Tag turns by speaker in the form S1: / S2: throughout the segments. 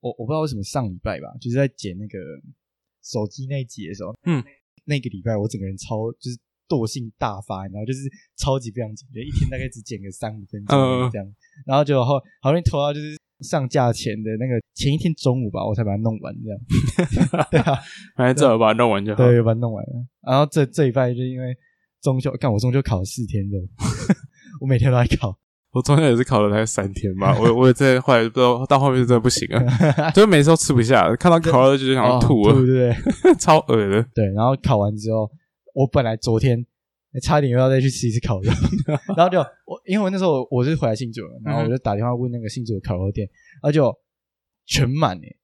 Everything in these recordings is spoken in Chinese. S1: 我我不知道为什么上礼拜吧，就是在剪那个手机那一集的时候，
S2: 嗯，
S1: 那个礼拜我整个人超就是惰性大发，然后就是超级非常紧，就一天大概只剪个三五分钟
S2: 嗯嗯嗯
S1: 这样，然后就后好容易拖到就是上架前的那个前一天中午吧，我才把它弄完这样， 对啊，
S2: 哎，最好把它弄完就好。
S1: 对，把它弄完了。然后这这一拜就因为中秋，干我中秋烤了四天肉， 我每天都在烤，
S2: 我中间也是考了大概三天吧，我我也在后来不知道到后面是真的不行 了，就每次都吃不下，看到烤肉就想要吐
S1: 哦对
S2: 了，
S1: 不对？
S2: 超恶的。
S1: 对，然后烤完之后，我本来昨天差点又要再去吃一次烤肉， 然后就我因为我那时候我我是回来新竹了，然后我就打电话问那个新竹的烤肉店，然后就全满诶、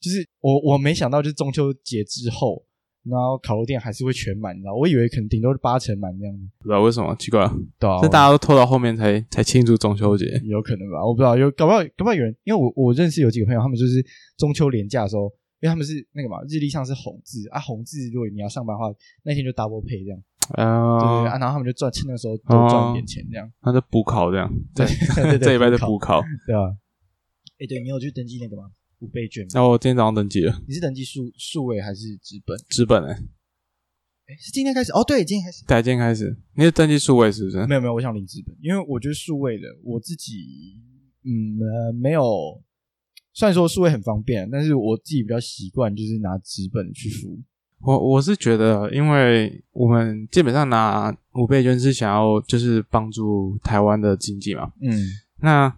S1: 就是我我没想到就是中秋节之后，然后烤肉店还是会全满，你知道，我以为可能顶多是八成满这样子，
S2: 不知道为什么，奇怪，
S1: 对啊
S2: 是大家都拖到后面才才庆祝中秋节。
S1: 有可能吧，我不知道，有搞不好搞不好有人，因为我我认识有几个朋友，他们就是中秋连假的时候，因为他们是那个嘛，日历上是红字啊，红字如果你要上班的话，那天就 double pay 这样，对对对
S2: 啊
S1: 啊，，然后他们就赚趁那个时候多赚一点钱这样，
S2: 那就补考这样，
S1: 对对对，
S2: 这一拜就
S1: 补
S2: 补
S1: 考，
S2: 考。
S1: 对啊。哎，对你有去登记那个吗？五倍券吗？
S2: 那我今天早上登记了，
S1: 你是登记数数位还是纸本？
S2: 纸本哎，
S1: 哎，是今天开始？哦，对，今天开始。
S2: 改天开始，你是登记数位是不是？
S1: 没有没有，我想领纸本，因为我觉得数位的我自己，嗯，呃、没有。虽然说数位很方便，但是我自己比较习惯就是拿纸本去付。
S2: 我我是觉得，因为我们基本上拿五倍券是想要就是帮助台湾的经济嘛。
S1: 嗯
S2: 那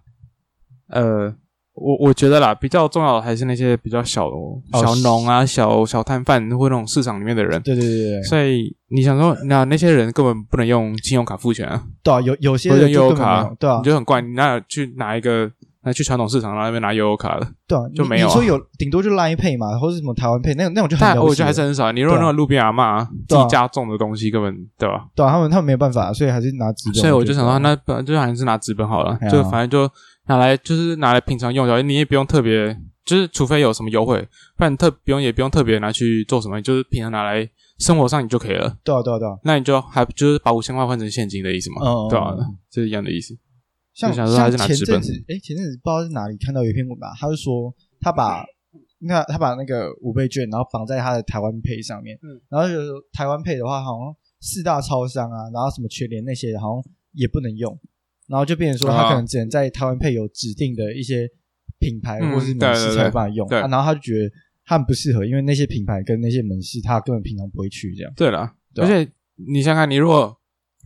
S2: 呃，我我觉得啦，比较重要的还是那些比较小的小农啊、小小摊贩或那种市场里面的人。
S1: 哦对对对对对，
S2: 所以你想说，那那些人根本不能用信用卡付钱啊，
S1: 对啊，有有些
S2: 或者
S1: 人就
S2: 悠游
S1: 根本没
S2: 卡
S1: 有，，对啊
S2: 你，就很怪，你那去拿一个，那去传统市场，然后那边拿悠游卡的，
S1: 对啊，
S2: 就
S1: 你
S2: 没有
S1: 你
S2: 啊
S1: 说有顶多就 Line Pay 嘛，或者什么台湾 Pay 那种那种就很
S2: 但
S1: 了不
S2: 我
S1: 起了，
S2: 觉得还是很少。你如果
S1: 对啊
S2: 那个路边阿嬷自
S1: 对啊
S2: 己家种的东西，根本对吧？
S1: 对啊，他们他们没有办法，所以还是拿纸本。
S2: 所以我就
S1: 觉
S2: 想
S1: 得哦
S2: 说，那本来就还是拿纸本好了，
S1: 哎呀
S2: 就反正就拿来就是拿来平常用就好，你也不用特别，就是除非有什么优惠，不然特不用也不用特别拿去做什么，你就是平常拿来生活上你就可以了。
S1: 对啊对啊对啊，
S2: 那你就还就是把五千块换成现金的意思嘛，
S1: 嗯
S2: 对吧、
S1: 嗯嗯
S2: 这是一样的意思。
S1: 像
S2: 就想说他
S1: 像
S2: 是拿
S1: 前
S2: 纸本
S1: 阵子，哎、前阵子不知道是哪里看到有一篇文吧，他就说他把那他把那个五倍券，然后绑在他的台湾配上面，
S2: 嗯
S1: 然后就是说台湾配的话，好像四大超商啊，然后什么全联那些的，好像也不能用，然后就变成说
S2: 啊
S1: 他可能只能在台湾配有指定的一些品牌
S2: 嗯
S1: 或是门市才有办法用，
S2: 对对对
S1: 啊然后他就觉得他很不适合，因为那些品牌跟那些门市他根本平常不会去这样，
S2: 对了，
S1: 对
S2: 而
S1: 啊
S2: 且你想想看，你如果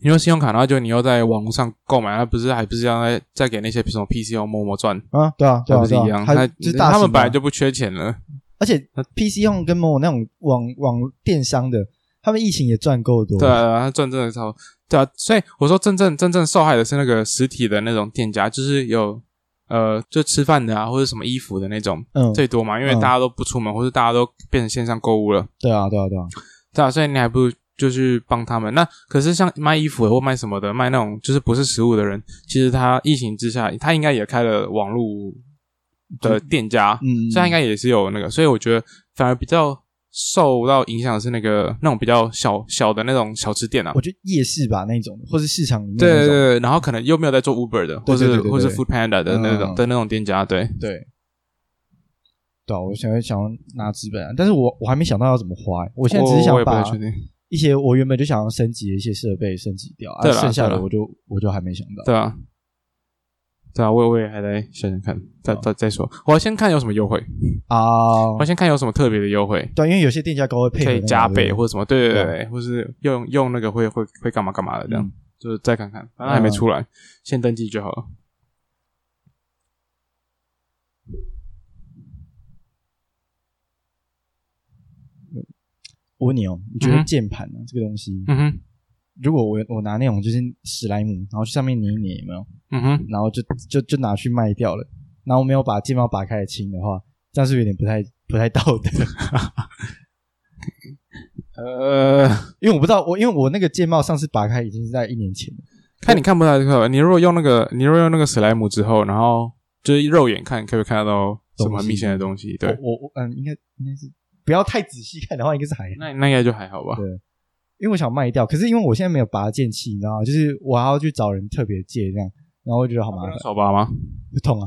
S2: 你用信用卡，然后就你又在网络上购买，那不是还不是要再再给那些什么 PCO 摸摸赚，
S1: 啊，对啊，对
S2: 那
S1: 啊，
S2: 不是
S1: 对
S2: 一
S1: 啊，
S2: 样？
S1: 他
S2: 那
S1: 就是大
S2: 他
S1: 型啊
S2: 们本
S1: 嘛
S2: 来就不缺钱了，
S1: 而且
S2: 那
S1: PC 用跟某某那种网网电商的，他们疫情也赚够多。
S2: 对啊，对啊他赚真的超对啊，所以我说真正真正受害的是那个实体的那种店家，就是有呃，就吃饭的啊，或者什么衣服的那种、
S1: 嗯，
S2: 最多嘛，因为
S1: 嗯
S2: 大家都不出门，或者大家都变成线上购物了，
S1: 对啊，对啊，对啊，
S2: 对啊，所以你还不如就去帮他们。那可是像卖衣服的或卖什么的，卖那种就是不是食物的人，其实他疫情之下，他应该也开了网络的店家，
S1: 嗯，
S2: 所以他应该也是有那个，所以我觉得反而比较。受到影响的是那个那种比较小小的那种小吃店啊，
S1: 我觉得夜市吧那种，或是市场里面
S2: 对
S1: 那
S2: 对
S1: 种，
S2: 对，对然后可能又没有在做 Uber 的，
S1: 对
S2: 或
S1: 对对
S2: 是
S1: 对
S2: 或是
S1: 对
S2: Food Panda 的那
S1: 嗯
S2: 种的那种店家，对，
S1: 对对啊，我想要想要拿资本啊，但是我我还没想到要怎么花欸、我现在只是
S2: 我
S1: 想
S2: 也不太
S1: 把
S2: 确定，
S1: 一些我原本就想要升级的一些设备升级掉，啊，
S2: 对啦
S1: 剩下
S2: 对
S1: 的
S2: 啦
S1: 我就我就还没想到。
S2: 对啊，对啊，我也我也还在想想看，
S1: 哦
S2: 再再再说，我要先看有什么优惠，
S1: 啊
S2: 我要，先看有什么特别的优惠，
S1: 对，因为有些店家高会配合
S2: 可以
S1: 那个
S2: 加
S1: 嘛对
S2: 倍
S1: 不对
S2: 或者什么，对对
S1: 对
S2: 对，或是用用那个会会会干嘛干嘛的这样
S1: 嗯，
S2: 就是再看看，反正还没
S1: 嗯
S2: 出来，先登记就好了。
S1: 我问你哦，你觉
S2: 嗯
S1: 得
S2: 哼
S1: 键盘呢、这个东西，
S2: 嗯哼，
S1: 如果我我拿那种就是史莱姆，然后去上面粘一粘，有没有？
S2: 嗯哼，
S1: 然后就就就拿去卖掉了，然后没有把键帽拔开来清的话，这样是不是有点不太不太道德？
S2: 呃，
S1: 因为我不知道，我因为我那个键帽上次拔开已经是在一年前了，
S2: 看你看不到这个，你如果用那个，你如果用那个史莱姆之后，然后就是肉眼看，可不可以看得到什么很明显的东西？对，
S1: 我我我嗯，应该应该是不要太仔细看的话，应该是还好，
S2: 那那应该就还好吧
S1: 对。因为我想卖掉，可是因为我现在没有拔剑器，你知道吗？就是我还要去找人特别借这样，然后我觉得好麻烦
S2: 手拔吗？
S1: 会痛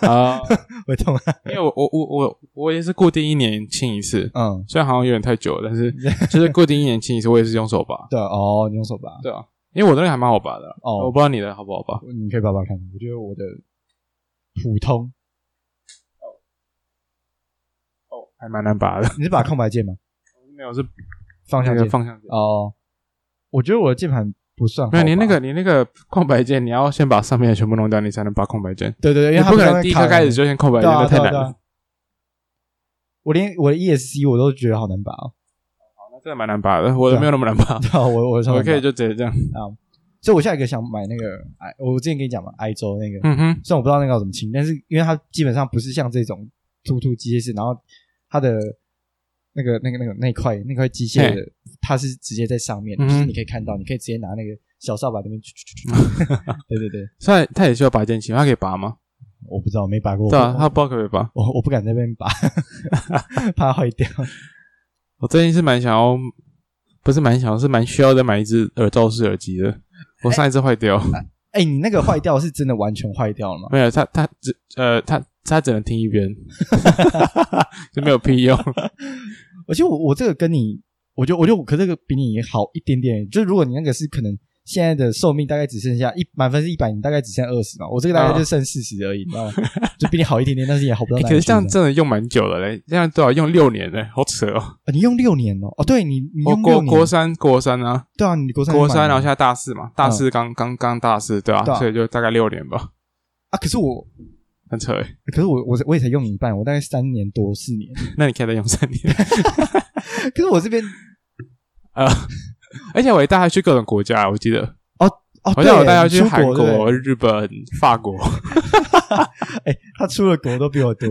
S1: 啊，
S2: 啊，
S1: 会痛啊，
S2: 因为我我我我我也是固定一年清一次，
S1: 嗯，
S2: 虽然好像有点太久了，但是就是固定一年清一次，我也是用手拔，
S1: 对啊哦，你用手拔，
S2: 对啊，因为我那个还蛮好拔的啊，
S1: 哦
S2: 我不知道你的好不好拔，
S1: 你可以拔拔看，我觉得我的普通，
S2: 哦，还蛮难拔的，
S1: 你是把空白键吗？
S2: 没 有是
S1: 方向
S2: 那
S1: 键
S2: 个方向键，
S1: 哦，我觉得我的键盘不算好
S2: 没有你
S1: 拔
S2: 那个你那个空白键，你要先把上面的全部弄掉，你才能拔空白键，
S1: 对对对，因
S2: 你
S1: 为它
S2: 不可能第一
S1: 它
S2: 颗
S1: 会卡
S2: 开始
S1: 人
S2: 就先空白
S1: 对
S2: 键，
S1: 啊
S2: 那太
S1: 对啊
S2: 难
S1: 对
S2: 了
S1: 啊，。我连我的 ESC 我都觉得好难拔哦，
S2: 那真的蛮难拔的，我的
S1: 对啊
S2: 没有那么难拔，
S1: 对啊我我超
S2: 我
S1: 难拔啊
S2: 可以就直接这样，
S1: 所以我下一个想买那个，哎，我之前跟你讲嘛，埃州那个，
S2: 嗯哼，
S1: 虽然我不知道那个要怎么清，但是因为它基本上不是像这种突突机械式，然后它的那个那个那个那一块那块机械的，它是直接在上面，
S2: 嗯
S1: 就是你可以看到，你可以直接拿那个小扫把那边去去去 去，对对对，
S2: 虽然它也需要拔键器，它可以拔吗？
S1: 我不知道，我没拔过，
S2: 对啊，
S1: 我
S2: 它不知道可不可以拔。
S1: 我我不敢在那边拔， 怕坏掉。
S2: 我最近是蛮想要，不是蛮想要，是蛮需要再买一只耳罩式耳机的。我上一次坏掉，
S1: 哎、你那个坏掉是真的完全坏掉了吗？
S2: 没有，它它只呃它它只能听一 边，就没有屁用。
S1: 而且我我这个跟你，我觉得我觉得我可这个比你好一点点，就是如果你那个是可能现在的寿命大概只剩下一满分是一百，你大概只剩二十嘛，我这个大概就剩四十而已，你知道吗？就比你好一点点，但是也好不到
S2: 欸
S1: 哪
S2: 嗯可
S1: 里去。
S2: 是这样真的用蛮久了嘞，这样多少用六年嘞，好扯哦。
S1: 啊你用六年哦，哦，对你你
S2: 我
S1: 用
S2: 国
S1: 六
S2: 国
S1: 年，
S2: 三国三啊，
S1: 对啊，你国三
S2: 国
S1: 就买
S2: 三，
S1: 了嗯
S2: 然后现在大四嘛，大四刚刚刚大四，对啊
S1: 对啊，
S2: 所以就大概六年吧，
S1: 啊，可是我
S2: 很扯欸。
S1: 可是我我我也才用一半，我大概三年多四年，
S2: 那你可以再用三年。
S1: 可是我这边
S2: 呃，而且我也带他去各种国家，我记得，
S1: 哦，
S2: 好
S1: 对
S2: 像我带他
S1: 你
S2: 去
S1: 出
S2: 韩
S1: 对不
S2: 国、日本、法国，
S1: 对哎，他出了国都比 我多，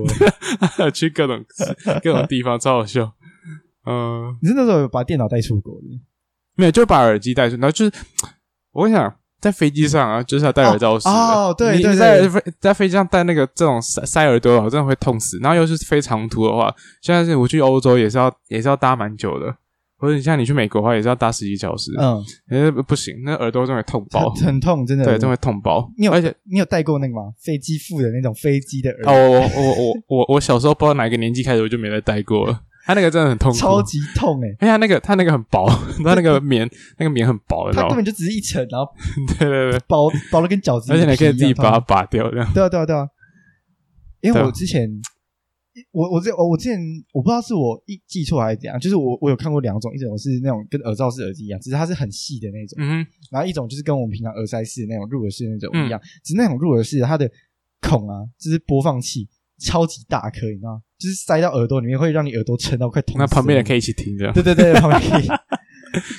S2: 去 各种各种地方，超好笑。嗯，
S1: 你是那时候有把电脑带出国的？
S2: 没有，就把耳机戴出，然后就是我跟你讲，在飞机上啊，就是要戴耳罩式的
S1: 哦对
S2: 你
S1: 对
S2: 你
S1: 对
S2: 在飞在飞机上戴那个这种塞塞耳朵的话，真的会痛死。然后又是飞长途的话，现在是我去欧洲也是要也是要搭蛮久的，或者你像你去美国的话，也是要搭十几小时，
S1: 嗯，
S2: 嗯，不行，那耳朵真的会痛爆，
S1: 很很 痛，真的
S2: 对，真的会痛爆
S1: 你。有
S2: 而且
S1: 你有戴过那个吗？飞机附的那种飞机的耳
S2: 哦，我我我我我小时候不知道哪个年纪开始我就没再戴过了，他那个真的很痛苦，
S1: 超级痛哎、
S2: 哎呀，那个它那个很薄， 它那 个棉那个棉很薄，你知
S1: 它
S2: 道
S1: 根
S2: 吗？
S1: 本就只是一层，然后
S2: 对对对，
S1: 薄薄的跟饺子
S2: 而
S1: 一
S2: 且
S1: 样
S2: 你
S1: 的
S2: 可
S1: 皮一
S2: 以
S1: 样痛，
S2: 自己把它拔掉，这样
S1: 对啊对啊对啊，因为
S2: 对啊
S1: 我之前。我我之我我之前我不知道是我一记错还是怎样，就是我我有看过两种，一种是那种跟耳罩式耳机一样，只是它是很细的那种，
S2: 嗯哼，
S1: 然后一种就是跟我们平常耳塞式那种入耳式那种
S2: 嗯
S1: 一样，只是那种入耳式它的孔啊，就是播放器超级大颗，你知道吗？就是塞到耳朵里面会让你耳朵撑到快痛死了。
S2: 那旁边人可以一起听，这样
S1: 对对对，旁边可以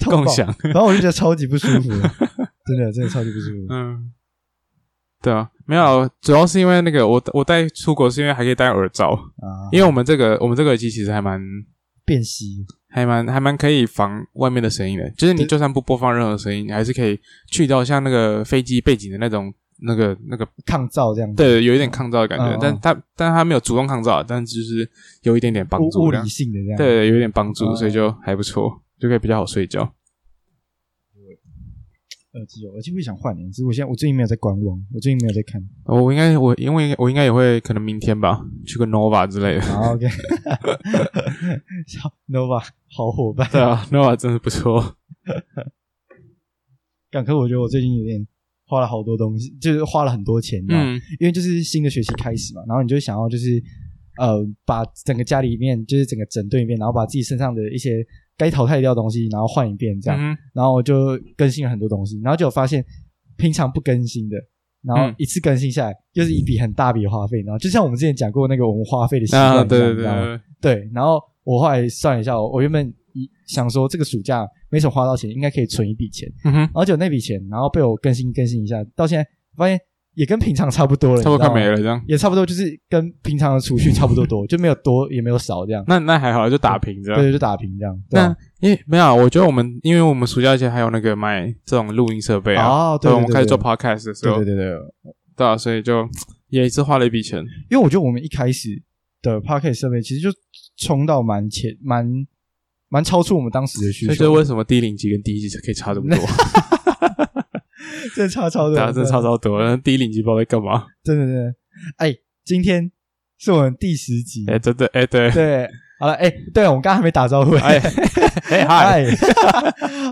S1: 痛
S2: 共
S1: 爆
S2: 享，
S1: 然后我就觉得超级不舒 服的，真的真的超级不舒服。
S2: 嗯，对啊，没有，主要是因为那个我我带出国是因为还可以戴耳罩，
S1: 啊，
S2: 因为我们这个我们这个耳机其实还蛮
S1: 变稀，
S2: 还蛮还蛮可以防外面的声音的，就是你就算不播放任何声音，你还是可以去掉像那个飞机背景的那种那个那个
S1: 抗噪这样子，
S2: 对，有一点抗噪的感觉，
S1: 嗯嗯
S2: 但它但它没有主动抗噪，但就是有一点点帮
S1: 物
S2: 助
S1: 物
S2: 这样
S1: 理。性的这样。，
S2: 对，有一点帮助，
S1: 嗯
S2: 所以就还不错，就可以比较好睡觉。
S1: 耳机哦，耳机会想换的，只是我现在我最近没有在观望，我最近没有在看。
S2: 我应该我因为我应该也会可能明天吧，去个 Nova 之类的。
S1: 好，OK，小 Nova 好伙伴，
S2: 对啊，Nova 真的不错。
S1: 感可我觉得我最近有点花了好多东西，就是花了很多钱，嗯，
S2: 嗯，
S1: 因为就是新的学期开始嘛，然后你就想要就是呃，把整个家里面就是整个整顿一遍，然后把自己身上的一些该淘汰掉的东西，然后换一遍这样，
S2: 嗯
S1: 然后我就更新了很多东西，然后就有发现平常不更新的。然后
S2: 嗯
S1: 一次更新下来，又是一笔很大笔的花费。然后就像我们之前讲过那个我们花费的习惯一
S2: 啊，
S1: 样，
S2: 对
S1: 你
S2: 对
S1: 知
S2: 对
S1: 道吗
S2: 对，
S1: 对，然后我后来算了一下，我我原本一想说这个暑假没什么花到钱，应该可以存一笔钱，
S2: 嗯哼，
S1: 而且那笔钱，然后被我更新更新一下，到现在发现也跟平常差不多了，
S2: 差不
S1: 你
S2: 多
S1: 知道
S2: 快
S1: 吗
S2: 没，了这样。
S1: 也差不多就是跟平常的储蓄差不多多，就没有多 也没有少这样，
S2: 那那还好，就打平这样。
S1: 对，就打平这样。对
S2: 那
S1: 啊
S2: 因为没有啊，我觉得我们因为我们暑假前还有那个买这种录音设备啊，
S1: 哦，对，
S2: 我们
S1: 对
S2: 开始做
S1: 对
S2: podcast 的时
S1: 对
S2: 候
S1: 对，对对，
S2: 对啊，所以就也是花了一笔钱。
S1: 因为我觉得我们一开始的 p a c k e t 设备其实就冲到蛮前蛮蛮超出我们当时的需
S2: 所以
S1: 求，
S2: 为什么第零集跟第一集可以差这 么多？
S1: 啊
S2: 啊
S1: 真的差超多，啊
S2: 大家真的差超多，那第一零集不知道在干嘛。
S1: 真的真的。哎，今天是我们第十集，
S2: 哎，真的，哎，对，
S1: 对，好了，哎，对我们刚刚还没打招呼，
S2: 哎，哎，嗨，，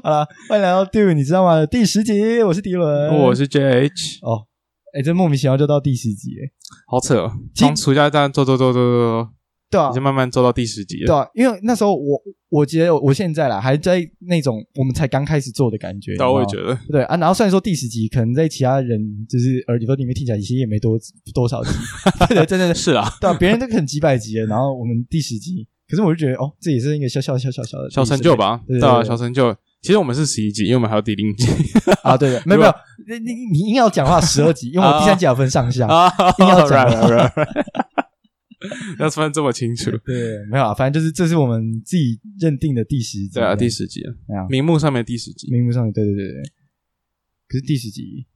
S1: 好了，欢迎来到 Do，你知道吗？第十集，我是迪伦，
S2: 我是 JH，
S1: 哦，哎，这莫名其妙就到第十集，哎，
S2: 好扯哦，
S1: 其
S2: 从暑假站做做做做做做，
S1: 对啊
S2: 已经，慢慢做到第十集
S1: 对
S2: 了。
S1: 啊，因为那时候我我觉得我现在啦，还在那种我们才刚开始做的感觉，
S2: 对啊，我也觉
S1: 得。
S2: 得，
S1: 对啊，然后虽然说第十集可能在其他人就是耳朵里面听起来其实也没多多 少集，对对，真的
S2: 是啊，
S1: 对啊，别人都可能几百集了，然后我们第十集，可是我就觉得哦，这也是一个小小小小小的
S2: 小成就吧，
S1: 对对
S2: 对
S1: 对
S2: 啊，
S1: 对
S2: 小成就。其实我们是十一集，因为我们还有第零 集
S1: 啊，对的，没有没有，你你你硬要讲话十二集，因为我第三集有分上下，
S2: 啊
S1: 硬要讲
S2: right, right, right. 要分这么清楚，
S1: 对，没有啊，反正就是这是我们自己认定的第十集，
S2: 对啊，第
S1: 十
S2: 十集了
S1: 对啊，
S2: 名目上面第十集，
S1: 名目上的对对对对，可是第十集，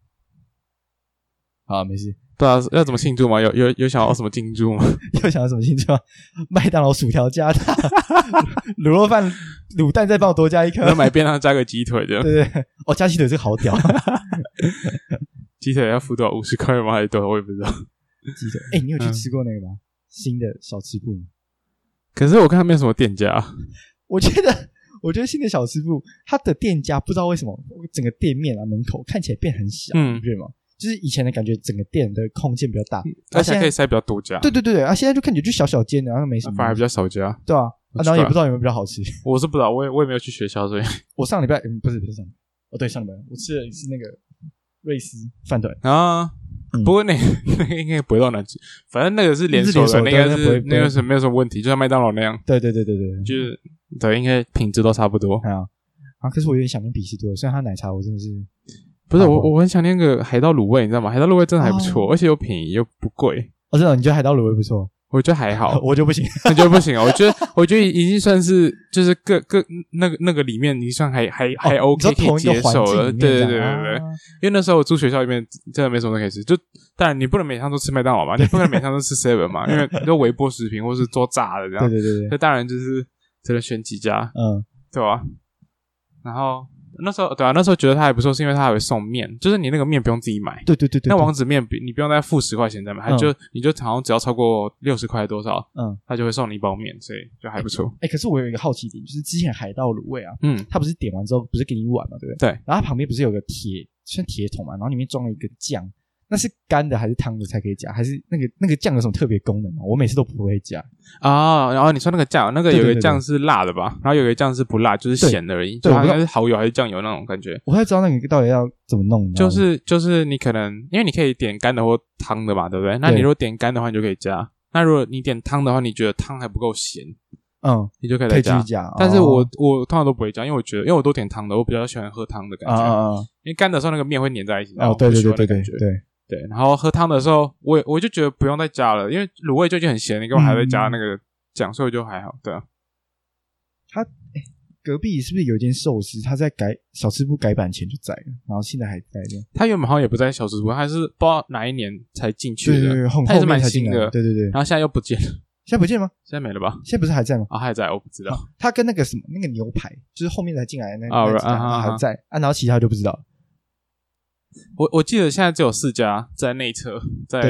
S1: 好没事，
S2: 对啊，要怎么庆祝吗？有有有想要什么庆祝吗？
S1: 又想到什么星座？麦当劳薯条加大 卤肉饭卤蛋，再帮我多加一颗，
S2: 要买便当加个鸡腿这样，
S1: 对对对，哦，加鸡腿这个好 屌，
S2: 鸡腿要付多少？五十块吗？还是多少？我也不 知道。
S1: 鸡腿，哎，你有去
S2: 嗯
S1: 吃过那个吗？新的小吃部吗？
S2: 可是我看没有什么店家，
S1: 我觉得，我觉得新的小吃部，它的店家不知道为什么，整个店面啊门口看起来变很小，
S2: 嗯
S1: 你不觉得吗？就是以前的感觉，整个店的空间比较大，
S2: 而且还可
S1: 现在
S2: 以塞比较多家，
S1: 对对对，对啊，现在就看起来就小小间的，然后没什么，
S2: 反而比较少家。
S1: 对啊，啊
S2: 很
S1: 然后也
S2: 奇怪
S1: 不知道有没有比较好吃。
S2: 我是不知道，我也我也没有去学校，所以
S1: 我上礼拜，嗯，不是不是上礼拜，哦对，上礼拜我吃了一次那个瑞斯饭团，
S2: 啊
S1: 嗯。
S2: 不过那那个应 该不会到难吃，反正那个是连锁
S1: 是
S2: 的，
S1: 连锁的那
S2: 那应该
S1: 不会
S2: 是
S1: 不会
S2: 那个是没有什么问题，就像麦当劳那样，
S1: 对对对对对对，
S2: 就是对，应该品质都差不多。
S1: 啊啊！可是我有点想念比西多，虽然它奶茶我真的是
S2: 不是
S1: 好
S2: 我，我很想念那个海盗卤味，你知道吗？海盗卤味真的还不错，
S1: 哦
S2: 而且又便宜又不贵，
S1: 哦，真的，你觉得海盗卤味不错？
S2: 我觉得还好
S1: 。我就不行。
S2: 我觉得不行啊，我觉得我觉得已经算是就是各各那个那个里面，已经算还还 还
S1: 哦
S2: OK
S1: 你
S2: 可
S1: 说同
S2: 以
S1: 一个
S2: 接
S1: 环
S2: 受
S1: 境
S2: 了。
S1: 里面
S2: 对对对
S1: 这
S2: 对
S1: 样
S2: 对，
S1: 啊
S2: 对因为那时候我住学校里面真的没什么东西可以吃，就当然你不能每餐都吃麦当劳嘛，你不可能每餐都吃 seven 嘛，因为都微波食品或是做炸的这
S1: 对
S2: 样。
S1: 对对对，
S2: 那当然就是只能选几家，
S1: 嗯，
S2: 对吧、然后那时候对啊，那时候觉得它还不错，是因为它还会送面，就是你那个面不用自己买。
S1: 对对对对，
S2: 那
S1: 对
S2: 王子面比你不用再付十块钱再买，它就你就好像只要超过六十块多少，
S1: 嗯，
S2: 他就会送你一包面，所以就还不错。
S1: 哎、可是我有一个好奇点，就是之前海盗卤味啊，
S2: 嗯，
S1: 它不是点完之后不是给你一碗嘛，对不对？
S2: 对
S1: 然后它旁边不是有个铁像铁桶嘛，然后里面装了一个酱，那是干的还是汤的才可以加？还是那个那个酱有什么特别功能吗？我每次都不会加。
S2: 啊、然后你说那个酱，那个
S1: 对
S2: 有
S1: 对对
S2: 一个酱是辣的吧？然后有一个酱是不辣，就是
S1: 对
S2: 咸的而已。
S1: 对我
S2: 就它
S1: 不知
S2: 应
S1: 道哦
S2: 该是蚝油还是酱油那种感觉。
S1: 我才知道那个到底要怎么弄，你知道
S2: 就
S1: 吗
S2: 是就是你可能因为你可以点干的或汤的嘛，对不对？那你
S1: 对
S2: 如果点干的话，你就可以加；那如果你点汤的话，你觉得汤还不够咸，
S1: 嗯，
S2: 你就可以
S1: 可
S2: 再
S1: 以继
S2: 加
S1: 续。加。
S2: 但是我、
S1: 哦
S2: 我通常都不会加，因为我觉得因为我都点汤的，我比较喜欢喝汤的感
S1: 啊
S2: 觉。
S1: 啊啊
S2: 因为干的时候那个面会粘在一起，
S1: 啊！
S2: 然
S1: 哦
S2: 后我，不
S1: 对对
S2: 喜
S1: 对
S2: 欢
S1: 对
S2: 那感
S1: 对
S2: 觉
S1: 对，
S2: 对，然后喝汤的时候，我也我就觉得不用再加了，因为卤味就已经很咸，你干嘛还在
S1: 嗯
S2: 加那个酱？所以就还好，对啊。
S1: 隔壁是不是有一间寿司，它在改小吃部改版前就在了，然后现在还在这样？
S2: 他原本好像也不在小吃部，他是不知道哪一年才进去
S1: 对对
S2: 的，
S1: 对，后
S2: 他也
S1: 后
S2: 是
S1: 面
S2: 蛮
S1: 才
S2: 新
S1: 进来
S2: 的，
S1: 对对对
S2: 然，后现在又不见了，
S1: 现在不见吗？
S2: 现在没了吧？
S1: 现在不是还在吗？
S2: 啊，他还在，我不知道。
S1: 它跟那个什么那个牛排，就是后面才进来的那
S2: 啊
S1: 那几
S2: 啊
S1: 家
S2: 啊啊
S1: 还在啊，然后其他就不知道了，
S2: 我我记得现在只有四家在内侧，在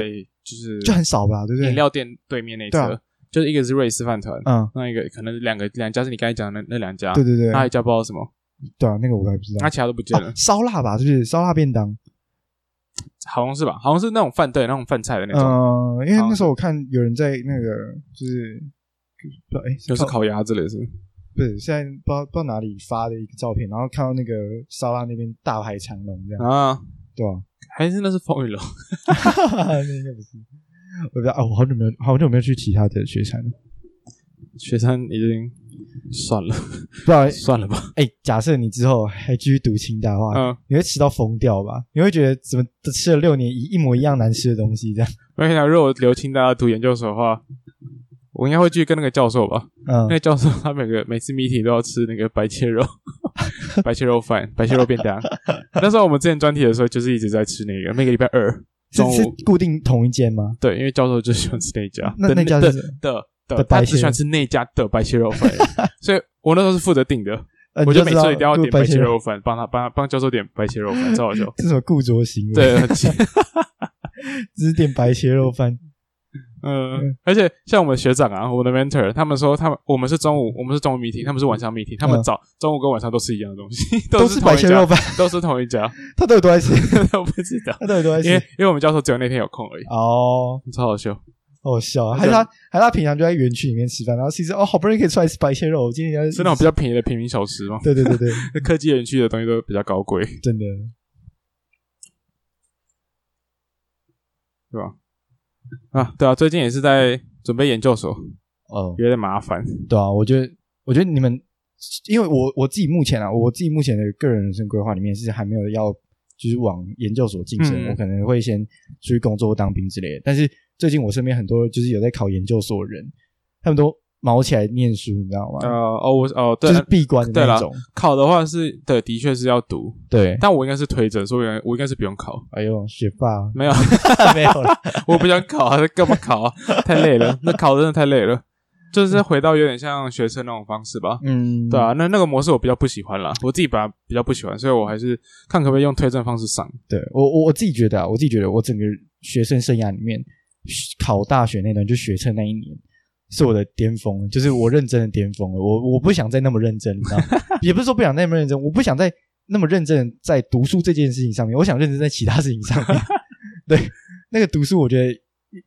S2: 就是
S1: 就很少吧，对不对？
S2: 饮料店对面那
S1: 对啊
S2: 侧，就是一个是瑞士饭团，
S1: 嗯，
S2: 那一个可能两个两家是你刚才讲的那那两家，
S1: 对对对
S2: 啊那一家不知道什么，
S1: 对啊，那个我还不知道
S2: 那。其他都不见
S1: 哦
S2: 了，
S1: 烧腊吧，是不是烧腊便当？
S2: 好像是吧？好像是那种饭对那种饭菜的那种，
S1: 嗯，因为那时候我看有人在那个就是不知道哎，
S2: 就是
S1: 靠
S2: 烤鸭之类的是不是。
S1: 不是现在不知道不知道哪里发的一个照片，然后看到那个烧腊那边大排长龙这样，
S2: 啊，
S1: 对吧？
S2: 还是那是风雨楼
S1: 那应该不是，我不知道啊，我好久没有好久没有去其他的雪山了，
S2: 雪山已经算了，
S1: 不然
S2: 算了吧。
S1: 哎，假设你之后还继续读清大的话，
S2: 嗯，
S1: 你会吃到疯掉吧？你会觉得怎么吃了六年一一模一样难吃的东西这样？
S2: 我想，如果我留清大家读研究所的话，我应该会去跟那个教授吧。
S1: 嗯
S2: 那，个教授他每个每次 meeting 都要吃那个白切肉，白切肉饭、白切肉便当。那时候我们之前专题的时候，就是一直在吃那个，每个礼拜二
S1: 是
S2: 中
S1: 是
S2: 午。
S1: 固定同一间吗？
S2: 对，因为教授就喜欢吃那一家，
S1: 那
S2: 的
S1: 那家
S2: 的
S1: 是什么
S2: 的
S1: 的
S2: 的，
S1: 白
S2: 他
S1: 切
S2: 只喜欢吃那一家的白切肉 饭，所以我那时候是负责订的，
S1: 呃
S2: 我
S1: 你就
S2: 每
S1: 知道
S2: 次一定要
S1: 如果
S2: 点白
S1: 切
S2: 切， 肉饭，帮他帮他帮教授点白切肉饭，超好笑。
S1: 这是什么固着型？，
S2: 对，很气
S1: 只是点白切肉 饭。
S2: 嗯，而且像我们学长啊，我们的 mentor，他们说他们我们是中午我们是中午 meeting，他们是晚上 meeting，他们
S1: 嗯
S2: 早、中午跟晚上都吃一样的东西，
S1: 都是
S2: 是同
S1: 白
S2: 一
S1: 切
S2: 家
S1: 肉，饭，
S2: 都是同一家，
S1: 他到底多爱吃？
S2: 我不知道，
S1: 他到底多爱
S2: 因为
S1: 吃？
S2: 因为我们教授只有那天有空而已，
S1: 哦，
S2: 超好笑。
S1: 好笑啊，还是他还是他平常就在园区里面吃饭，然后其实哦，好不容易可以出来吃白切肉，我今天要
S2: 是那种比较便宜的平民小吃吗？
S1: 对对对对，
S2: 那科技园区的东西都比较高贵，
S1: 真的
S2: 对吧？啊，对啊，最近也是在准备研究所，
S1: 哦，
S2: 有点麻烦。
S1: 对啊，我觉得我觉得你们，因为我我自己目前啊，我自己目前的个人人生规划里面是还没有要就是往研究所晋升，
S2: 嗯
S1: 我可能会先出去工作或当兵之类的。但是最近我身边很多就是有在考研究所的人，他们都毛起来念书，你知道
S2: 呃，
S1: 吗？
S2: 哦，我哦，对
S1: 就，是闭关的
S2: 对
S1: 那
S2: 啦
S1: 种。
S2: 考的话是对，的确是要读，
S1: 对，
S2: 但我应该是推着，所以我应该我应该是不用考。
S1: 哎呦，学霸
S2: 没有，
S1: 没有了，
S2: 我不想考啊，干嘛考啊？太累了，那考真的太累了，就是回到有点像学生那种方式吧。
S1: 嗯，
S2: 对啊，那那个模式我比较不喜欢啦，我自己把它比较不喜欢，所以我还是看可不可以用推荐方式上。
S1: 对我我我自己觉得啊，我自己觉得我整个学生生涯里面，学考大学那段就学测那一年是我的巅峰，就是我认真的巅峰了。我我不想再那么认真，你知道吗， 也不是说不想再那么认真，我不想再那么认真地在读书这件事情上面，我想认真在其他事情上面。 对，那个读书我觉得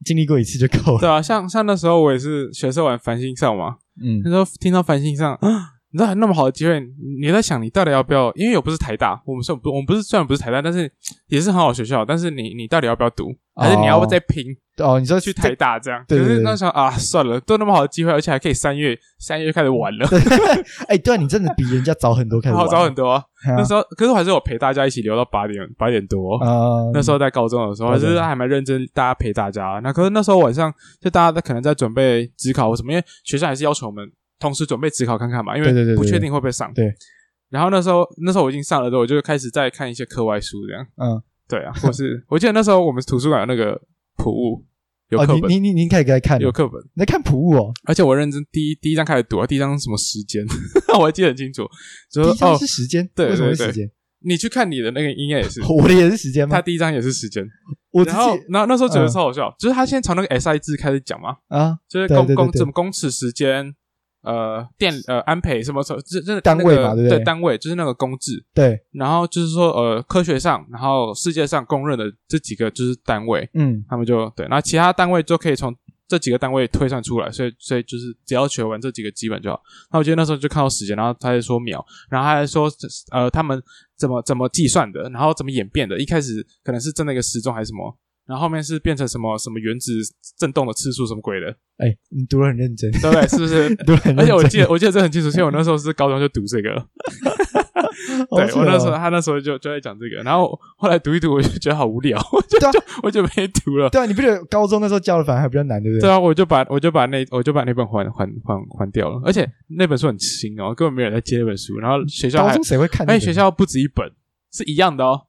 S1: 经历过一次就够了。
S2: 对啊，像像那时候我也是学生玩繁星上嘛，
S1: 嗯
S2: 那时候听到繁星上， 啊你知道那么好的机会，你你在想你到底要不要？因为我不是台大，我们虽然不我们不是虽然不是台大，但是也是很好的学校，但是你你到底要不要读？还是你要不要再拼？
S1: 哦，你说
S2: 去台大这样，
S1: 对对
S2: 可是
S1: 对
S2: 那时候啊，算了，都那么好的机会，而且还可以三月三月就开始玩了，
S1: 哎，对啊，你真的比人家早很多开始
S2: 好
S1: 玩，
S2: 早很多、啊。
S1: 对啊
S2: 那时候，可是我还是有陪大家一起留到八点八点多、哦
S1: 啊，
S2: 那时候在高中的时候，还
S1: 高中
S2: 是还蛮认真，大家陪大家。那可是那时候晚上，就大家在可能在准备职考或什么，因为学校还是要求我们同时准备职考看看嘛，因
S1: 对对对对
S2: 为不确定会不会上。
S1: 对
S2: 然后那时候，那时候我已经上了之后，我就开始在看一些课外书这样。
S1: 嗯，
S2: 对啊，或是 我记得那时候我们图书馆有那个普物，有
S1: 哦
S2: 课
S1: 你
S2: 本，
S1: 你你你开始给他看，
S2: 有
S1: 你
S2: 课本。
S1: 在看普物哦，
S2: 而且我认真第一第一章开始读，第一章是什么时间， 我还记得很清楚。就
S1: 第一
S2: 说
S1: 张
S2: 哦
S1: 是，时间，
S2: 对
S1: 为什么
S2: 对
S1: 是
S2: 对
S1: 时间？
S2: 你去看你的那个应该 也是，
S1: 我的也是时间
S2: 他
S1: 吗？
S2: 第一章也是时间。
S1: 我自
S2: 然后
S1: 己
S2: 然后那时候觉得
S1: 嗯
S2: 超好笑，就是他先从那个 SI 字开始讲嘛，
S1: 啊，
S2: 就是
S1: 对
S2: 公
S1: 对对
S2: 公
S1: 对
S2: 怎么公尺时间，呃电呃安培什么什么，这这
S1: 单位嘛
S2: 那个
S1: 对不
S2: 对
S1: 对
S2: 单位就是那个公制，
S1: 对，
S2: 然后就是说呃科学上，然后世界上公认的这几个就是单位，
S1: 嗯，
S2: 他们就对，然后其他单位就可以从这几个单位推算出来，所以所以就是只要学完这几个基本就好。那我记得那时候就看到时间，然后他在说秒，然后他还说呃他们怎么怎么计算的，然后怎么演变的，一开始可能是真的一个时钟还是什么。然后后面是变成什么什么原子振动的次数什么鬼的，
S1: 哎，你读的很认真，
S2: 对不对？ 是不是？
S1: 读的很认真，
S2: 而且我记得我记得这很清楚，因为我那时候是高中就读这个，
S1: 好
S2: 对
S1: 扯
S2: 我那时候
S1: 哦
S2: 他那时候就就在讲这个，然后后来读一读我就觉得好无聊，我就
S1: 对啊
S2: 就 我就没读了。
S1: 对啊，你不觉得高中那时候教的反而还比较难，对不
S2: 对
S1: 对？
S2: 啊，我就把我就把那我就把那本还还还还掉了，而且那本书很轻哦，根本没有人在接那本书。然后学校
S1: 高
S2: 还
S1: 中，谁会看那个？
S2: 而且哎学校不止一本，是一样的哦，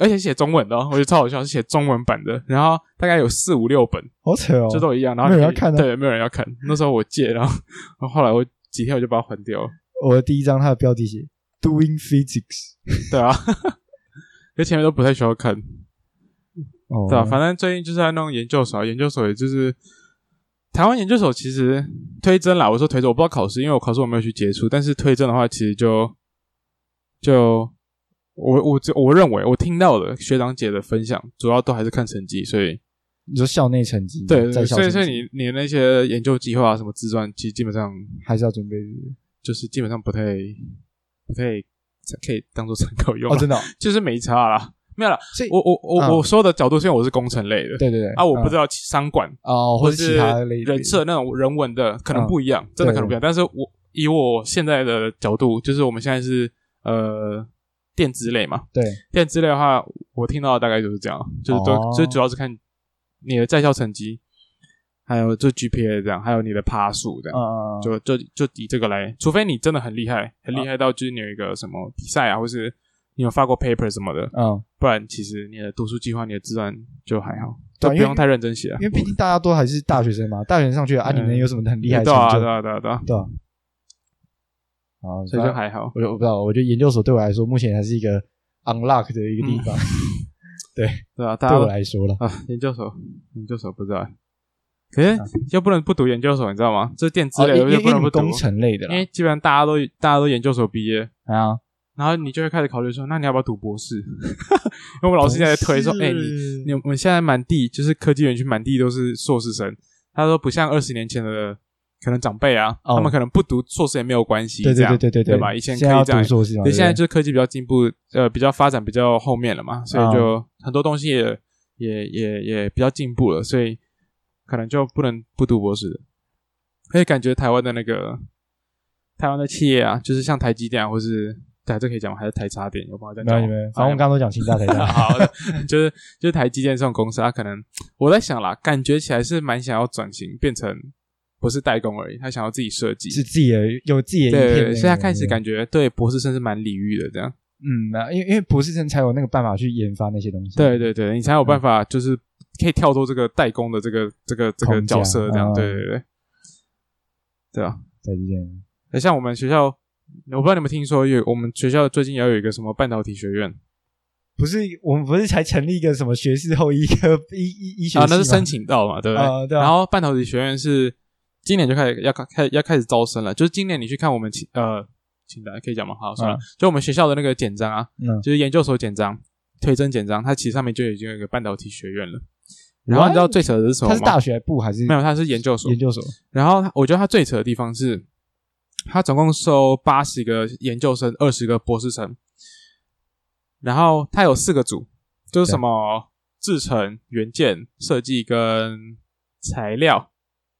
S2: 而且写中文的哦，我觉得超好笑，是写中文版的。然后大概有四五六本，
S1: 好扯哦，
S2: 这都一样。然后
S1: 没有
S2: 你
S1: 人要看啊
S2: 对，没有人要看。那时候我借，然后然后后来我几天我就把它还掉了。
S1: 我的第一章它的标题写 “Doing Physics”，
S2: 对啊， 可前面都不太需要看。
S1: 哦，
S2: 对啊，反正最近就是在弄研究所啊，研究所也就是台湾研究所，其实推甄啦，我说推甄，我不知道考试，因为我考试我没有去接触，但是推甄的话，其实就就我我就我认为我听到的学长姐的分享，主要都还是看成绩，所以
S1: 你说校内成绩，
S2: 对，
S1: 嗯在
S2: 对
S1: 校
S2: 所以
S1: 成绩
S2: 所以你你那些研究计划啊什么自传，其实基本上
S1: 还是要准备对不对
S2: 就是基本上不太不太可以当做参考用
S1: 哦，
S2: 啊，
S1: 真的哦，
S2: 就是没差啦，没有啦。
S1: 所以
S2: 我我我、
S1: 嗯
S2: 我说的角度是因为我是工程类的，
S1: 对嗯对对
S2: 啊，我不知
S1: 道
S2: 道商管。
S1: 哦，
S2: 或
S1: 或
S2: 者
S1: 者其他类别
S2: 人设那种人文的，可能
S1: 嗯
S2: 不一样，真的可能
S1: 对
S2: 不一样。但是我以我现在的角度，就是我们现在是呃电子类嘛，
S1: 对，
S2: 电子类的话，我听到的大概就是这样，就是都、
S1: 哦
S2: 就主要是看你的在校成绩，还有就 GPA 这样，还有你的趴数这样。
S1: 嗯，
S2: 就就就以这个来，除非你真的很厉
S1: 哦
S2: 害，很厉害到就是你有一个什么比赛啊，或是你有发过 paper 什么的，
S1: 嗯，
S2: 不然其实你的读书计划、你的自然就还好，
S1: 对
S2: 就
S1: 啊
S2: 不
S1: 因为
S2: 用太认真写啊
S1: 因。为毕竟大家都还是大学生嘛，大学生上去了啊，你
S2: 嗯
S1: 们有什么很厉害的
S2: 对啊，
S1: 成
S2: 对
S1: 就？
S2: 啊，对啊，对啊，
S1: 对啊，好，
S2: 所以就还好。嗯
S1: 我就我不知道，我觉得研究所对我来说目前还是一个 unlock 的一个地方。对
S2: 对啊，大
S1: 对
S2: 家
S1: 我来说了，
S2: 啊，研究所研究所不知道欸，可是又不能不读研究所，你知道吗？这电子
S1: 啊哦
S2: 类
S1: 因
S2: 又
S1: 因
S2: 啊不
S1: 因为
S2: 能
S1: 你
S2: 不
S1: 们
S2: 读，
S1: 工程类的
S2: 因为
S1: 啦，
S2: 基本上大家都大家都研究所毕业，
S1: 啊，
S2: 然后你就会开始考虑说，那你要不要读博士？ 因为我们老师现在在推说，哎、你
S1: 你
S2: 你我们现在满地就是科技园区，满地都是硕士生。他说不像二十年前的可能长辈啊，
S1: 哦
S2: 他们可能不读硕士也没有关系，
S1: 对
S2: 这
S1: 对
S2: 样
S1: 对对对
S2: 对
S1: 对
S2: 吧？以前可
S1: 现在
S2: 以
S1: 要
S2: 这样
S1: 读，硕士嘛，
S2: 对，现在
S1: 对
S2: 就是科技比较进步，呃，比较发展比较后面了嘛，
S1: 啊
S2: 所以就很多东西也也也也比较进步了，所以可能就不能不读博士的。而且感觉台湾的那个台湾的企业啊，就是像台积电啊，或是对、啊、这可以讲吗？还是哎台插电？有办法这
S1: 不对
S2: 样
S1: 没有你
S2: 讲吗？
S1: 们，反正我们刚刚都讲清大台大，
S2: 好的，就是就是台积电这种公司，它可能我在想啦，感觉起来是蛮想要转型，变成不是代工而已，他想要自己设计。
S1: 是自己的有自己
S2: 对
S1: 的一
S2: 对
S1: 片
S2: 对，
S1: 那
S2: 所以他
S1: 个
S2: 开始
S1: 对
S2: 感觉对博士生是蛮礼遇的，这样。
S1: 嗯，那因为因为博士生才有那个办法去研发那些东西，
S2: 对对对，你才有办法就是可以跳脱这个代工的这个这个这个
S1: 嗯框架
S2: 角色，这样。
S1: 嗯
S2: 对对对，对啊。
S1: 台积电
S2: 那像我们学校，我不知道你们听说有我们学校最近也有一个什么半导体学院
S1: 不是我们不是才成立一个什么学士后医科医医医学
S2: 啊，那是
S1: 系
S2: 申
S1: 吗
S2: 请到嘛，对不对？
S1: 呃对啊
S2: 然后半导体学院是今年就开始要开开要开始招生了，就是今年你去看我们请呃，请大家可以讲吗？好，算了，
S1: 嗯
S2: 就我们学校的那个简章啊，
S1: 嗯
S2: 就是研究所简章、推甄简章，它其实上面就已经有一个半导体学院了。然后你知道最扯的是什么
S1: 他
S2: 吗？
S1: 是大学部还是
S2: 没有，它是研究所
S1: 研。究所？
S2: 然后它我觉得它最扯的地方是，它总共收八十个研究生，二十个博士生，然后它有四个组，就是什么制成、元件、设计跟材料，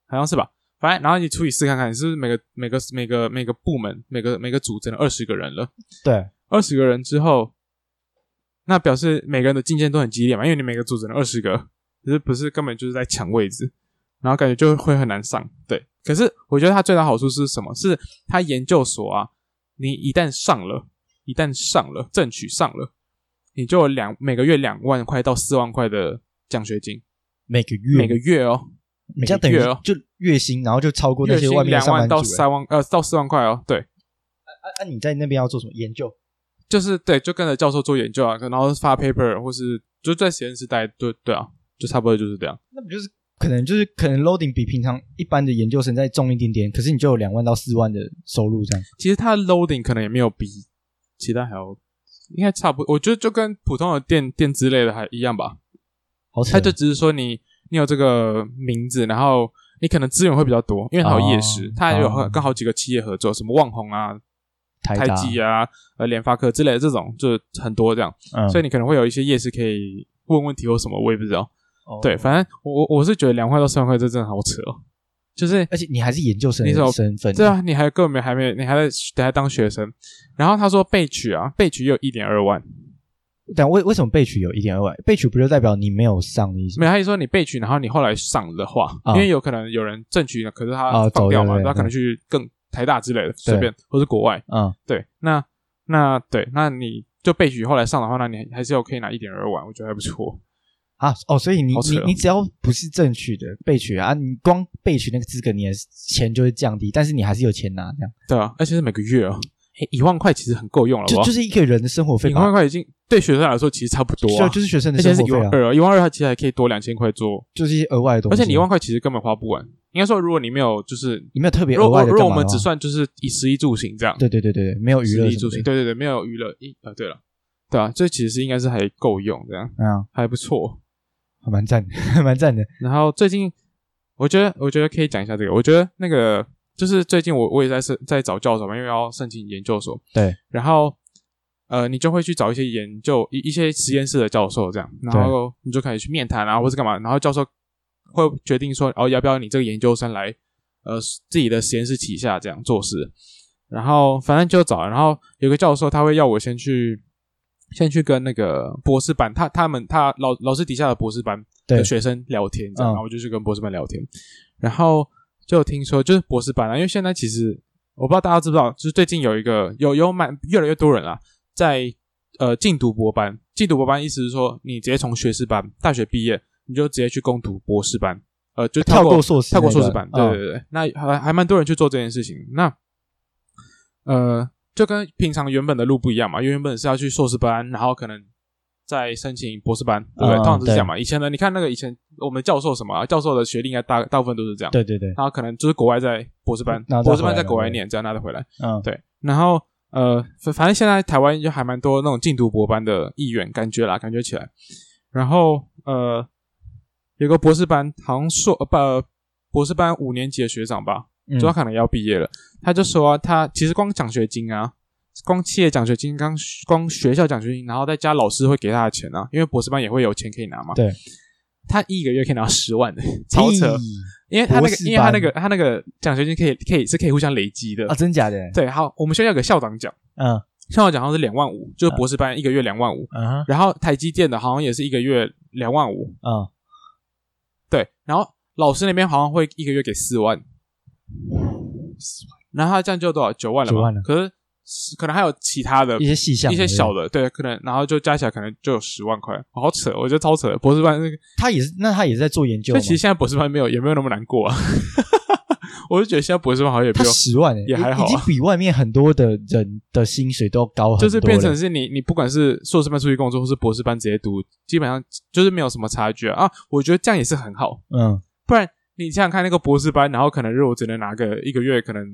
S2: 好像是吧？反正然后你除以四看看，你是不是每个每个每个每个部门每个每个组只能二十个人了？
S1: 对，
S2: 二十个人之后，那表示每个人的竞争都很激烈嘛，因为你每个组只能二十个，可是不是根本就是在抢位置，然后感觉就会很难上。对，可是我觉得它最大好处是什么？是它研究所啊，你一旦上了，一旦上了，争取上了，你就有两每个月两万块到四万块的奖学金，
S1: 每个月
S2: 每个月哦，
S1: 你这样等于
S2: 每个月哦
S1: 就月薪，然后就超过那
S2: 月
S1: 些
S2: 薪
S1: 外面的
S2: 两
S1: 上
S2: 万
S1: 班
S2: 到
S1: 族。哎
S2: 三万呃到四万块哦，对。
S1: 啊啊！你在那边要做什么研究？
S2: 就是对，就跟着教授做研究啊，然后发 paper 或是就在实验室待，对对啊，就差不多就是这样。
S1: 那不就是可能就是可能 loading 比平常一般的研究生再重一点点，可是你就有两万到四万的收入这样。
S2: 其实它的 loading 可能也没有比其他还要，应该差不多。我觉得就跟普通的电电之类的还一样吧。
S1: 好扯
S2: 它就只是说你你有这个名字，然后你可能资源会比较多，因为它有夜市
S1: 哦，
S2: 它也有和
S1: 哦
S2: 跟好几个企业合作，什么旺宏啊、
S1: 台
S2: 台
S1: 达，
S2: 积啊、呃联发科之类的这种，就很多这样。
S1: 嗯
S2: 啊所以你可能会有一些夜市可以问问题或什么，我也不知道。
S1: 哦
S2: 对，反正我我我是觉得两块到三万块这真的好扯哦，就是
S1: 而且你还是研究生的
S2: 你怎么
S1: 身份，
S2: 对啊，你还根本没还没你还在你还当学生，然后他说被取啊，被取有一点二万，
S1: 但为为什么被取有一点二万？被取不就代表你没有上的意思吗？
S2: 没有，他就说你被取，然后你后来上的话，
S1: 啊
S2: 因为有可能有人正取，可是他
S1: 啊
S2: 放
S1: 走
S2: 掉
S1: 对
S2: 嘛，
S1: 对
S2: 他可能
S1: 对
S2: 去更台大之类的，随便或是国外，
S1: 嗯，
S2: 对，那那对，那你就被取后来上的话，那你还是有可以拿一点二万，我觉得还不错。
S1: 啊哦，所以你
S2: 好扯
S1: 你
S2: 哦
S1: 你只要不是正取的被取啊，你光被取那个资格，你的钱就会降低，但是你还是有钱拿，这样
S2: 对啊，而且是每个月哦，诶一万块其实很够用了，好不
S1: 就
S2: 好
S1: 就是一个人的生活费
S2: 一
S1: 吧
S2: 万，块已经对学生来说其实差不多啊
S1: 就，就是学生的
S2: 而且
S1: 生
S2: 是
S1: 活
S2: 一
S1: 费
S2: 万
S1: 啊，
S2: 二，一万二它其实还可以多两千块做，
S1: 就是一些额外的东
S2: 而
S1: 西。
S2: 且你一万块其实根本花不完。应该说，如果你没有就是，
S1: 你没有特别
S2: 如
S1: 额
S2: 果
S1: 外的
S2: 如
S1: 干嘛的
S2: 果我们
S1: 话
S2: 只算就是以食衣住行这样，
S1: 对对对对，对没有娱
S2: 食
S1: 乐
S2: 衣
S1: 什
S2: 住
S1: 么
S2: 行，
S1: 的，
S2: 对对对，没有娱乐一啊，对了，对啊，这其实是应该是还够用这样，
S1: 嗯，
S2: 还不错。
S1: 还蛮赞的， 还蛮赞的。
S2: 然后最近，我觉得我觉得可以讲一下这个，我觉得那个就是最近我我也在申在找教授嘛，因为要申请研究所，
S1: 对，
S2: 然后呃，你就会去找一些研究一一些实验室的教授这样，然后你就开始去面谈啊，或是干嘛，然后教授会决定说哦，要不要你这个研究生来呃自己的实验室旗下这样做事，然后反正就找，然后有个教授他会要我先去。先去跟那个博士班，他他们他老老师底下的博士班
S1: 对
S2: 的学生聊天，这样，
S1: 嗯
S2: 然后我就去跟博士班聊天，然后就听说就是博士班啊，因为现在其实我不知道大家知不知道，就是最近有一个有有蛮越来越多人啊，在呃进读博班，进读博班意思是说你直接从学士班大学毕业，你就直接去攻读博士班，呃，就
S1: 跳
S2: 过
S1: 过硕士
S2: 跳过
S1: 那
S2: 硕
S1: 个
S2: 士班，
S1: 嗯
S2: 对对对，那还还蛮多人去做这件事情，那呃就跟平常原本的路不一样嘛，因为原本是要去硕士班，然后可能再申请博士班，对不对？
S1: 嗯
S2: 通常是这样嘛。以前呢，你看那个以前我们教授什么啊、教授的学历应该大大部分都是这样，
S1: 对对对，
S2: 他可能就是国外在博士班
S1: 嗯然后，再
S2: 博士班
S1: 回来
S2: 在国外
S1: 对
S2: 念，这样拿得回来。
S1: 嗯，
S2: 对，然后呃，反反正现在台湾就还蛮多那种禁毒博班的意愿，感觉啦，感觉起来。然后呃，有个博士班，好像硕呃不呃博士班五年级的学长吧，
S1: 嗯
S2: 就他可能要毕业了，他就说、啊、他其实光奖学金啊，光企业奖学金，刚光学校奖学金，然后再加老师会给他的钱啊，因为博士班也会有钱可以拿嘛。
S1: 对，
S2: 他一个月可以拿十万的，超扯。因为他那
S1: 博
S2: 个，
S1: 士
S2: 因为他那
S1: 班
S2: 个，他那个奖学金可以可以是可以互相累积的
S1: 啊，真假的？
S2: 对，好，我们学校有个校长奖，
S1: 嗯
S2: 校长奖好像是两万五，就是博士班一个月两万五，
S1: 嗯哼
S2: 然后台积电的好像也是一个月两万五，
S1: 嗯，
S2: 对，然后老师那边好像会一个月给四万，然后他这样就多少九万了嘛？
S1: 9万了
S2: 可是可能还有其他的
S1: 一些细项，
S2: 一些小，的，对，可能然后就加起来可能就有十万块，好扯，我觉得超扯，博士班那个，
S1: 他也是，那他也是在做研究
S2: 所
S1: 吗
S2: 以，其实现在博士班没有也没有那么难过啊， 我就觉得现在博士班好像也不
S1: 他
S2: 用。
S1: 十万欸
S2: 也还好啊
S1: 已已经比外面很多的人的薪水都高很多
S2: 就
S1: 了，
S2: 是变成是你，你不管是硕士班出去工作，或是博士班直接读，基本上就是没有什么差距啊。啊我觉得这样也是很好，
S1: 嗯
S2: 不然你想想看，那个博士班，然后可能如果只能拿个一个月可能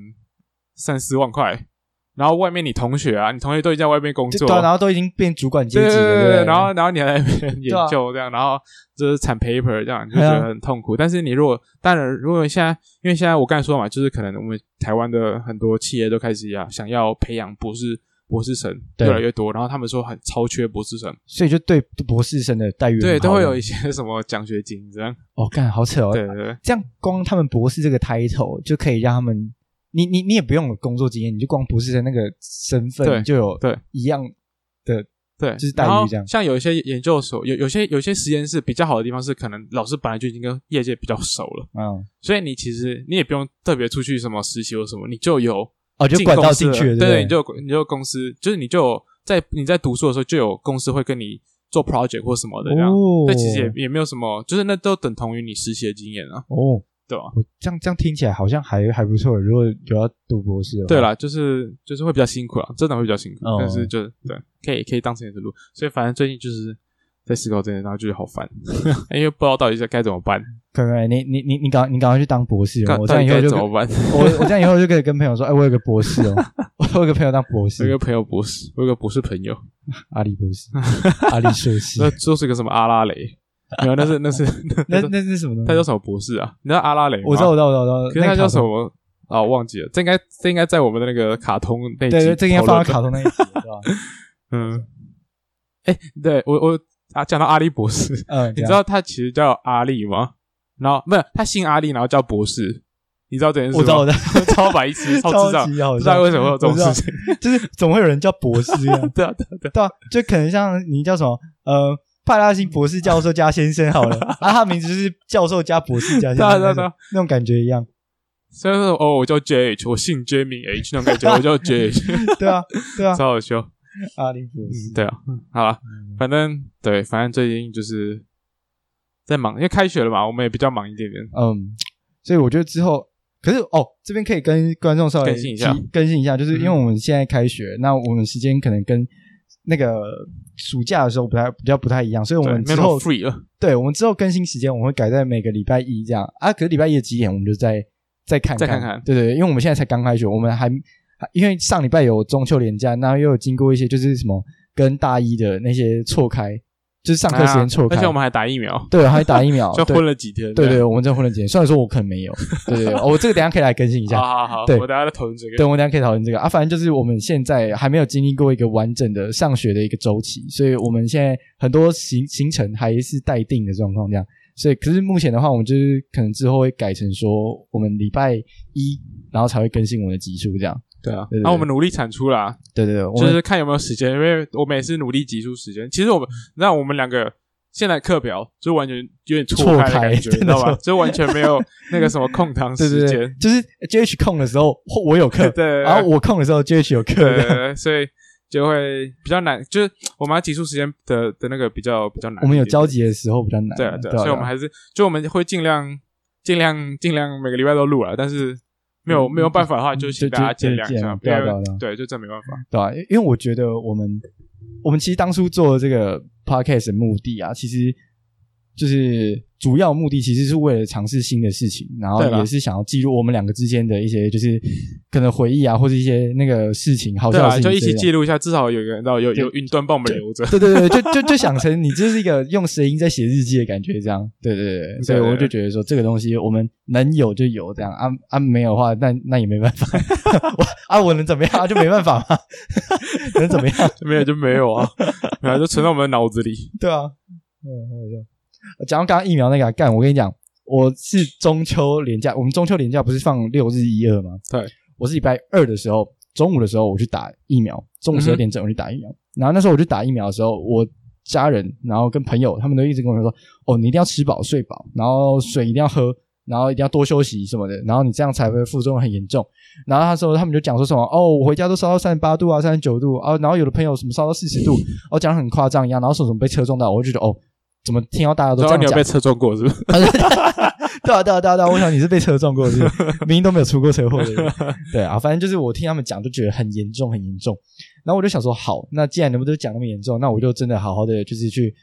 S2: 三四万块，然后外面你同学啊，你同学都已经在外面工
S1: 就
S2: 作，
S1: 对啊，然后都已经变主管阶级
S2: 对
S1: 了，
S2: 对
S1: 对
S2: 对
S1: 不
S2: 对，然后然后你还在那边
S1: 对啊
S2: 研究这样，然后就是产 paper 这样，你就觉
S1: 对
S2: 得
S1: 啊
S2: 很痛苦。但是你如果当然，如果现在因为现在我刚才说嘛，就是可能我们台湾的很多企业都开始要想要培养博士博士生
S1: 对
S2: 越来越多，然后他们说很超缺博士生，
S1: 所以就对博士生的待遇很
S2: 对，都
S1: 好
S2: 会
S1: 了
S2: 有一些什么奖学金这样，
S1: 哦，干好扯哦，
S2: 对对对。
S1: 这样光他们博士这个 title 就可以让他们，你你你也不用有工作经验，你就光博士的那个身
S2: 对
S1: 份就有
S2: 对
S1: 一样的，
S2: 对，
S1: 就是待遇
S2: 然后
S1: 这样
S2: 像有一些研究所，有有些有些实验室比较好的地方是，可能老师本来就已经跟业界比较熟了，
S1: 嗯，
S2: 所以你其实你也不用特别出去什么实习或什么，你就有
S1: 哦，就
S2: 进
S1: 管道
S2: 公司
S1: 进去了，
S2: 了对
S1: 对不对
S2: 你就有你就有公司，就是你就有在你在读书的时候就有公司会跟你做 project 或什么的这样，
S1: 哦，
S2: 对，其实也也没有什么，就是那都等同于你实习的经验啊，
S1: 哦，
S2: 对吧？
S1: 我这样这样听起来好像还还不错，如果有要读博士的话，
S2: 对，啦，就是就是会比较辛苦啊，真的会比较辛苦，
S1: 哦
S2: 但是就对，可以可以当成一条路。所以反正最近就是在思考这些，然后就是 好烦，因为不知道到底是该怎么办，
S1: 可可，你你你你赶你赶快去当博士哦，
S2: 到
S1: 我这
S2: 到
S1: 样
S2: 底
S1: 以后
S2: 该
S1: 就
S2: 怎
S1: 跟
S2: 么办？
S1: 我我这样以后就可以跟朋友说，哎，我有个博士 哦，我有个朋友当博
S2: 我有
S1: 士
S2: 个，朋友博士，我有个博 士朋友，
S1: 阿里博士，阿里硕士
S2: 那，就是个什么阿拉蕾，没有，那是那是
S1: 那
S2: 那
S1: 那是什么东西？
S2: 他叫什么博士啊？你知道阿拉蕾吗？
S1: 我知道，我知道，我知道，我
S2: 可
S1: 知
S2: 是
S1: 道，
S2: 他
S1: 呃那个
S2: 叫
S1: 卡
S2: 什
S1: 通？
S2: 么？啊，忘记了，这应该这应该在我们的那个卡通那一集
S1: 对对，这个应该放到
S2: 讨
S1: 卡
S2: 论
S1: 通那一 集，对吧？
S2: 嗯，哎，对我我啊，讲到阿笠博士，
S1: 嗯，
S2: 你
S1: 这样
S2: 知道他其实叫阿力吗？然后没有，他姓阿力，然后叫博士。你知道这件事吗？
S1: 我知道，我知
S2: 超 白痴，超
S1: 道，超
S2: 智障，
S1: 级好
S2: 不知
S1: 笑
S2: 道，为什么会有这种事情。，
S1: 就是总会有人叫博士这 样
S2: 对啊，对啊，对啊，
S1: 对啊，就可能像你叫什么呃派拉辛博士教授加先生好了，啊，他名字就是教授加博士加先
S2: 对啊，
S1: 生
S2: 对
S1: 那
S2: 啊对
S1: 种
S2: 啊。
S1: 那种感觉一 样，
S2: 所以说，哦，我叫 J H，我姓 J 名 H 那种感觉，我叫 J H，
S1: 对啊，对啊，
S2: 超好笑。
S1: 阿里博士
S2: 嗯，，对啊，好了，
S1: 嗯
S2: 反正对，反正最近就是在忙，因为开学了嘛，我们也比较忙一点点。
S1: 嗯，所以我觉得之后，可是哦，这边可以跟观众稍微
S2: 更新一下
S1: 提，更新一下，就是因为
S2: 嗯
S1: 我们现在开学，那我们时间可能跟那个暑假的时候不太比较不太一样，所以我
S2: 对，
S1: 们
S2: 没
S1: 之
S2: 有那
S1: 后
S2: 么 free 了。
S1: 对我们之后更新时间，我们会改在每个礼拜一这样啊。可是礼拜一的几点，我们就再再看
S2: 再看看
S1: 对对，对因为我们现在才刚开学，我们还还因为上礼拜有中秋连假，然后又有经过一些就是什么跟大一的那些错开，就是上课时间错
S2: 啊
S1: 开，
S2: 而且我们还打疫苗，
S1: 对还打疫苗，
S2: 就
S1: 对
S2: 混了几天。
S1: 对对，我们真的混了几天。虽然说我可能没有，对对对，哦我这个等一下可以来更新一
S2: 好
S1: 下。
S2: 好好，
S1: 对
S2: 我大家在讨论这个。
S1: 对，我们等一下可以讨论这个啊。反正就是我们现在还没有经历过一个完整的上学的一个周期，所以我们现在很多行行程还是待定的状况这样。所以，可是目前的话，我们就是可能之后会改成说，我们礼拜一然后才会更新我们的集数这样。
S2: 对啊
S1: 对对，
S2: 那我们努力产出啦，
S1: 对对对，我
S2: 就
S1: 们嗯
S2: 是看有没有时间，因为我们也是努力挤出时间。其实我们，那我们两个现在课表就完全有点错开的感
S1: 错
S2: 觉，
S1: 开
S2: 你
S1: 真
S2: 知道吧？
S1: 的
S2: 就完全没有那个什么空 档
S1: 对
S2: 时
S1: 对对
S2: 间，。
S1: 就是 J H 空的时候或我有课，
S2: 对对
S1: 然后我空的时候 J H 有课
S2: 对
S1: 这
S2: 对
S1: 样。
S2: 对，所以就会比较难，就是我们要挤出时间的的那个比较比较难。
S1: 我们有交，集的时候比较难，
S2: 对啊对啊，所以我们还是就我们会尽量尽量尽量每个礼拜都录啊了，但是没有
S1: 嗯
S2: 没有办法的话，
S1: 嗯
S2: 就
S1: 就
S2: 请大家
S1: 就
S2: 见谅一下，
S1: 就见谅对啊
S2: 不要
S1: 对啊
S2: 对，就真没办法。
S1: 对啊，因因为我觉得我们我们其实当初做这个 podcast 的目的啊，其实就是主要目的其实是为了尝试新的事情，然后
S2: 对啦
S1: 也是想要记录我们两个之间的一些就是可能回忆啊，或者一些那个事情好
S2: 对
S1: 笑的
S2: 啦，
S1: 事情
S2: 就
S1: 之类的，
S2: 一起记录一下，至少有一个人到有有云端帮我们留着。
S1: 对对对，就就就想成你就是一个用声音在写日记的感觉，这样。对对对对，所以
S2: 对对
S1: 我就觉得说这个东西我们能有就有，这样啊啊没有的话，那那也没办法。 我啊我能怎么样啊就没办法嘛， 能怎么样？
S2: 没有就没 有啊，没有就存到我们的脑子里。
S1: 对啊，嗯，好好笑。讲到刚刚疫苗那个啊干，我跟你讲，我是中秋连假，我们中秋连假不是放六日一二吗？
S2: 对，
S1: 我是礼拜二的时候，中午的时候我去打疫苗，中午
S2: 嗯哼
S1: 十二点整我去打疫苗。然后那时候我去打疫苗的时候，我家人然后跟朋友他们都一直跟我说：“哦，你一定要吃饱睡饱，然后水一定要喝。”然后一定要多休息什么的，然后你这样才不会副作用很严重。然后他说他们就讲说什么哦，我回家都烧到三十八度啊，三十九度啊，然后有的朋友什么烧到四十度，
S2: 嗯
S1: 哦，讲得很夸张一样，然后说什么被车撞到，我就觉得哦，怎么听到大家都
S2: 然
S1: 这
S2: 后
S1: 样
S2: 你有
S1: 讲
S2: 被？车撞过是不是？
S1: 对啊，对啊，对啊，对啊！我想你是被车撞 过的，是不是明明都没有出过车祸的人。对啊，反正就是我听他们讲，就觉得很严重，很严重。然后我就想说，好，那既然你们都讲那么严重，那我就真的好好的，就是去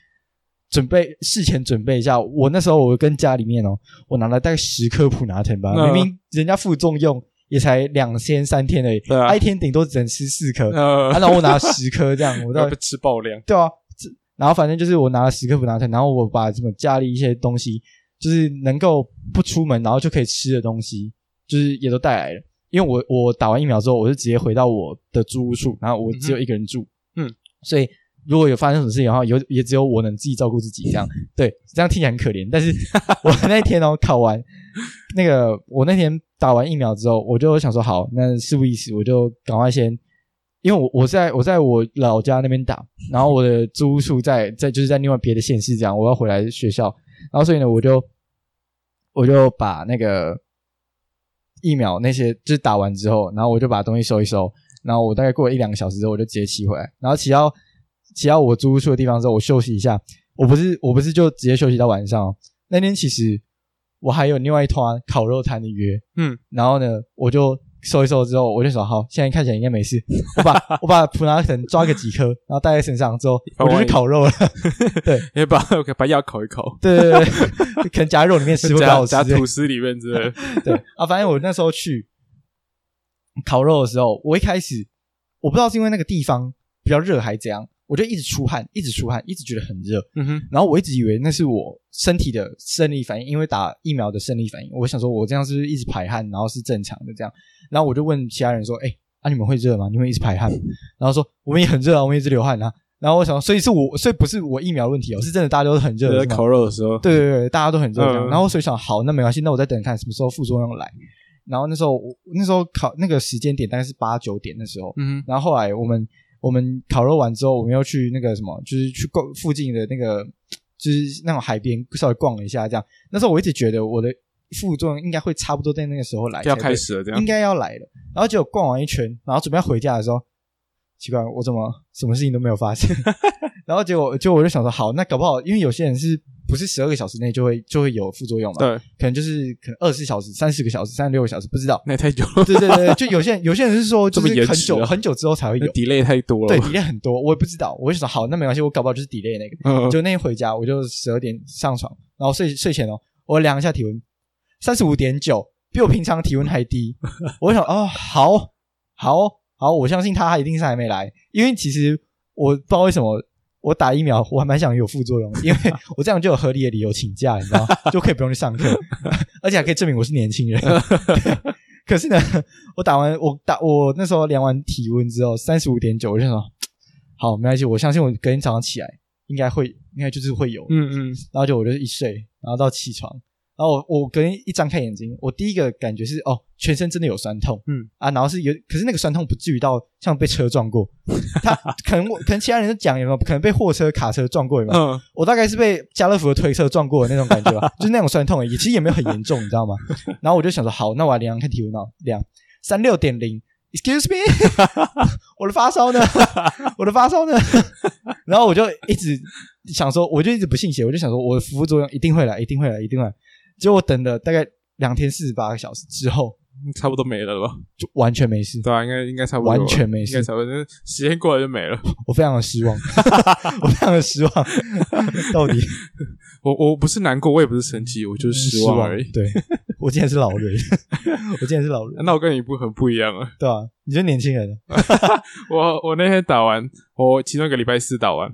S1: 准备，事前准备一下。我那时候我跟家里面哦，我拿了大概十颗普拿疼吧，
S2: 嗯
S1: 明明人家副作用也才两天三天而已，
S2: 对啊
S1: 啊一天顶多只能吃四颗，啊，
S2: 呃，
S1: 然后我拿了十颗这 样，我到
S2: 要被吃爆量。
S1: 对啊，这然后反正就是我拿了十克普拿疼，然后我把什么家里一些东西，就是能够不出门然后就可以吃的东西，就是也都带来了。因为我我打完疫苗之后，我就直接回到我的住屋处，然后我只有一个人住，
S2: 嗯哼嗯，
S1: 所以如果有发生什么事情的话，有也只有我能自己照顾自己，这样对，这样听起来很可怜。但是 我那天哦考完那个，我那天打完疫苗之后，我就想说，好，那事不宜迟，我就赶快先，因为我我在我在我老家那边打，然后我的租屋处在在就是在另外别的县市，这样我要回来学校，然后所以呢，我就我就把那个疫苗那些就是打完之后，然后我就把东西收一收，然后我大概过了一两个小时之后，我就直接骑回来，然后骑到骑到我租屋处的地方之后，我休息一下，我不是我不是就直接休息到晚上哦、那天其实我还有另外一团烤肉摊的约，
S2: 嗯，
S1: 然后呢，我就收一收之后，我就说好，现在看起来应该没事，我把我把普拿疼抓个几颗，然后带在身上之后，我就去烤肉了。
S2: 也把把药烤一烤，
S1: 对对对对， 可能夹在肉里面 吃不
S2: 加
S1: 到，
S2: 加吐司里面之类的。
S1: 对啊，反正我那时候去烤肉的时候，我一开始我不知道是因为那个地方比较热还是怎样，我就一直出汗，一直出汗，一直觉得很热。
S2: 嗯哼，
S1: 然后我一直以为那是我身体的生理反应，因为打疫苗的生理反应。我想说，我这样是不是一直排汗，然后是正常的这样。然后我就问其他人说：“哎、啊你们会热吗？你们一直排汗吗？”然后说：“我们也很热啊，我们一直流汗啊。”然后我想说，所以是我，所以不是我疫苗的问题哦，是真的大家都很热，
S2: 在
S1: 是吗
S2: 烤肉的时候，
S1: 对对对，大家都很热这样。
S2: 嗯
S1: 然后所以想，好，那没关系，那我再等看什么时候副作用来。然后那时候我那时候考那个时间点大概是八九点的时候，
S2: 嗯
S1: 然后后来我们我们烤肉完之后，我们又去那个什么，就是去逛附近的那个，就是那种海边稍微逛了一下，这样。那时候我一直觉得我的副作用应该会差不多在那个时候来才
S2: 哼，
S1: 对，
S2: 要开始了这样
S1: 应。该要来了。然后结果逛完一圈，然后准备要回家的时候，奇怪，我怎么什么事情都没有发 生？然后结果就我就想说，好，那搞不好因为有些人是不是十二个小时内就会就会有副作用嘛？，
S2: 对，
S1: 可能就是可能二十小时、三十个小时、三十六个小时，不知道。
S2: 那也太久了，
S1: 对对对，对就有些人有些人是说，就
S2: 这么
S1: 是
S2: 延
S1: 很
S2: 迟
S1: 久
S2: 啊
S1: 很久之后才会
S2: 那
S1: 有。
S2: delay 太多
S1: 对
S2: 了。
S1: ，delay 很多，我也不知道。我就想，好，那没关系，我搞不好就是 delay 那个。
S2: 嗯，
S1: 就那天回家，我就十二点上床，然后睡睡前哦，我量一下体温，三十五点九，比我平常体温还低。我想哦，好好好，我相信他一定是还没来，因为其实我不知道为什么。我打疫苗，我还蛮想有副作用的，因为我这样就有合理的理由请假，你知道吗，就可以不用去上课，而且还可以证明我是年轻人。 可是呢，我打完我打我那时候量完体温之后三十五点九，我就想说，好没关系，我相信我隔天早上起来应该会，应该就是会有。
S2: 嗯嗯，
S1: 然后就我就一睡，然后到起床，然后我我隔天一张开眼睛，我第一个感觉是哦，全身真的有酸痛，
S2: 嗯
S1: 啊，然后是有，可是那个酸痛不至于到像被车撞过，他可能我可能其他人都讲有没有，可能被货车、卡车撞过有没有？
S2: 嗯，
S1: 我大概是被家乐福的推车撞过的那种感觉吧，就是那种酸痛而已，其实也没有很严重，你知道吗？然后我就想说，好，那我来量量看体温哦，量三六点零，Excuse me，我的发烧呢？我的发烧呢？然后我就一直想说，我就一直不信邪，我就想说，我的副作用一定会来，一定会来，一定会来。结果我等了大概两天四十八个小时之后，
S2: 差不多没了吧？
S1: 就完全没事，
S2: 对啊，应该应该差不多了，
S1: 完全没
S2: 应该
S1: 事，
S2: 差不多，但是时间过了就没了。
S1: 我非常的失望，我非常的失望，到底
S2: 我我不是难过，我也不是生气，我就是失望而已。
S1: 对，我竟然是老人， 我竟然是老人，
S2: 那我跟你不很不一样啊！
S1: 对啊，你是年轻人，
S2: 我我那天打完，我其中一个礼拜四打完，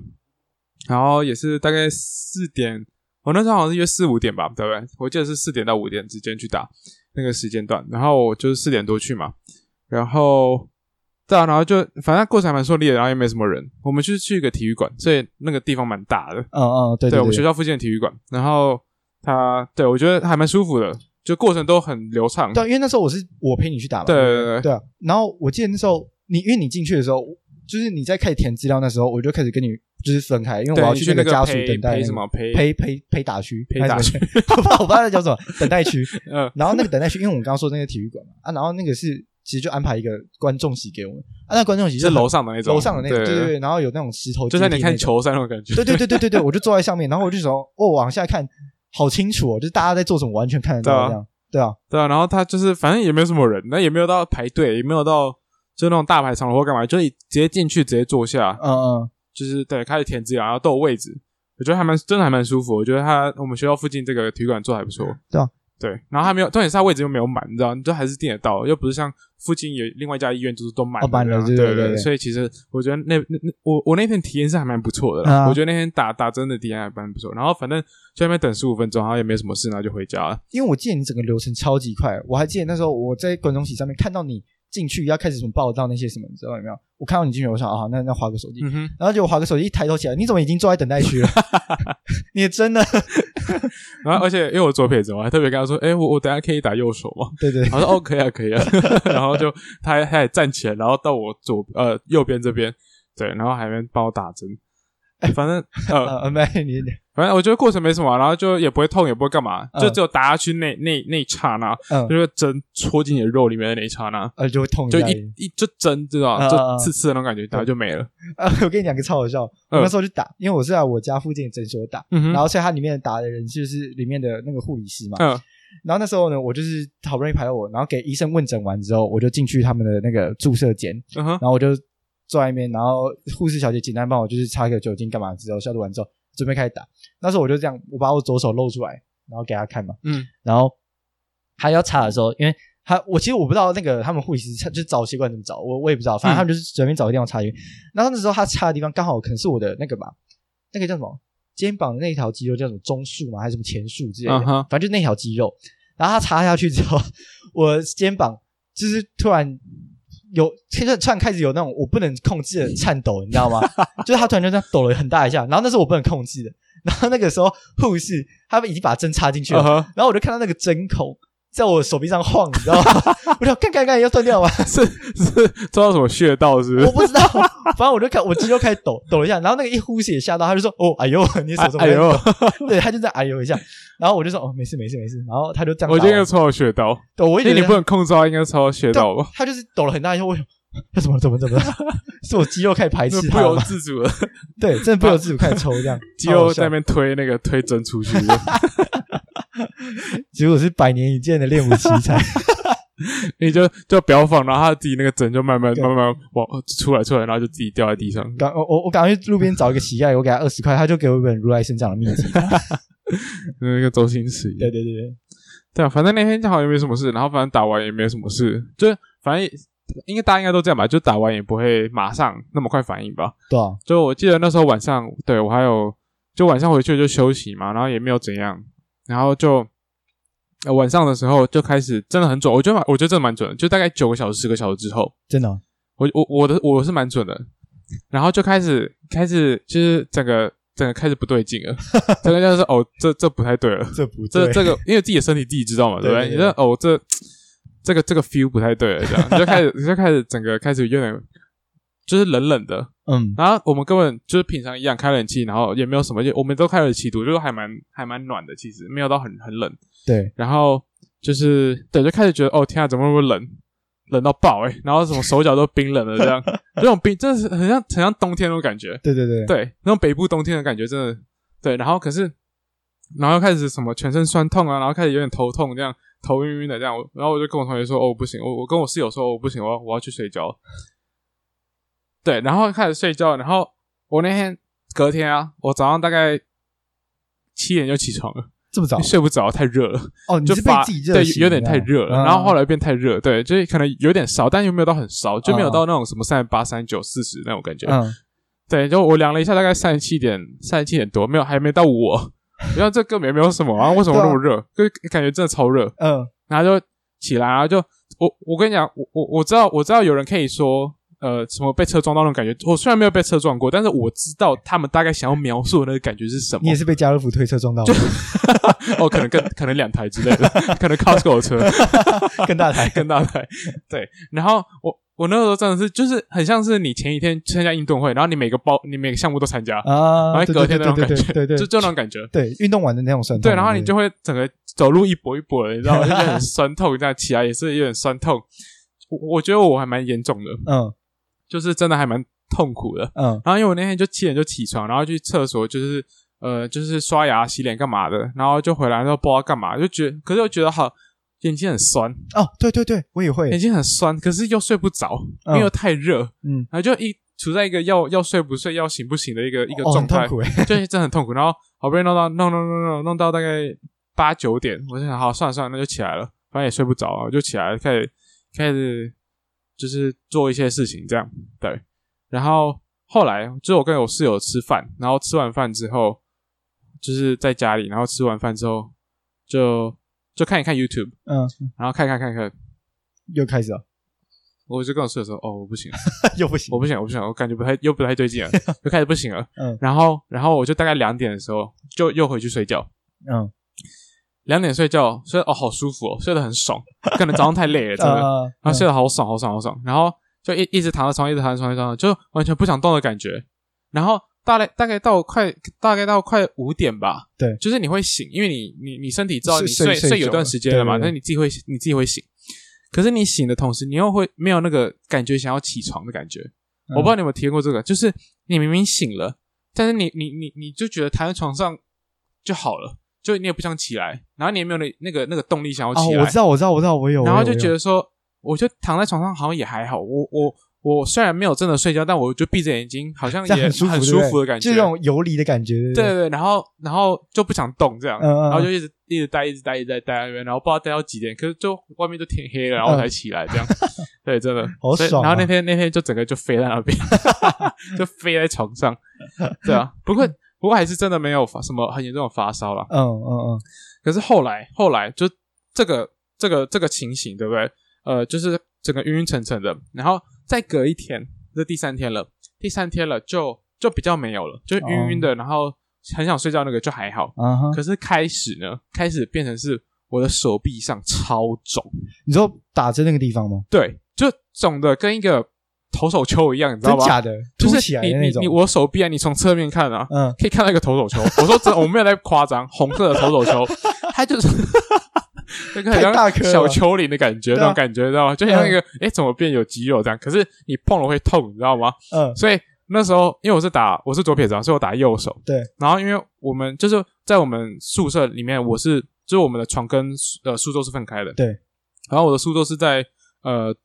S2: 然后也是大概四点，我那时候好像是约四五点吧，对不对？我记得是四点到五点之间去打那个时间段，然后我就是四点多去嘛，然后对啊，然后就反正过程还蛮顺利的，然后也没什么人，我们就是去一个体育馆，所以那个地方蛮大的，
S1: 嗯嗯，对
S2: 我们学
S1: 对，
S2: 校附近的体育馆，然后它对我觉得还蛮舒服的，就过程都很流畅，
S1: 对啊，因为那时候我是我陪你去打嘛，
S2: 对
S1: 对
S2: 对对
S1: 对啊，然后我记得那时候你，因为你进去的时候，就是你在开始填资料那时候，我就开始跟你就是分开，因为我
S2: 对
S1: 要
S2: 你
S1: 去
S2: 去
S1: 个
S2: 个
S1: 家属
S2: 陪
S1: 等待那
S2: 陪
S1: 个
S2: 什么陪
S1: 陪陪陪打区，
S2: 陪打区
S1: 还是什 么，我不知道我不知道在讲什么，等待区，
S2: 嗯
S1: 然后那个等待区，因为我们刚刚说那个体育馆嘛，啊，然后那个是其实就安排一个观众席给我们，啊，那观众席
S2: 是
S1: 很
S2: 楼上的那种，
S1: 楼上的那个，
S2: 对
S1: 对对对，然后有那种石头，
S2: 就像你看，球赛那种感 觉。
S1: 对对对对对对，我就坐在上面，然后我就想，哦，往下看，好清楚哦，就是大家在做什么，完全看得到这样，对啊，
S2: 对啊，然后他就是反正也没有什么人，那也没有到排队，也没有到就那种大排长龙或干嘛，就你直接进去直接坐下，
S1: 嗯嗯，
S2: 就是对，开始填资料，然后都有位置，我觉得还蛮真的还蛮舒服。我觉得他我们学校附近这个体育馆做的还不错。
S1: 对啊，
S2: 对，然后他没有，重点是他位置又没有满，你知道，你就还是订得到，又不是像附近有另外一家医院就是都满
S1: 哦满了
S2: 这样
S1: 对
S2: 啊对
S1: 对对对
S2: 所以其实我觉得那那那我我那天体验是还蛮不错的啦，
S1: 啊
S2: 我觉得那天打打针的体验还蛮不错。然后反正就在那边等十五分钟，然后也没什么事，然后就回家了。
S1: 因为我记得你整个流程超级快，我还记得那时候我在观众席上面看到你进去要开始什么报道那些什么，你知道有没有？我看到你进去，我想啊，那那划个手机，
S2: 嗯哼。
S1: 然后结果划个手机一抬头起来，你怎么已经坐在等待区了？ 你真 的，
S2: 然后而且因为我左撇子嘛，我还特别跟他说：“哎、我我等下可以打右手吗
S1: 对对？”
S2: 他说：“哦，可以啊， 可以啊。”然后就他还他也站起来，然后到我左呃右边这边，对，然后还没帮我打针。
S1: 哎
S2: 反正呃，
S1: 呃，没你
S2: 反正我觉得过程没什么啊、然后就也不会痛，也不会干嘛，
S1: 嗯
S2: 就只有打下去那那那一刹那，
S1: 嗯
S2: 就是针戳进你的肉里面的那一刹那，
S1: 呃就会痛
S2: 就
S1: 下
S2: 一一就针，知道吗
S1: 嗯
S2: 就
S1: 嗯嗯
S2: 刺刺的那种感觉，然后就没了。
S1: 啊，我跟你讲个超好笑，我那时候就打，因为我是在我家附近的诊所打，
S2: 嗯哼，
S1: 然后所以它里面打的人就是里面的那个护理师嘛。
S2: 嗯
S1: 然后那时候呢，我就是好不容易排到我，然后给医生问诊完之后，我就进去他们的那个注射间，
S2: 嗯哼，
S1: 然后我就坐在那边，然后护士小姐简单帮我就是擦个酒精干嘛之后消毒完之后，准备开始打。那时候我就这样，我把我左手露出来，然后给她看嘛，
S2: 嗯
S1: 然后他要擦的时候，因为他我其实我不知道那个他们护理师擦就是找血管怎么找，我我也不知道，反正他们就是随便找个地方擦去。然后那时候他擦的地方刚好可能是我的那个吧，那个叫什么肩膀的那条肌肉叫什么中束嘛，还是什么前束之类的
S2: 嗯哼
S1: 反正就是那条肌肉。然后他擦下去之后，我的肩膀就是突然。有，突然突然开始有那种我不能控制的颤抖，你知道吗？就是他突然就这样抖了很大一下，然后那是我不能控制的。然后那个时候护士他们已经把针插进去了
S2: 嗯，哼，
S1: 然后我就看到那个针孔在我手臂上晃，你知道吗？ 我想看看看要断掉吗？
S2: 是是抓到什么穴道是不是
S1: 我？不知道，反正我就看我肌肉开始抖抖了一下，然后那个一呼吸也吓到，他就说：“哦，哎呦，你手怎么
S2: 哎
S1: 在抖
S2: 呦，
S1: 对，他就在哎呦一下，然后我就说：“哦，没事没事没事。”然后他就这样打
S2: 我
S1: 我，
S2: 今天抽到穴道。
S1: 对我也
S2: 因
S1: 觉
S2: 为你
S1: 得啊
S2: 不能控制到，啊应该抽到穴道吧？
S1: 他就是抖了很大一下，我想他怎么了怎么了怎么了？是我肌肉开始排
S2: 就
S1: 斥
S2: 不
S1: 他了
S2: 由
S1: 吗？
S2: 自主的
S1: 对，真的不由自主开始抽这样，
S2: 肌肉在
S1: 在
S2: 那边推那个推针出去， 就
S1: 结果是百年一见的练武奇才，
S2: 你就就不要放，然后他自己那个针就慢慢
S1: 对
S2: 慢慢往出来出来，然后就自己掉在地上。
S1: 赶我我我赶快去路边找一个乞丐，我给他二十块，他就给我一本如来神掌的秘籍。
S2: 那个周星驰一样，
S1: 对对对对，
S2: 对啊，反正那天好像也没什么事，然后反正打完也没什么事， 就反正也应该大家应该都这样吧，就打完也不会马上那么快反应吧。
S1: 对啊，
S2: 就我记得那时候晚上，对我还有就晚上回去就休息嘛，然后也没有怎样，然后就、呃晚上的时候就开始真的很准，我觉得蛮我觉得真的蛮准的，就大概九个小时十个小时之后，
S1: 真的哦
S2: 我我我的我是蛮准的，然后就开始开始就是整个整个开始不对劲了，整个就是哦这这不太对了，
S1: 这不
S2: 这
S1: 对
S2: 这个因为自己的身体自己知道嘛，对不
S1: 对
S2: 对？
S1: 对
S2: 你这哦这这个这个 feel 不太对了，这样你就开始你就开始整个开始有点就是冷冷的，
S1: 嗯，
S2: 然后我们根本就是平常一样开冷气，然后也没有什么，就我们都开了七度，就是还蛮还蛮暖的，其实没有到很很冷。
S1: 对，
S2: 然后就是对，就开始觉得哦天啊，怎么那么冷，冷到爆哎、欸然后什么手脚都冰冷了这样，这种冰真的是很像很像冬天那种感觉，
S1: 对对对，
S2: 对，那种北部冬天的感觉真的对。然后可是，然后又开始什么全身酸痛啊，然后开始有点头痛这样，头晕晕的这样。我然后我就跟我同学说：“哦，我不行，我我跟我室友说，哦我不行，我要我要去睡觉。”对，然后开始睡觉，然后我那天隔天啊，我早上大概七点就起床了，
S1: 这么早
S2: 睡不着，太热了。
S1: 哦，你
S2: 就是
S1: 被
S2: 发
S1: 自己热
S2: 对
S1: 醒，啊
S2: 有点太热了。然后后
S1: 来
S2: 来变太热，对，就是可能有点烧，但又没有到很烧，就没有
S1: 嗯
S2: 到那种什么三十八、三十九、四十那种感觉。
S1: 嗯，
S2: 对，就我量了一下，大概三十七点，三十七点多，没有，还没到我。 然后这根本也没有什么啊，为什么那么热？就感觉真的超热。
S1: 嗯
S2: 然后就起来，然啊后就我我跟你讲，我我我知道我知道有人可以说。呃，什么被车撞到那种感觉？我虽然没有被车撞过，但是我知道他们大概想要描述的那个感觉是什么。
S1: 你也是被家乐福推车撞到，
S2: 哦，可能跟可能两台之类的， 可能 Costco 的车。
S1: 更大台，
S2: 更大台。对，然后我我那时候真的是就是很像是你前一天参加运动会，然后你每个包你每个项目都参加，
S1: 啊，
S2: 然后
S1: 对
S2: 隔天那种
S1: 对
S2: 感
S1: 对
S2: 觉，
S1: 对对对，
S2: 就就那种感觉。
S1: 对运动完的那种酸痛，
S2: 对，然后你就会整个走路一跛一跛的，你知道吗？就 很酸痛，这样起来也是有点酸痛。我我觉得我还蛮严重的，
S1: 嗯
S2: 就是真的还蛮痛苦的。
S1: 嗯
S2: 然后因为我那天就七点就起床，然后去厕所就是呃就是刷牙、洗脸干嘛的，然后就回来之后不知道干嘛，就觉得可是又觉得好眼睛很酸，
S1: 哦，对对对，我也会
S2: 眼，睛很酸，可是又睡不着，因
S1: 嗯
S2: 为又太热，
S1: 嗯，
S2: 然后就一处在一个要要睡不睡、要醒不醒的一个一个
S1: 哦
S2: 状
S1: 很
S2: 态，
S1: 痛苦哎，
S2: 就是真的很痛苦。然后好不容易弄到弄弄弄弄弄到大概八九点，我就想好算了算了，那就起来了，反正也睡不着啊，我就起来了，开始开始就是做一些事情这样。对，然后后来就是我跟我室友吃饭，然后吃完饭之后就是在家里，然后吃完饭之后就就看一看 YouTube，
S1: 嗯，
S2: 然后看一看看一看，
S1: 又开始了，
S2: 我就跟我室友说：“哦，我不行。”
S1: 又不行
S2: 我，不想，我不想，我感觉不太又不太对劲了，又开始不行了。
S1: 嗯
S2: 然后，然后我就大概两点的时候就又回去睡觉，
S1: 嗯，
S2: 两点睡觉睡得哦好舒服哦，睡得很爽，可能早上太累了，真的，
S1: 啊，
S2: 然后
S1: 嗯
S2: 睡得好爽，好爽，好爽，然后就一一直躺在床，上，一直躺在床上，就完全不想动的感觉。然后大概大概到快大概到快五点吧，
S1: 对
S2: 就是你会醒，因为你你你身体知道
S1: 睡
S2: 你
S1: 睡
S2: 睡
S1: 睡
S2: 睡有
S1: 久
S2: 段
S1: 了
S2: 时间了嘛，
S1: 对对对
S2: 但是你自己会你自己会醒，可是你醒的同时，你又会没有那个感觉想要起床的感觉。
S1: 嗯
S2: 我不知道你有没有体验过这个，就是你明明醒了，但是你你你你就觉得躺在床上就好了，就你也不想起来，然后你也没有那那个那个动力想要
S1: 哦
S2: 起，来，
S1: 我知道我知道我知道我有，
S2: 然
S1: 我
S2: 后
S1: 有
S2: 就
S1: 我有
S2: 觉得说，我就躺在床上好像也还好，我我我虽然没有真的睡觉，但我就闭着眼睛，好像
S1: 这
S2: 也
S1: 样很舒服，
S2: 很
S1: 对
S2: 舒
S1: 不对
S2: 服的感觉，
S1: 就那种游离的感觉，对不
S2: 对对对，然后然后就不想动这样，
S1: 嗯嗯嗯
S2: 然后就一直一直待，一直待，一直待待在那边，然后不知道待到几点，可是就外面就天黑了，然后我才起来 这样。对，真的
S1: 嗯好
S2: 所以
S1: 爽啊
S2: 然后那天那天就整个就飞在 那边，就飞在床上。对啊，不过不过还是真的没有发什么很严重的发烧啦。
S1: 嗯嗯
S2: 可是后来后来就这个这个这个情形，对不对？呃，就是整个晕晕沉沉的，然后再隔一天，这第三天了，第三天了就就比较没有了，就
S1: 哦
S2: 晕晕的，然后很想睡觉那个就还好。
S1: 嗯啊哈，
S2: 可是开始呢，开始变成是我的手臂上超肿，
S1: 你说打针那个地方吗？
S2: 对，就肿的跟一个投手球一样，你知道
S1: 真
S2: 吧？
S1: 假的，
S2: 就
S1: 凸
S2: 是
S1: 起来
S2: 你
S1: 的
S2: 你
S1: 那种
S2: 你，我手臂啊，你从侧面看啊，
S1: 嗯，
S2: 可以看到一个投 手球。我说真的，我没有在夸张，红色的投手球，它 就是那个很
S1: 太大
S2: 像
S1: 颗了
S2: 小丘陵的感觉，
S1: 对啊
S2: 那种感觉，知道吗？就像一个哎、诶怎么变有肌肉这样？可是你碰了会痛，你知道吗？
S1: 嗯
S2: 所以那时候，因为我是打我是左撇子啊，所以我打右手。
S1: 对，
S2: 然后因为我们就是在我们宿舍里面，我是就是我们的床跟呃书桌是分开的。
S1: 对，
S2: 然后我的书桌是在呃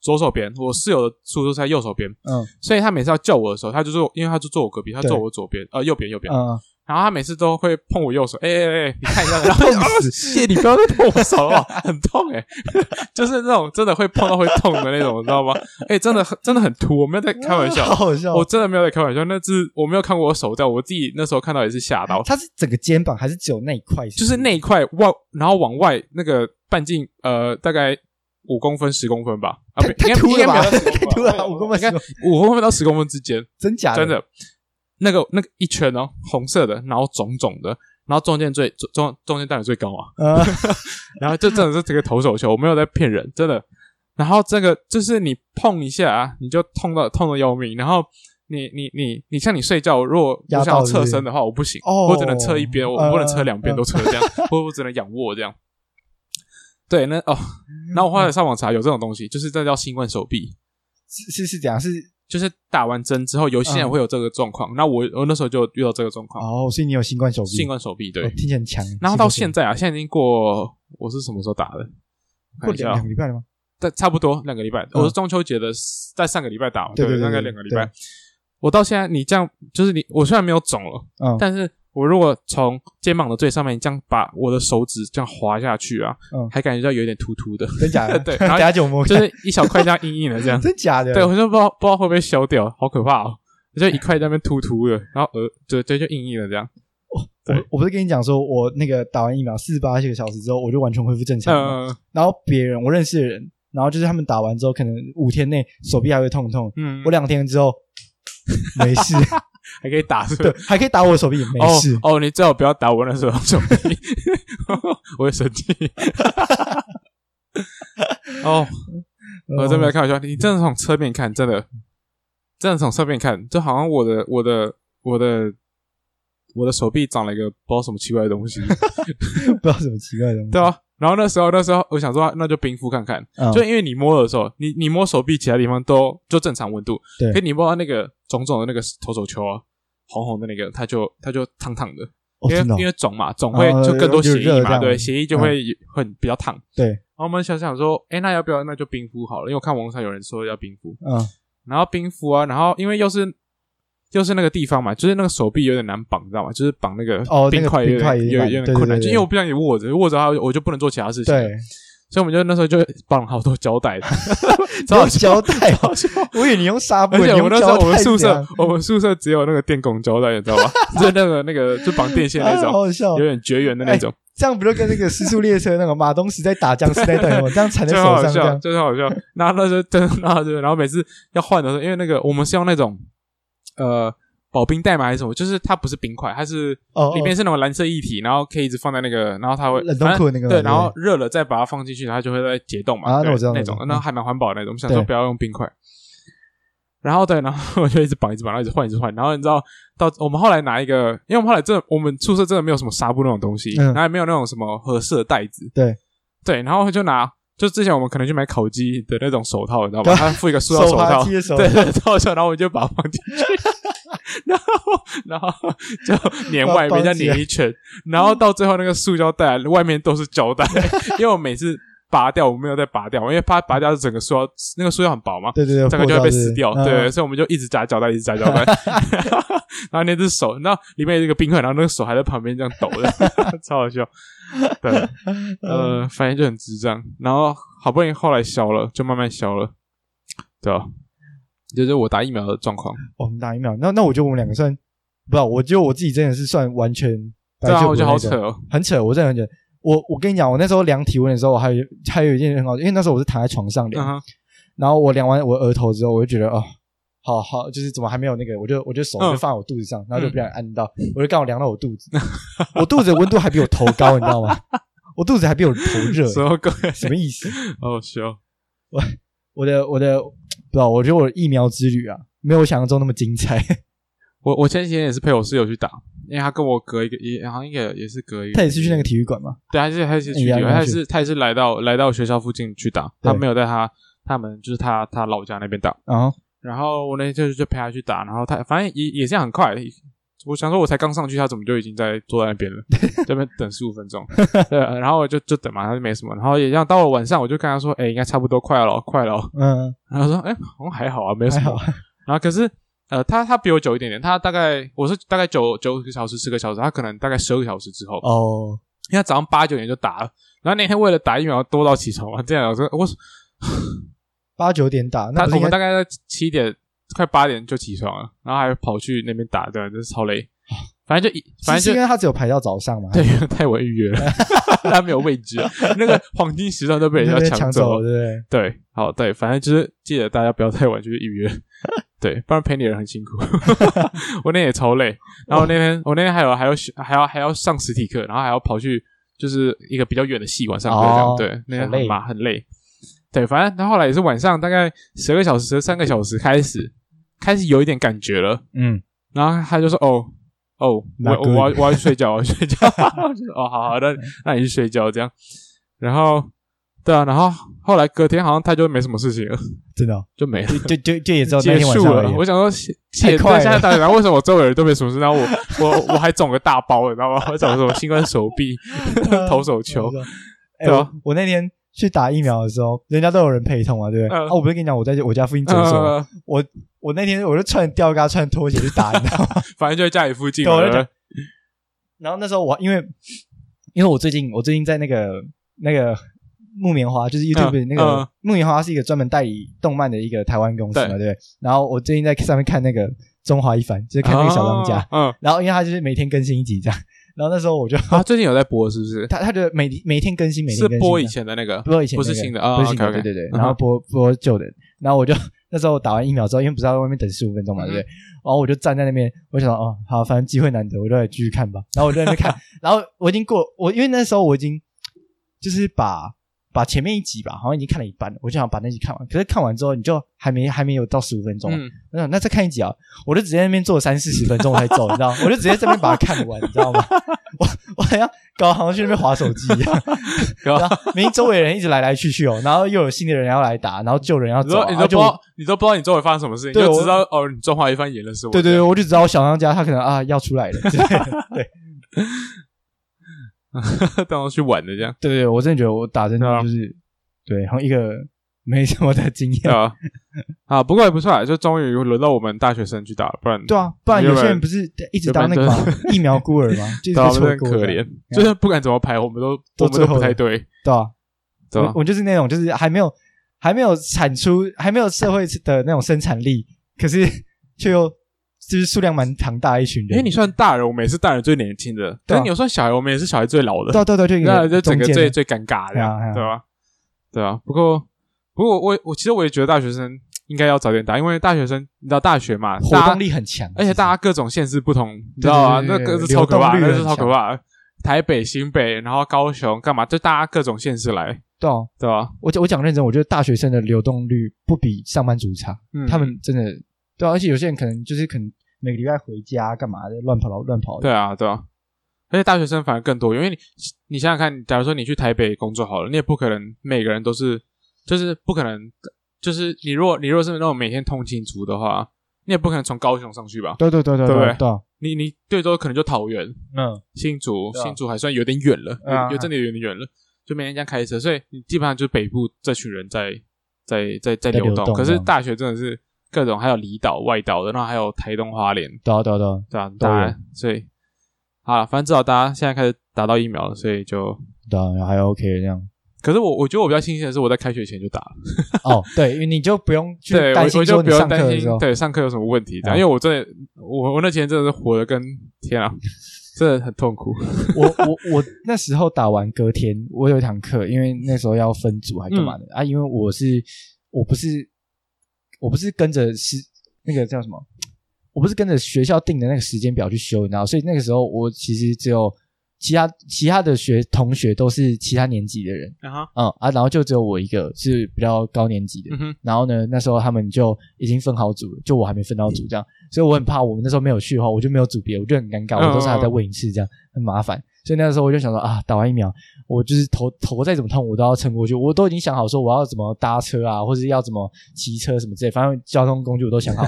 S2: 左手边，我室友的书桌是在右手边，
S1: 嗯
S2: 所以他每次要叫我的时候，他就坐，因为他就坐我隔壁，他
S1: 对
S2: 坐我左边，呃右边右边。
S1: 嗯，
S2: 然后他每次都会碰我右手，哎 哎哎，你看一下，然后我就啊
S1: 死
S2: 谢你不要再碰我手了， 很痛哎、就是那种真的会碰到会痛的那种，你知道吗？哎、真的很真的很突，我没有在开玩笑
S1: 好，好笑，
S2: 我真的没有在开玩笑，那只我没有看过我手在，我自己那时候看到也是吓到，
S1: 它是整个肩膀还是只有那一块？
S2: 就是那一块外，然后往外那个半径呃大概五公分十公分吧，啊，
S1: 太
S2: 不应
S1: 太
S2: 该
S1: 突
S2: 应该
S1: 了
S2: 没有
S1: 吧，
S2: 到10
S1: 太突了吧，
S2: 公
S1: 五公
S2: 分
S1: 分
S2: 应该五公分到十公分之间，
S1: 真假
S2: 真的，那个那个一圈哦，红色的，然后肿肿的，然后中间最中中中间蛋白最高啊，
S1: 呃，
S2: 然后这真的是这个投手球，我没有在骗人，真的。然后这个就是你碰一下啊，你就痛到痛的要命。然后你你你你像你睡觉，如果
S1: 压
S2: 我想要
S1: 到是不
S2: 侧
S1: 是
S2: 身的话，我不行，
S1: 哦
S2: 我只能侧一边，我
S1: 呃
S2: 不能侧两边
S1: 呃
S2: 都侧这样， 或者我只能仰卧这样。对，
S1: 嗯
S2: 那哦，然后我后来上网查有这种东西，就是这叫新冠手臂，
S1: 是是是怎样？是
S2: 就是打完针之后，有些人
S1: 嗯
S2: 会有这个状况。那我我那时候就遇到这个状况，
S1: 哦，所以你有新冠手臂，
S2: 新冠手臂对
S1: 哦。听起来很强。
S2: 然后到现
S1: 在
S2: 在啊，现在已经过我是什么时候打的？
S1: 过
S2: 看一下
S1: 两
S2: 啊
S1: 两个礼拜了吗？
S2: 在差不多两个礼拜，
S1: 嗯
S2: 我是中秋节的在上个礼拜打嘛，
S1: 对对对
S2: 大概
S1: 对
S2: 两个礼拜。我到现在你这样，就是你我虽然没有肿了，
S1: 嗯，
S2: 但是我如果从肩膀的最上面这样把我的手指这样滑下去啊，
S1: 嗯
S2: 还感觉到有点 突突的，
S1: 真假的？
S2: 对然后
S1: 假酒摸一下。
S2: 就，是一小块这样硬硬的这样
S1: 真假的？
S2: 对，我就不知道不知道会不会消掉，好可怕哦！就一块在那边突突的，然后呃，对对，就硬硬的这样。
S1: 我我不是跟你讲说，我那个打完疫苗四十八个小时之后，我就完全恢复正常了。
S2: 呃，
S1: 然后别人我认识的人，然后就是他们打完之后，可能五天内手臂还会痛痛，
S2: 嗯，
S1: 我两天之后没事，
S2: 还可以打是不
S1: 对
S2: 是？，
S1: 还可以打我的手臂也没事。
S2: 哦哦，你最好不要打我那时候手臂， 我会生气。哦，我真没有开玩笑，你真的从侧面看，真的，真的从侧面看，就好像我的我的我的我的手臂长了一个不知道什么奇怪的东西，
S1: 不知道什么奇怪的东西。
S2: 对啊。然后那时候那时候我想说，那就冰敷看看，
S1: 嗯，
S2: 就因为你摸的时候，你你摸手臂其他地方都就正常温度，
S1: 对
S2: 可你摸到那个肿肿的那个投手球啊，红红的那个，它就它就烫烫的，
S1: 哦
S2: 因
S1: 真的哦
S2: 为因为肿嘛，肿会
S1: 哦
S2: 就更多
S1: 有
S2: 血
S1: 有
S2: 液
S1: 热这
S2: 嘛，
S1: 样
S2: 对，血液就会很比较烫。
S1: 对，
S2: 然后我们想想说，哎，那要不要那就冰敷好了？因为我看网络上有人说要冰敷，
S1: 嗯
S2: 然后冰敷啊，然后因为又是又是那个地方嘛，就是那个手臂有点难绑，你知道吗？就是绑那个
S1: 哦那
S2: 冰
S1: 个
S2: 块有
S1: 冰块
S2: 点
S1: 有点
S2: 有有
S1: 对
S2: 点
S1: 对
S2: 困难，
S1: 对
S2: 就
S1: 对
S2: 因为我不想你握着，握着它我就不能做其他事情。
S1: 对，
S2: 所以我们就那时候就绑了好多 胶带，超好
S1: 用
S2: 笑
S1: 胶带
S2: 超，好笑。
S1: 我以为你用纱布，
S2: 而且
S1: 你
S2: 我
S1: 用
S2: 们那时候
S1: 胶带
S2: 我们宿
S1: 是怎
S2: 舍
S1: 样
S2: 我们宿舍只有那个电工胶带，你知道吗？ 就是那个那个就绑电线那
S1: 啊好
S2: 种，
S1: 好笑
S2: 有。点绝缘的那种，
S1: 这样不就跟那个《失速列车》那个马东石在打僵尸那段有没有这样缠在
S2: 真
S1: 手
S2: 好
S1: 上这
S2: 笑，
S1: 样？
S2: 真好笑。然后那时候真然后就 然后每次要换的时候，因为那个我们是用那种呃。保冰袋吗？还是什么？就是它不是冰块，它是
S1: 哦哦
S2: 里面是那种蓝色液体，然后可以一直放在那个，然后它会
S1: 冷冻库的那个
S2: 反正对，
S1: 对
S2: 然后热了再把它放进去，它就会再解冻嘛。
S1: 啊那
S2: 对
S1: 我知道
S2: 那
S1: 那
S2: 种，
S1: 种
S2: 那还蛮环保的那种。我们想说不要用冰块，然后对，然后我就一直绑，一直绑，然后一直换，一直换。然后你知道，到我们后来拿一个，因为我们后来真的，我们宿舍真的没有什么纱布那种东西，
S1: 嗯
S2: 然后也没有那种什么合适的袋子。
S1: 对
S2: 对，然后就拿，就之前我们可能去买烤鸡的那种手套，你知 道吗？它附一个塑料手
S1: 扒
S2: 套
S1: 鸡，的手
S2: 对，对，超笑，然后我就把它放进去， 然后然后就粘外面，
S1: 把它
S2: 再
S1: 包起来
S2: 粘一圈，然后到最后那个塑胶袋啊外面都是胶带， 因为我每次拔掉，我没有再拔掉，因为怕拔掉是整个塑胶，那个塑胶很薄嘛。
S1: 对对对，
S2: 整个就会被撕掉，
S1: 破掉是不是嗯
S2: 对，所以我们就一直夹胶带，一直夹胶带， 然后那只手，然后里面有一个冰块，然后那个手还在旁边这样抖的， 超好笑。 对，呃，反正就很智障。然后好不容易后来消了，就慢慢消了，对啊，就是我打疫苗的状况。
S1: 哦我们打疫苗，那那我觉得我们两个算，不知道，我觉得我自己真的是算完全白
S2: 对
S1: 救
S2: 啊，
S1: 国
S2: 我觉得好扯
S1: 那种，
S2: 哦。
S1: 很扯，我真的很扯。我我跟你讲，我那时候量体温的时候，我还有还有一件很好，因为那时候我是躺在床上
S2: 嗯
S1: 量，
S2: 哼，
S1: 然后我量完我额头之后，我就觉得哦，好好，就是怎么还没有那个，我就我就手
S2: 嗯
S1: 就放在我肚子上，然后就不小心按到，我就刚好量到我肚子， 我肚子的温度还比我头高，你知道吗？ 我肚子还比我头热，
S2: 什么鬼？
S1: 什么意思？
S2: 好好笑。哦
S1: 我的我的不知道，我觉得我的疫苗之旅啊，没有我想象中那么精彩，
S2: 我我前几天也是陪我室友去打，因为他跟我隔一个，也好像也也是隔一个。
S1: 他也是去那个体育馆嘛，
S2: 对，他是他是去
S1: 一样
S2: 旅游，
S1: 一样
S2: 他也
S1: 去
S2: 是他也是来到来到学校附近去打，
S1: 对
S2: 他没有在他他们就是他他老家那边打。
S1: 然后
S2: 然后我那天就就陪他去打，然后他反正也也这样很快。我想说，我才刚上去，他怎么就已经在坐在那 边了？在那边等十五分钟，对，然后我就就等嘛，他就没什么。然后也这样，到了晚上，我就跟他说：“哎、应该差不多快了哦，快了哦。
S1: 嗯，”
S2: 然后他说：“哎、好像还好啊，没有什
S1: 还
S2: 么。
S1: 好，”
S2: 然后可是，呃，他他比我久一点点，他大概我是大概九九个小时、十个小时，他可能大概十二个小时之后，
S1: 哦，
S2: 因为他早上八九点就打了。然后那天为了打疫苗多到起床嘛，这样我说我
S1: 八九点打，那
S2: 他
S1: 不是
S2: 我
S1: 应该
S2: 们大概在七点快八点就起床了，然后还跑去那边打，对，啊真是超累。
S1: 啊
S2: 反正就一反
S1: 是是因
S2: 正就
S1: 为他只有排到早上嘛，
S2: 对，因为太晚预约了， 他没有位置，那个黄金时段都被
S1: 被
S2: 人家
S1: 抢了
S2: 走了。
S1: 对不对？
S2: 对，好，对，反正就是记得大家不要太晚去预约， 对，不然陪你的人很辛苦。 我那天也超累，然后那天我那天还有还要还要还要上实体课，然后还要跑去就是一个比较远的系馆上课，这样、
S1: 哦
S2: 对，那天
S1: 好
S2: 很
S1: 累
S2: 麻很累。对，反正他后来也是晚上大概十个小时、十三个小时开始，开始有一点感觉了，
S1: 嗯，
S2: 然后他就说：“哦哦，我
S1: Not
S2: 我
S1: good
S2: 我要我要 去睡觉，我要去睡觉。”我就说：“哦，好好，那那你去睡觉这样。”然后对啊，然后后来隔天好像他就没什么事情了，
S1: 真的哦、
S2: 就没了。
S1: 就就就也只有那
S2: 结
S1: 天晚
S2: 束
S1: 上
S2: 了
S1: 而已，
S2: 我想说，谢
S1: 太
S2: 谢
S1: 快
S2: 现
S1: 了、
S2: 在打比方，为什么我周围人都没什么事，然后我我我还肿个大包，你知道吗？我肿什么新冠手臂 投手球
S1: 我，知道哎、
S2: 对啊
S1: 我我那天去打疫苗的时候，人家都有人陪同嘛，对不对？
S2: 嗯
S1: 啊，我不是跟你讲我在我家附近诊所吗，
S2: 呃，
S1: 我我那天我就穿着吊嘎穿着拖鞋去打，你知 道吗？
S2: 反正就在家里附近
S1: 对
S2: 嘛。
S1: 我就
S2: 对不对
S1: 然后那时候我因为因为我最近我最近在那个那个木棉花，就是 YouTube
S2: 嗯
S1: 那个、
S2: 嗯
S1: 木棉花是一个专门代理动漫的一个台湾公司嘛，对不对？然后我最近在上面看那个中华一番，就是看那个小当家，
S2: 啊嗯，
S1: 然后因为他就是每天更新一集这样，然后那时候我就
S2: 啊，最近有在播是不是？
S1: 他他就每每天更新，每天
S2: 是
S1: 更新
S2: 播
S1: 这
S2: 以
S1: 样
S2: 前的那个，
S1: 播以前
S2: 不是
S1: 那个
S2: 新的啊，
S1: 不是新的，
S2: OK，OK
S1: 对对对
S2: 嗯。哼
S1: 然后播播旧的，然后我就那时候打完疫苗之后，因为不是要在外面等十五分钟
S2: 嗯
S1: 嘛，对不对？然后我就站在那边，我想说哦，好，反正机会难得，我就来继续看吧。然后我就在那边 看，然后我已经过我，因为那时候我已经就是把把前面一集吧，好像已经看了一半了，我就想把那集看完。可是看完之后，你就还没还没有到十五分钟啊嘛，
S2: 嗯，
S1: 我想那再看一集啊，我就直接在那边坐三四十分钟我才走，你知道吗？我就直接这边把它看完，你知道吗？我我好像搞好像去那边划手机一样，
S2: 然
S1: 然
S2: 后
S1: 后明明周围人一直来来去去哦，然后又有新的人要来打，然后旧人要
S2: 你
S1: 走啊，
S2: 说
S1: 然
S2: 你都
S1: 后
S2: 不知
S1: 就
S2: 道，你都不知道你周围发生什么事情，
S1: 对
S2: 就
S1: 我
S2: 知道哦，你中华一番演的是我。
S1: 对对对，我就知道小当家他可能啊要出来了，之类的对
S2: 对，啊当去玩的这样，
S1: 对对，我真的觉得我打针就是对，然后一个没什么的经
S2: 对
S1: 验，
S2: 啊。啊，不过也不错啊，就终于轮到我们大学生去打了，不然
S1: 对啊，不然有些人不是一直当那个嘛
S2: 原
S1: 疫苗孤儿吗？就一直
S2: 对
S1: 被
S2: 啊，我
S1: 错
S2: 们
S1: 过
S2: 真的很可
S1: 这样
S2: 怜，就是不管怎么排，我们都
S1: 都
S2: 我们都
S1: 最后
S2: 不太
S1: 的
S2: 对，
S1: 对啊，
S2: 对吧
S1: 我？我就是那种就是还没有还没有产出还没有社会的那种生产力，可是 却又就是数量蛮庞大的一群人。
S2: 哎因为你算大人，我们也是大人最年轻的；
S1: 对啊
S2: 但你有算小孩，我们也是小孩最老的。
S1: 对啊对对，就一
S2: 那就整
S1: 中
S2: 个
S1: 间
S2: 最最尴尬的
S1: 对啊，
S2: 对吧？对啊。不过，不过我我其实我也觉得大学生应该要早点打，因为大学生你知道大学嘛，
S1: 活
S2: 大
S1: 动
S2: 家
S1: 力很强，
S2: 而且大
S1: 家
S2: 家各种县市不同，你知道啊，
S1: 对对
S2: 那
S1: 对
S2: 个
S1: 对
S2: 是超可怕，
S1: 流动率
S2: 那
S1: 很
S2: 是超可怕的。台北、新北，然后高雄，干嘛？就大家各种县市来，
S1: 对哦，
S2: 对吧？
S1: 我讲我讲认真，我觉得大学生的流动率不比上班族差，
S2: 嗯
S1: 他们真的对啊、而且有些人可能就是可能每个礼拜回家干嘛的，乱跑乱跑的，
S2: 对啊，对啊。而且大学生反而更多，因为你你想想看，假如说你去台北工作好了，你也不可能每个人都是，就是不可能，就是你如果你如果是那种每天通勤族的话，你也不可能从高雄上去吧？
S1: 对对对对
S2: 对不
S1: 对
S2: 对
S1: 对啊，
S2: 你你最多可能就桃园、
S1: 嗯，
S2: 新竹，
S1: 对啊
S2: 新竹还算有点远了，
S1: 啊
S2: 有有真的有点远了，就每天这样开车，所以你基本上就是北部这群人在在在
S1: 在
S2: 在
S1: 流
S2: 流动
S1: 动，
S2: 可
S1: 这
S2: 是
S1: 样
S2: 大学真的是各种，还有离岛、外岛的，然后还有台东、花莲，
S1: 对啊对啊对啊，
S2: 对啊，
S1: 都
S2: 大
S1: 有
S2: 家所以好了，反正至少大家现在开始打到疫苗了，所以就。
S1: 对啊，然后还 OK 这样。
S2: 可是我我觉得我比较庆幸的是，我在开学前就打了，
S1: 哦，对，因为你就不用去
S2: 对我
S1: 担心
S2: 我
S1: 说
S2: 就
S1: 你
S2: 不用
S1: 上课的
S2: 担
S1: 时
S2: 心
S1: 候，
S2: 对上课有什么问题这样，
S1: 啊
S2: 因为我真的我我那几天真的是活得跟天啊， 真的很痛苦。
S1: 我我我那时候打完隔天，我有一堂课，因为那时候要分组还干嘛的、啊？因为我是我不是我不是跟着是那个叫什么？我不是跟着学校定的那个时间表去修，你知道，所以那个时候我其实只有其他其他的学同学都是其他年级的人，
S2: 然后
S1: 嗯 啊，然后就只有我一个是比较高年级的，
S2: 嗯哼，
S1: 然后呢，那时候他们就已经分好组了，就我还没分到
S2: 嗯
S1: 组这样，所以我很怕我们那时候没有去的话，我就没有组别，我就很尴尬，
S2: 嗯
S1: 我都是还在问一次这样，很麻烦。所以那时候我就想说啊，打完疫苗，我就是头头再怎么痛，我都要撑过去。我都已经想好说我要怎么搭车啊，或者要怎么骑车什么之类，反正交通工具我都 想好，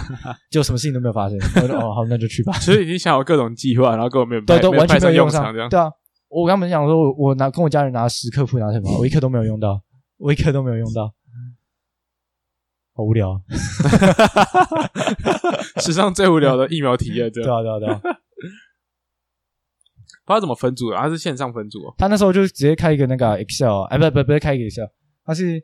S1: 就什么事情都没有发生。我就哦好，那就去吧，
S2: 其实已经想好各种计划，然后根本没有
S1: 都
S2: 派
S1: 都
S2: 没有
S1: 完全
S2: 派
S1: 没
S2: 上
S1: 有用
S2: 用
S1: 上
S2: 场这样。。
S1: 对啊，我刚本想说我我拿跟我家人拿十克普拿什么，我一克都没有用到，我一克都没有用到，好无聊啊。
S2: 史上最无聊的疫苗体验，这
S1: 对
S2: 样
S1: 啊，对啊，对啊。
S2: 不知道怎么分组的，它是线上分组 哦。
S1: 他那时候就直接开一个那个啊 Excel，哎，不不不是开一个 Excel，他是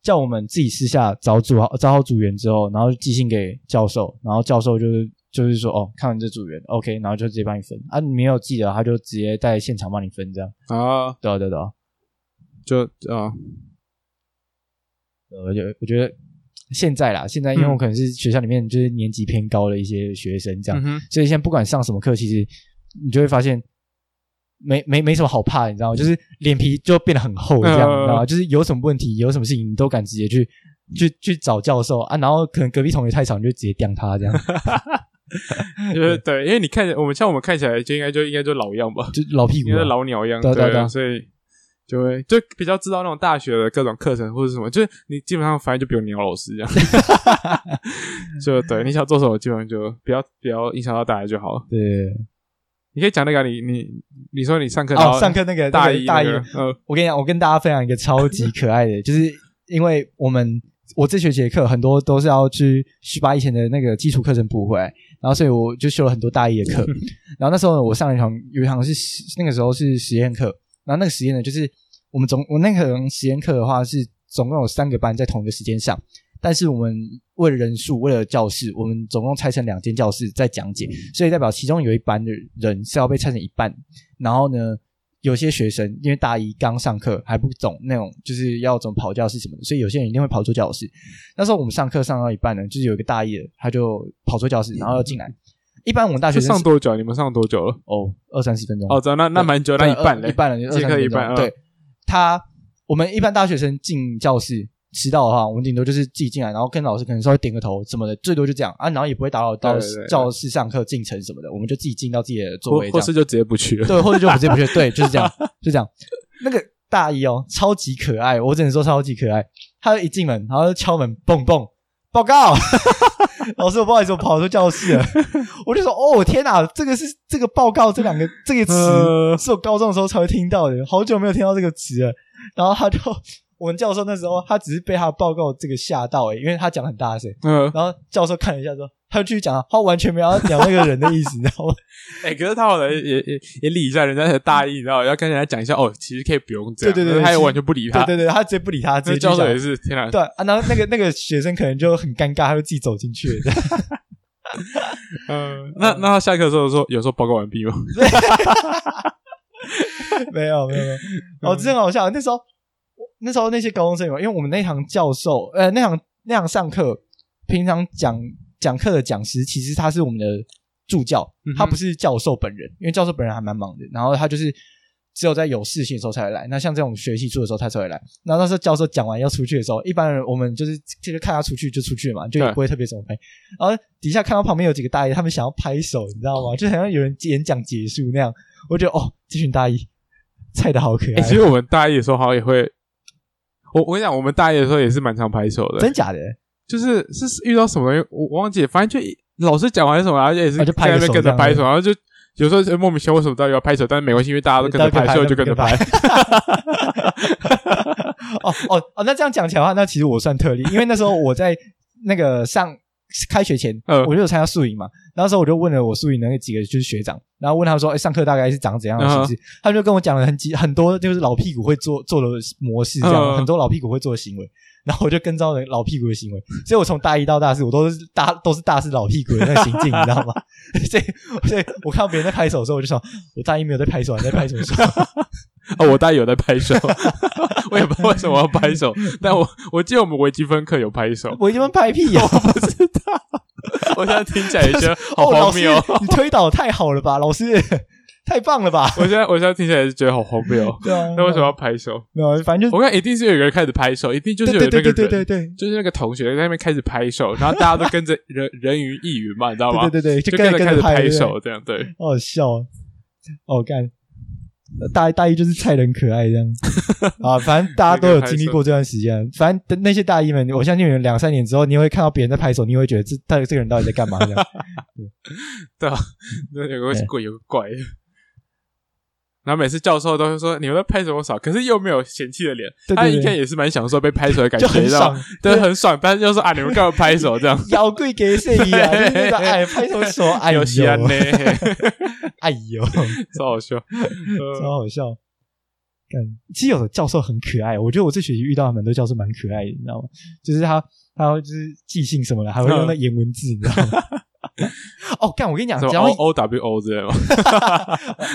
S1: 叫我们自己私下找组好找好组员之后，然后寄信给教授，然后教授就是就是说哦，看完这组员 OK，然后就直接帮你分啊，你没有记得他就直接在现场帮你分这样。
S2: 啊，
S1: 对啊，对啊，对啊，
S2: 就啊，
S1: 呃，我觉得我觉得现在啦，现在因为
S2: 嗯
S1: 我可能是学校里面就是年级偏高的一些学生这样，
S2: 嗯哼，
S1: 所以现在不管上什么课，其实你就会发现没没没什么好怕的，你知道吗？就是脸皮就变得很厚，这样，
S2: 嗯
S1: 你知道吗？就是有什么问题、有什么事情，你都敢直接去去去找教授啊，然后可能隔壁同学太吵，你就直接刁他，这样
S2: 就是对，因为你看我们像我们看起来就应该就应该就老样吧，
S1: 就老屁股
S2: 应该
S1: 啊、
S2: 是老鸟一样，
S1: 对啊对啊
S2: 对
S1: 对啊
S2: 所以就会就比较知道那种大学的各种课程或者什么，就是你基本上反正就比我牛老师这 样，就对你想做什么，基本上就不要不要影响到大家就好了。
S1: 对，
S2: 你可以讲那个啊你你你说你上课然
S1: 哦，
S2: 后
S1: 上课那个那
S2: 大
S1: 个
S2: 一
S1: 大一
S2: 那，个呃
S1: 我跟你讲，我跟大家分享一个超级可爱的，就是因为我们我这学期的课很多都是要去去把以前的那个基础课程补回来，然后所以我就修了很多大一的课。然后那时候呢我上一堂有一堂是实那个时候是实验课，然后那个实验呢就是我们总我那堂实验课的话是总共有三个班在同一个时间上。但是我们为了人数，为了教室，我们总共拆成两间教室在讲
S2: 嗯
S1: 解，所以代表其中有一班的人是要被拆成一半，然后呢，有些学生因为大一刚上课还不懂那种就是要怎么跑教室什么的，所以有些人一定会跑错教室。那时候我们上课上到一半呢，就是有一个大一的他就跑错教室，然后要进来。一般我们大学
S2: 是
S1: 生
S2: 上
S1: 是
S2: 多久？啊你们上多久了？
S1: 哦二三十分钟
S2: 哦，这样那那蛮久，那
S1: 对
S2: 一半嘞，
S1: 呃一半了，
S2: 即刻
S1: 23
S2: 一半嗯
S1: 分钟对他，我们一般大学生进教室迟到的话，我们顶多就是自己进来，然后跟老师可能稍微点个头什么的，最多就这样啊，然后也不会打扰到
S2: 对对对
S1: 教室上课进程什么的，我们就自己进到自己的座
S2: 或
S1: 位这
S2: 或
S1: 样
S2: 是。就直接不去 了。
S1: 对，或者就不是不是，对，就是 这样，就这样。那个大一哦，超级可爱，我只能说超级可爱。他一进门，然后就敲门，蹦蹦，报告， 老师，我不好意思，我跑出教室了。 我就说，哦，天哪，这个是这个报告这两个这个词
S2: 呃
S1: 是我高中的时候才会听到的，好久没有听到这个词了。然后他就，我们教授那时候他只是被他报告这个吓到、欸，因为他讲很大声。
S2: 嗯，
S1: 然后教授看了一下之后，他就继续讲，他完全没有要讲那个人的意思，你知 道吗？
S2: 哎、可是他后来也也也也理一下人家的大意，你知道，要跟人家讲一下哦，其实可以不用这样，
S1: 对对对
S2: 他也
S1: 其实
S2: 完全不理他。
S1: 对对对，他直接不理他，直
S2: 这
S1: 接
S2: 教
S1: 就
S2: 授
S1: 讲
S2: 也是，天哪！
S1: 对啊，然后那个那个学生可能就很尴尬，他就自己走进去了。 这样
S2: 嗯，那那他下课的时候说，有时候报告完毕吗？
S1: 没有没有没有，哦，真好笑。那时候我那时候那些高中生有，因为我们那堂教授，呃，那堂那堂上课，平常讲讲课的讲师，其实他是我们的助教，
S2: 嗯哼
S1: 他不是教授本人，因为教授本人还蛮忙的。然后他就是只有在有事情的时候才会来。那像这种学习处的时候，他才会来。那那时候教授讲完要出去的时候，一般人我们就是就是看他出去就出去嘛，就也
S2: 对
S1: 不会特别怎么拍。然后底下看到旁边有几个大爷，他们想要拍手，你知道
S2: 哦
S1: 吗？就好像有人演讲结束那样。我觉得哦，这群大一菜的好可爱，
S2: 哎、其实我们大一的时候好像也会，我我跟你讲，我们大一的时候也是蛮常拍手的，
S1: 哦真假的？
S2: 就是是遇到什么东西，我我忘记了，反正就一老师讲完什么，然后也是
S1: 啊就拍
S2: 在
S1: 个
S2: 那边
S1: 手
S2: 跟着
S1: 这样
S2: 拍手，然后就有时候就莫名其妙为什么到底要拍手，但是没关系，因为大家都跟着拍，所以我就跟着拍。
S1: 大家跟着拍。 哦哦哦，那这样讲起来的话，那其实我算特例，因为那时候我在那个上开学前，
S2: 嗯
S1: 我就有参加宿营嘛。那时候我就问了我宿营的那几个就是学长，然后问他们说，哎，上课大概是长怎
S2: 嗯
S1: 样的形式？他们就跟我讲了很几很多就是老屁股会做做的模式，这样、
S2: 嗯
S1: 很多老屁股会做的行为。 然后我就跟照了老屁股的行为，所以我从大一到大四，我都是大都是大四老屁股的那个行径，你知道吗？ 所以所以我看到别人在拍手的时候，我就想，我大一没有在拍手，你在拍什么手？
S2: 哦，我大一有在拍手， 我也不知道为什么要拍手，但我我记得我们微积分课有拍手，
S1: 我一般拍 屁呀、啊
S2: 我不知道，我现在听起来也觉得 好
S1: 哦，老
S2: 荒
S1: 师
S2: 谬哦。，
S1: 你推导太好了吧，老师 太棒了 吧？
S2: 我现在我现在听起来是觉得好荒谬哦。
S1: 对啊，
S2: 那为什么要拍手？
S1: 没有？反正就
S2: 我看一定是有一个人开始拍手，一定就是有那
S1: 对
S2: 个
S1: 对对对对
S2: 人，
S1: 对对
S2: 就是那个同学在那边开始拍手，然后大家都跟着人人云亦云嘛，你知道吗？
S1: 对对对，
S2: 就
S1: 就跟
S2: 着
S1: 着
S2: 开
S1: 跟
S2: 始
S1: 着拍
S2: 拍，
S1: 对
S2: 手，这样对。
S1: 好好笑哦！哦，干，大大一就是菜人可爱 这样啊，反正大家都有经历过这段时间。反正那些大一们，我相信你们两三年之后，你会看到别人在拍手，你会觉得这到底这个人到底在干嘛 这样？
S2: 那有个
S1: 对
S2: 鬼有个怪。然后每次教授都会说你们在拍什么手，可是又没有嫌弃的脸，
S1: 对对
S2: 他
S1: 对
S2: 应该也是蛮享受被拍手的感
S1: 就
S2: 觉，你
S1: 很
S2: 知道
S1: 爽
S2: 吗？，对，很爽，但是又说啊，你们干嘛拍手这样？
S1: 摇跪给 谁呀？就是那种哎，拍手手，哎呦
S2: 有，西安呢，
S1: 哎呦，
S2: 超好笑。呃
S1: 超好笑。干，其实有的教授很可爱，我觉得我这学期遇到蛮多教授蛮可爱的，你知道吗？
S2: 嗯
S1: 就是他，他会就是寄信什么的，还会用那颜文字，你知道 吗？哦，干！我跟你讲，
S2: 什么
S1: 只要
S2: O O W O 之类的吗？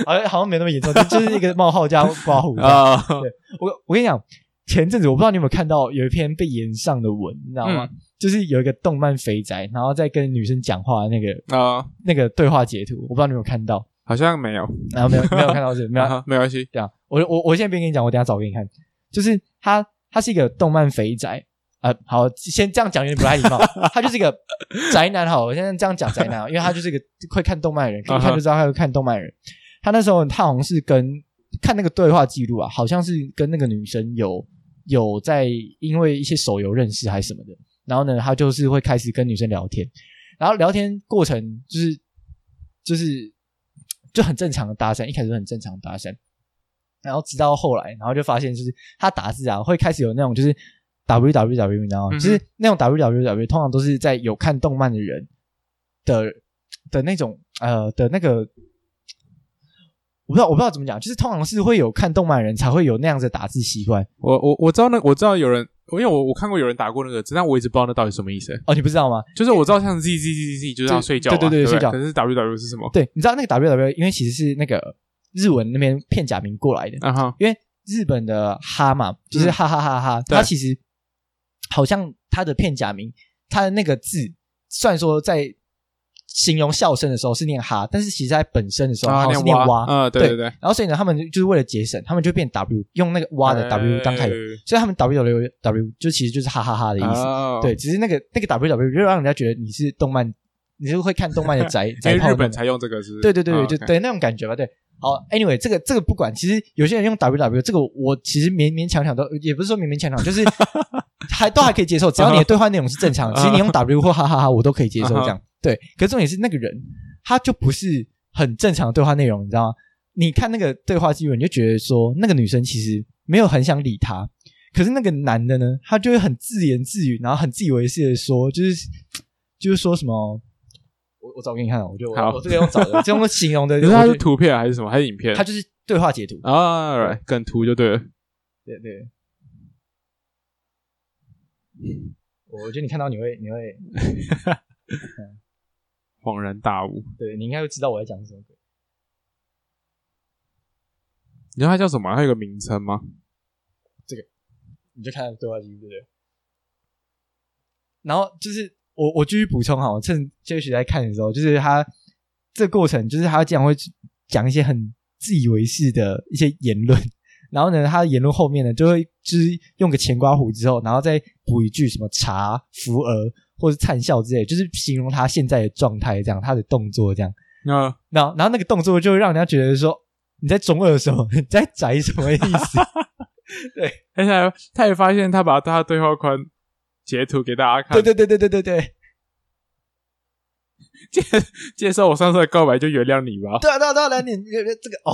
S1: 好像好像没那么严重，就就是一个冒号加刮胡。
S2: 啊，
S1: 嗯我我跟你讲，前阵子我不知道你有没有看到有一篇被延上的文，你知道
S2: 嗯
S1: 吗？就是有一个动漫肥宅，然后在跟女生讲话的那个
S2: 啊，
S1: 那个对话截图，我不知道你有没有看到，
S2: 好像没有，
S1: 然后没有没有看到这个，没有
S2: 啊哈没关系。
S1: 对啊，我我我现在边跟你讲，我等一下找给你看。就是他，他是一个动漫肥宅啊、呃好，先这样讲有点不太礼貌。他就是一个宅男，好，我现在这样讲宅男，啊因为他就是一个会看动漫的人，一
S2: 啊哈
S1: 看就知道他会看动漫的人。他那时候他好像是跟看那个对话记录啊，好像是跟那个女生有有在因为一些手游认识还是什么的，然后呢，他就是会开始跟女生聊天，然后聊天过程就是就是就很正常的搭讪，一开始就很正常的搭讪，然后直到后来，然后就发现就是他打字啊会开始有那种就是 W W W，你知道吗？
S2: 嗯哼
S1: 就是那种 W W W 通常都是在有看动漫的人的的那种呃的那个。我不知道，我不知道怎么讲，就是通常是会有看动漫的人才会有那样子的打字习惯
S2: 我我我知道那我知道有人，因为我我看过有人打过那个字，但我一直不知道那到底什么意思。
S1: 哦，你不知道吗？
S2: 就是我知道像 Z Z Z Z 就是要睡觉嘛，
S1: 对对对
S2: 对不
S1: 睡觉
S2: 可是 W W 是什么？
S1: 对，你知道那个 W W，因为其实是那个日文那边片假名过来的，
S2: 啊哈，
S1: 因为日本的哈嘛，就是哈哈哈哈，
S2: 嗯对
S1: 它其实好像它的片假名，它的那个字，虽然说在形容笑声的时候是念哈，但是其实在本身的时候
S2: 啊
S1: 好像是念蛙，
S2: 啊，对对对，
S1: 然后所以呢，他们就是为了节省，他们就变 W，用那个蛙
S2: 哎
S1: 的 W 当开头，
S2: 的
S1: 所以他们 W W W 就其实就是哈哈哈的意
S2: 啊
S1: 思。
S2: 哦
S1: 对，，只是那个那个 W W 就让人家觉得你是动漫，你是会看动漫的宅
S2: 因
S1: 宅
S2: 为
S1: 炮那
S2: 日
S1: 种
S2: 本才用这个，是不是？
S1: 对对对对，
S2: 啊
S1: 就
S2: OK
S1: 对那种感觉吧。对，好，anyway，这个这个不管，其实有些人用 WW，这个我其实勉勉强强都，也不是说勉勉强强，就是 还都还可以接受，只要你的对话内容是正常的，其实你用 W 或哈哈哈，我都可以接受这
S2: 啊
S1: 样。对，可是重点是那个人他就不是很正常的对话内容，你知道吗？你看那个对话记录，你就觉得说那个女生其实没有很想理他，可是那个男的呢，他就会很自言自语，然后很自以为是的说，就是就是说什么，我我找给你看啊，我觉得
S2: 好
S1: 我我这个用找的，这种形 容的，
S2: 可是它
S1: 我
S2: 是
S1: 觉得
S2: 图片还是什么？还是影片？
S1: 他就是对话截图，
S2: 啊，right，梗图就对了。
S1: 对对。我觉得你看到你会，你会，
S2: 恍然大悟，
S1: 对你应该会知道我在讲什么。
S2: 你知道它叫什么？它有个名称吗？
S1: 你就看对话记录，对不对？然后就是我我继续补充哈，我趁这学在看的时候，就是他这过程，就是他竟然会讲一些很自以为是的一些言论，然后呢，他的言论后面呢，就会就是用个前刮胡之后，然后再补一句什么茶、扶额或者灿笑之类，就是形容他现在的状态，这样他的动作这样。
S2: 那
S1: 然后然后那个动作就会让人家觉得说你在中二什么，你在宅什么意思？
S2: 而且他也发现他把他的对话框截图给大家看，
S1: 对对对对对对对。
S2: 介介绍我上次的告白就原谅你 吧。
S1: 对啊，对啊，对啊，来，你你你这个哦，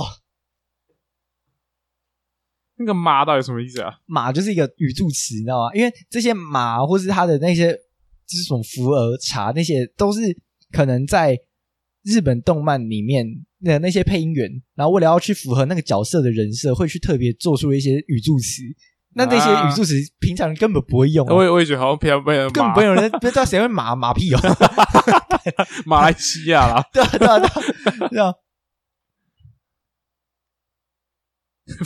S2: 那个妈到底什么意思啊？
S1: 马就是一个语助词，你知道吗？因为这些马或是它的那些就是什么福尔茶那些，都是可能在日本动漫里面的那些配音员，然后为了要去符合那个角色的人设，会去特别做出一些语助词。那那些
S2: 啊
S1: 语助词平常根本不会 用、
S2: 我
S1: 啊，
S2: 也我也觉得好像平常被人
S1: 根本
S2: 骂
S1: 不会有啊人不知道谁会马马屁哦。
S2: 马来西亚啦，
S1: 对啊，对啊，对啊，对啊，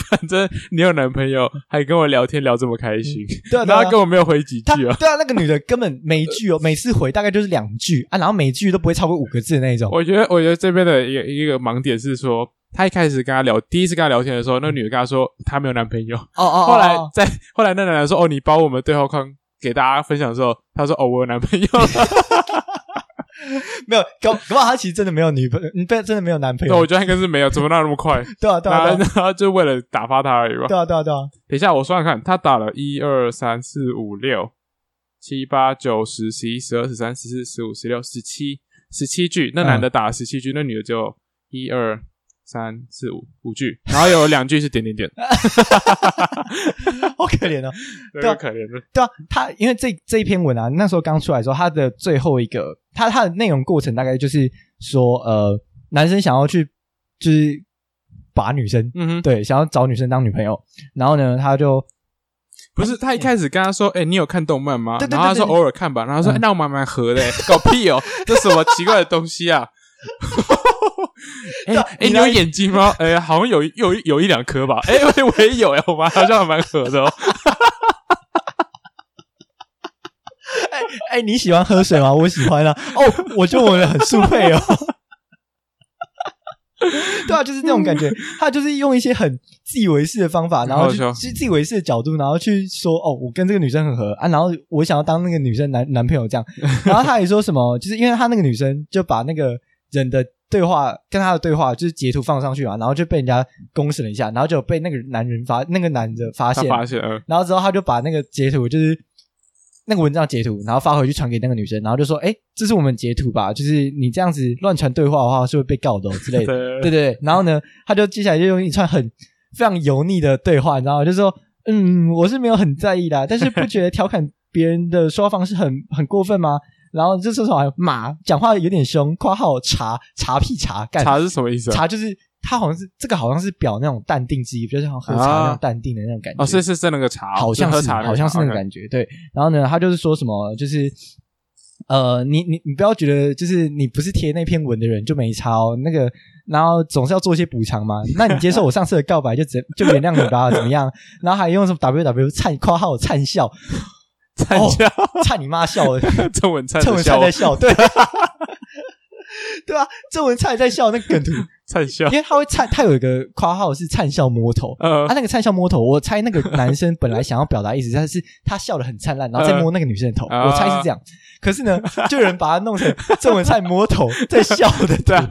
S2: 反正你有男朋友还跟我聊天聊这么开心，
S1: 对啊，对
S2: 然后
S1: 啊
S2: 他。根本没有回几
S1: 他
S2: 句啊。
S1: 对啊，那个女的根本每一句哦，每次回大概就是两句啊，然后每一句都不会超过五个字的那一种。
S2: 我觉得我觉得这边的一个一个盲点是说，他一开始跟他聊第一次跟他聊天的时候，那个女的跟他说她没有男朋友，
S1: 哦哦，
S2: 后来
S1: 哦
S2: 在 后来那男的说：“哦，你把我们对话框给大家分享的时候，他说：‘哦，我有男 朋友了。
S1: 没有，搞搞不好他其实真的没有女朋友，嗯，对，真的没有男’朋
S2: 那我
S1: 友。
S2: 觉得他应该是没有，怎么那那么快？
S1: 对 啊，对
S2: 然
S1: 啊，
S2: 后
S1: 对啊，
S2: 然后就为了打发他而已吧。
S1: 对啊，对啊，对啊，
S2: 等一下，我算算看，他打了一二三四五六七八九十十一十二十三十四十五十六十七十七句，
S1: 嗯
S2: 那男的打了十七句，那女的就一二三四五五句，然后有两句是点 点点，
S1: 啊好可怜哦。
S2: 这
S1: 对啊
S2: 个可怜的。
S1: 对啊，他因为这这一篇文啊，那时候刚出来的时候，他的最后一个，他他的内容过程大概就是说，呃，男生想要去就是把女生，
S2: 嗯哼，
S1: 对，想要找女生当女朋友，然后呢，他就
S2: 不是他一开始跟他说：“哎，你有看动漫
S1: 嗯
S2: 吗？”
S1: 对对
S2: 然后他
S1: 对对
S2: 说：“偶尔看吧。”然后他说：“
S1: 嗯
S2: 哎那我蛮蛮合的， 搞屁哦，这什么奇怪的东 西啊！”哎
S1: 对啊
S2: 哎，
S1: 你
S2: 你
S1: 来
S2: 有眼睛 吗？哎，好像有一有一有一两颗吧。 哎，我我也有哎，我们好像还蛮合的哦。
S1: 哎、你喜欢喝水吗？我喜欢啊。哦，我觉得我们很速配哦。 对啊，就是那种感觉，他就是用一些很自以为是的方法，然后
S2: 好
S1: 去
S2: 笑
S1: 去自以为是的角度，然后去说哦，我跟这个女生很合啊，然后我想要当那个女生男男朋友这样，然后他也说什么，就是因为他那个女生就把那个人的对话跟他的对话，就是截图放上去嘛，然后就被人家公审了一下，然后就被那个男人发那个男的发
S2: 他
S1: 现，
S2: 发现，嗯，
S1: 然后之后他就把那个截图，就是那个文章截图，然后发回去传给那个女生，然后就说：“哎，这是我们截图吧？就是你这样子乱传对话的话，是会被告的、哦、之类的。”对
S2: 对，
S1: 对对，然后呢，他就接下来就用一串很非常油腻的对话，你知道吗？就说：“嗯，我是没有很在意啦，但是不觉得调侃别人的说话方式很 很过分吗？”然后这时候还骂，讲话有点凶，括号查查屁查干
S2: 茶是什么意思啊？
S1: 查就是他好像是这个好像是表那种淡定之意，就是好像喝茶那
S2: 啊
S1: 种淡定的那种感觉。
S2: 哦，是是是那个茶哦，
S1: 好像
S2: 是喝
S1: 是
S2: 茶那个茶，
S1: 好像是那种
S2: OK
S1: 感觉。对，然后呢，他就是说什么，就是呃，你你你不要觉得就是你不是贴那篇文的人就没差哦，那个。然后总是要做一些补偿嘛，那你接受我上次的告白就直就原谅你吧，怎么样？然后还用什么 W W 灿括号灿笑，
S2: 灿
S1: 哦
S2: 笑，
S1: 灿你妈笑了，
S2: 郑文灿
S1: 郑
S2: 的
S1: 文
S2: 笑
S1: 灿，在笑，对， 对啊，郑文灿在笑那个梗图，
S2: 灿笑，
S1: 因为他会灿，他有一个括号是灿笑摸头，
S2: 呃
S1: 啊他、，那个灿笑摸头，我猜那个男生本来想要表达意思，但是他笑得很灿烂，然后再摸那个女生的头，
S2: 啊
S1: 我猜是这样。可是 呢，就有人把他弄成郑文灿摸头在笑的，
S2: 对啊，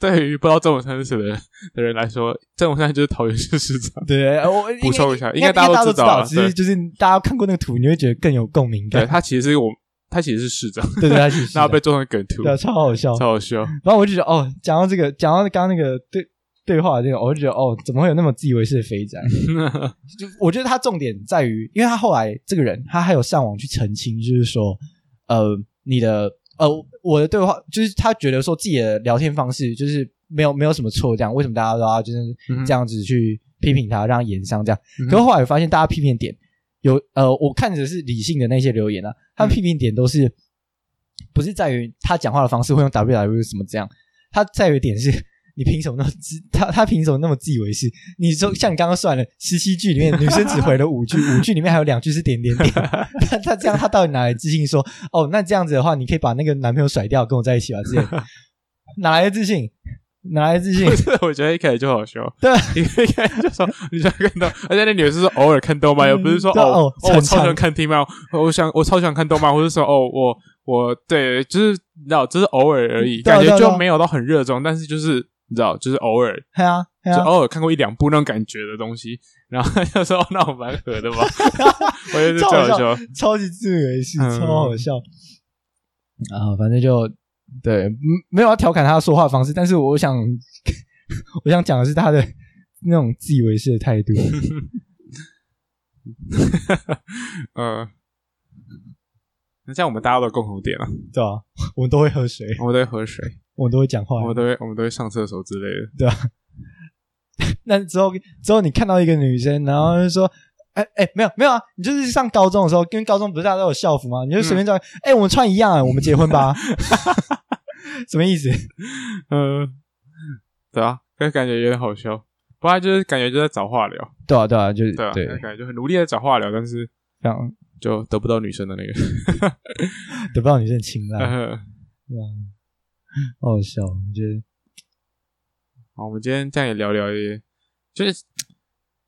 S2: 对于不知道郑文灿是谁的人的人来说，郑文灿就是桃园市市长，
S1: 对，我应该
S2: 补充一下
S1: 应该
S2: 应该大家
S1: 都
S2: 都
S1: 知
S2: 知道
S1: 道，
S2: 啊
S1: 只是
S2: 对
S1: 就是大家看过那个图，你会觉得更有共鸣
S2: 对
S1: 感。
S2: 他其实是我，他其实是市长，
S1: 对对，他其实是
S2: 然后被做成梗图
S1: 对，啊超好笑。
S2: 超好笑，
S1: 然后我就觉得哦，讲到这个，讲到刚刚那个对对话这个，我就觉得哦，怎么会有那么自以为是的肥宅？就我觉得他重点在于，因为他后来这个人，他还有上网去澄清，就是说，呃，你的呃，我的对话，就是他觉得说自己的聊天方式就是没有没有什么错，这样为什么大家都要就是这样子去批评他，让他言伤这样？
S2: 嗯
S1: 可是后来我发现，大家批评点有呃，我看着是理性的那些留言啊，他们批评点都是、不是在于他讲话的方式会用 W W 什么这样，他在于点是。 你凭什么那么自 他他凭什么那么自以为是？你说像你刚刚算了十七句里面，女生只回了五句，五句里面还有两句是点点点。他他这样他到底哪来自信说哦？那这样子的话，你可以把那个男朋友甩掉，跟我在一起吧？之类的哪来的自信？哪来的自信？
S2: 我觉得一开始就好笑，
S1: 对啊，
S2: 一开始就说 你想看到，而且那女的是说偶尔看动漫，又不是说
S1: 对啊
S2: 哦
S1: 哦
S2: 哦我
S1: 很
S2: 超喜欢
S1: 常
S2: 看动漫，我想我超喜欢看动漫，或者说哦我我对，就是你知道，就是偶尔而已，
S1: 对啊
S2: 感觉
S1: 对啊对
S2: 就
S1: 啊
S2: 没有到很热衷，但是就是你知道，就是偶尔
S1: 对啊，对
S2: 就
S1: 啊，
S2: 偶尔看过一两部那种感觉的东西，然后他就说 哦那我蛮 合的吧，我觉得这
S1: 超
S2: 样
S1: 好笑
S2: 说，
S1: 超级自以为是，
S2: 嗯
S1: 超好笑。啊，反正就对，嗯没有要调侃他的说话方式，但是我想， 我想讲的是他的那种自以为是的态 度。
S2: 嗯。那这样我们大家都有共同点了、
S1: 对啊，我们都会喝水，
S2: 我们都会喝水，
S1: 我们都会讲话
S2: 哦我。们都会我们都会上厕所之类的。
S1: 那之后之后，你看到一个女生，然后就说：“哎、哎、没有没有啊，你就是上高中的时候，因为高中不是大家都有校服吗？你就随
S2: 嗯
S1: 便叫，哎、我们穿一样、啊，我们结婚 吧。”什么意思？
S2: 嗯，对啊，但感觉有点好笑。不然就是感觉就在找话聊，
S1: 对啊对啊，就是
S2: 对啊，
S1: 对，
S2: 感觉就很努力在找话聊，但是
S1: 这样
S2: 就得不到女生的那个。
S1: 得不到女生的青睐，
S2: 呃
S1: 对啊，好好笑，我觉得
S2: 好，我们今天这样也聊聊也，就是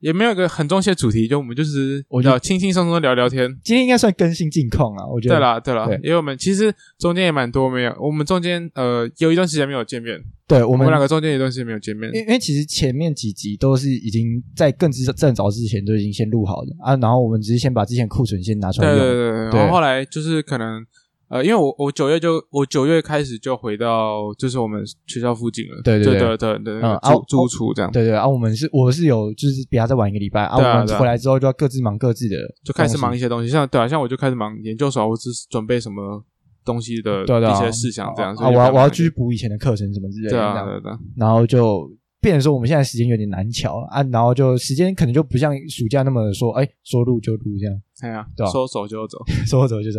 S2: 也没有一个很中性的主题，就我们就是
S1: 我觉得
S2: 要轻轻松松地聊聊天。
S1: 今天应该算更新近况啊了。我觉得
S2: 对，啦，对啦
S1: 对，
S2: 因为我们其实中间也蛮多没有，我们中间呃有一段时间没有见面，
S1: 对我
S2: 我
S1: 们
S2: 们两个中间有一段时间没有见面
S1: 因。为因为其实前面几集都是已经在更之更早之前都已经先录好的啊，然后我们只是先把之前库存先拿出来
S2: 对
S1: 用。
S2: 对对对，
S1: 对
S2: 然后后来就是可能呃，因为我我九月就我九月开始就回到就是我们学校附近了，
S1: 对对
S2: 对
S1: 对
S2: 对对对，
S1: 嗯啊
S2: 住
S1: 我
S2: 住处这样，
S1: 对对啊，我们是我是有就是比他再晚一个礼拜啊，
S2: 对啊
S1: 我
S2: 对
S1: 们
S2: 啊
S1: 回来之后就要各自忙各自的，
S2: 就开始忙。一些东西，像对啊，像我就开始忙研究所啊，我只是准备什么东西的
S1: 对啊对啊
S2: 一些事项这样，
S1: 啊，
S2: 所以
S1: 我
S2: 就
S1: 要
S2: 慢慢
S1: 我要
S2: 来
S1: 继续补以前的课程什么之类的，
S2: 对
S1: 这
S2: 啊
S1: 样
S2: 对啊对啊，
S1: 然后就变成说我们现在时间有点难瞧啊，然后就时间可能就不像暑假那么说，哎，说录就录这样，
S2: 哎呀
S1: 对啊，
S2: 说走就走，
S1: 说走就走。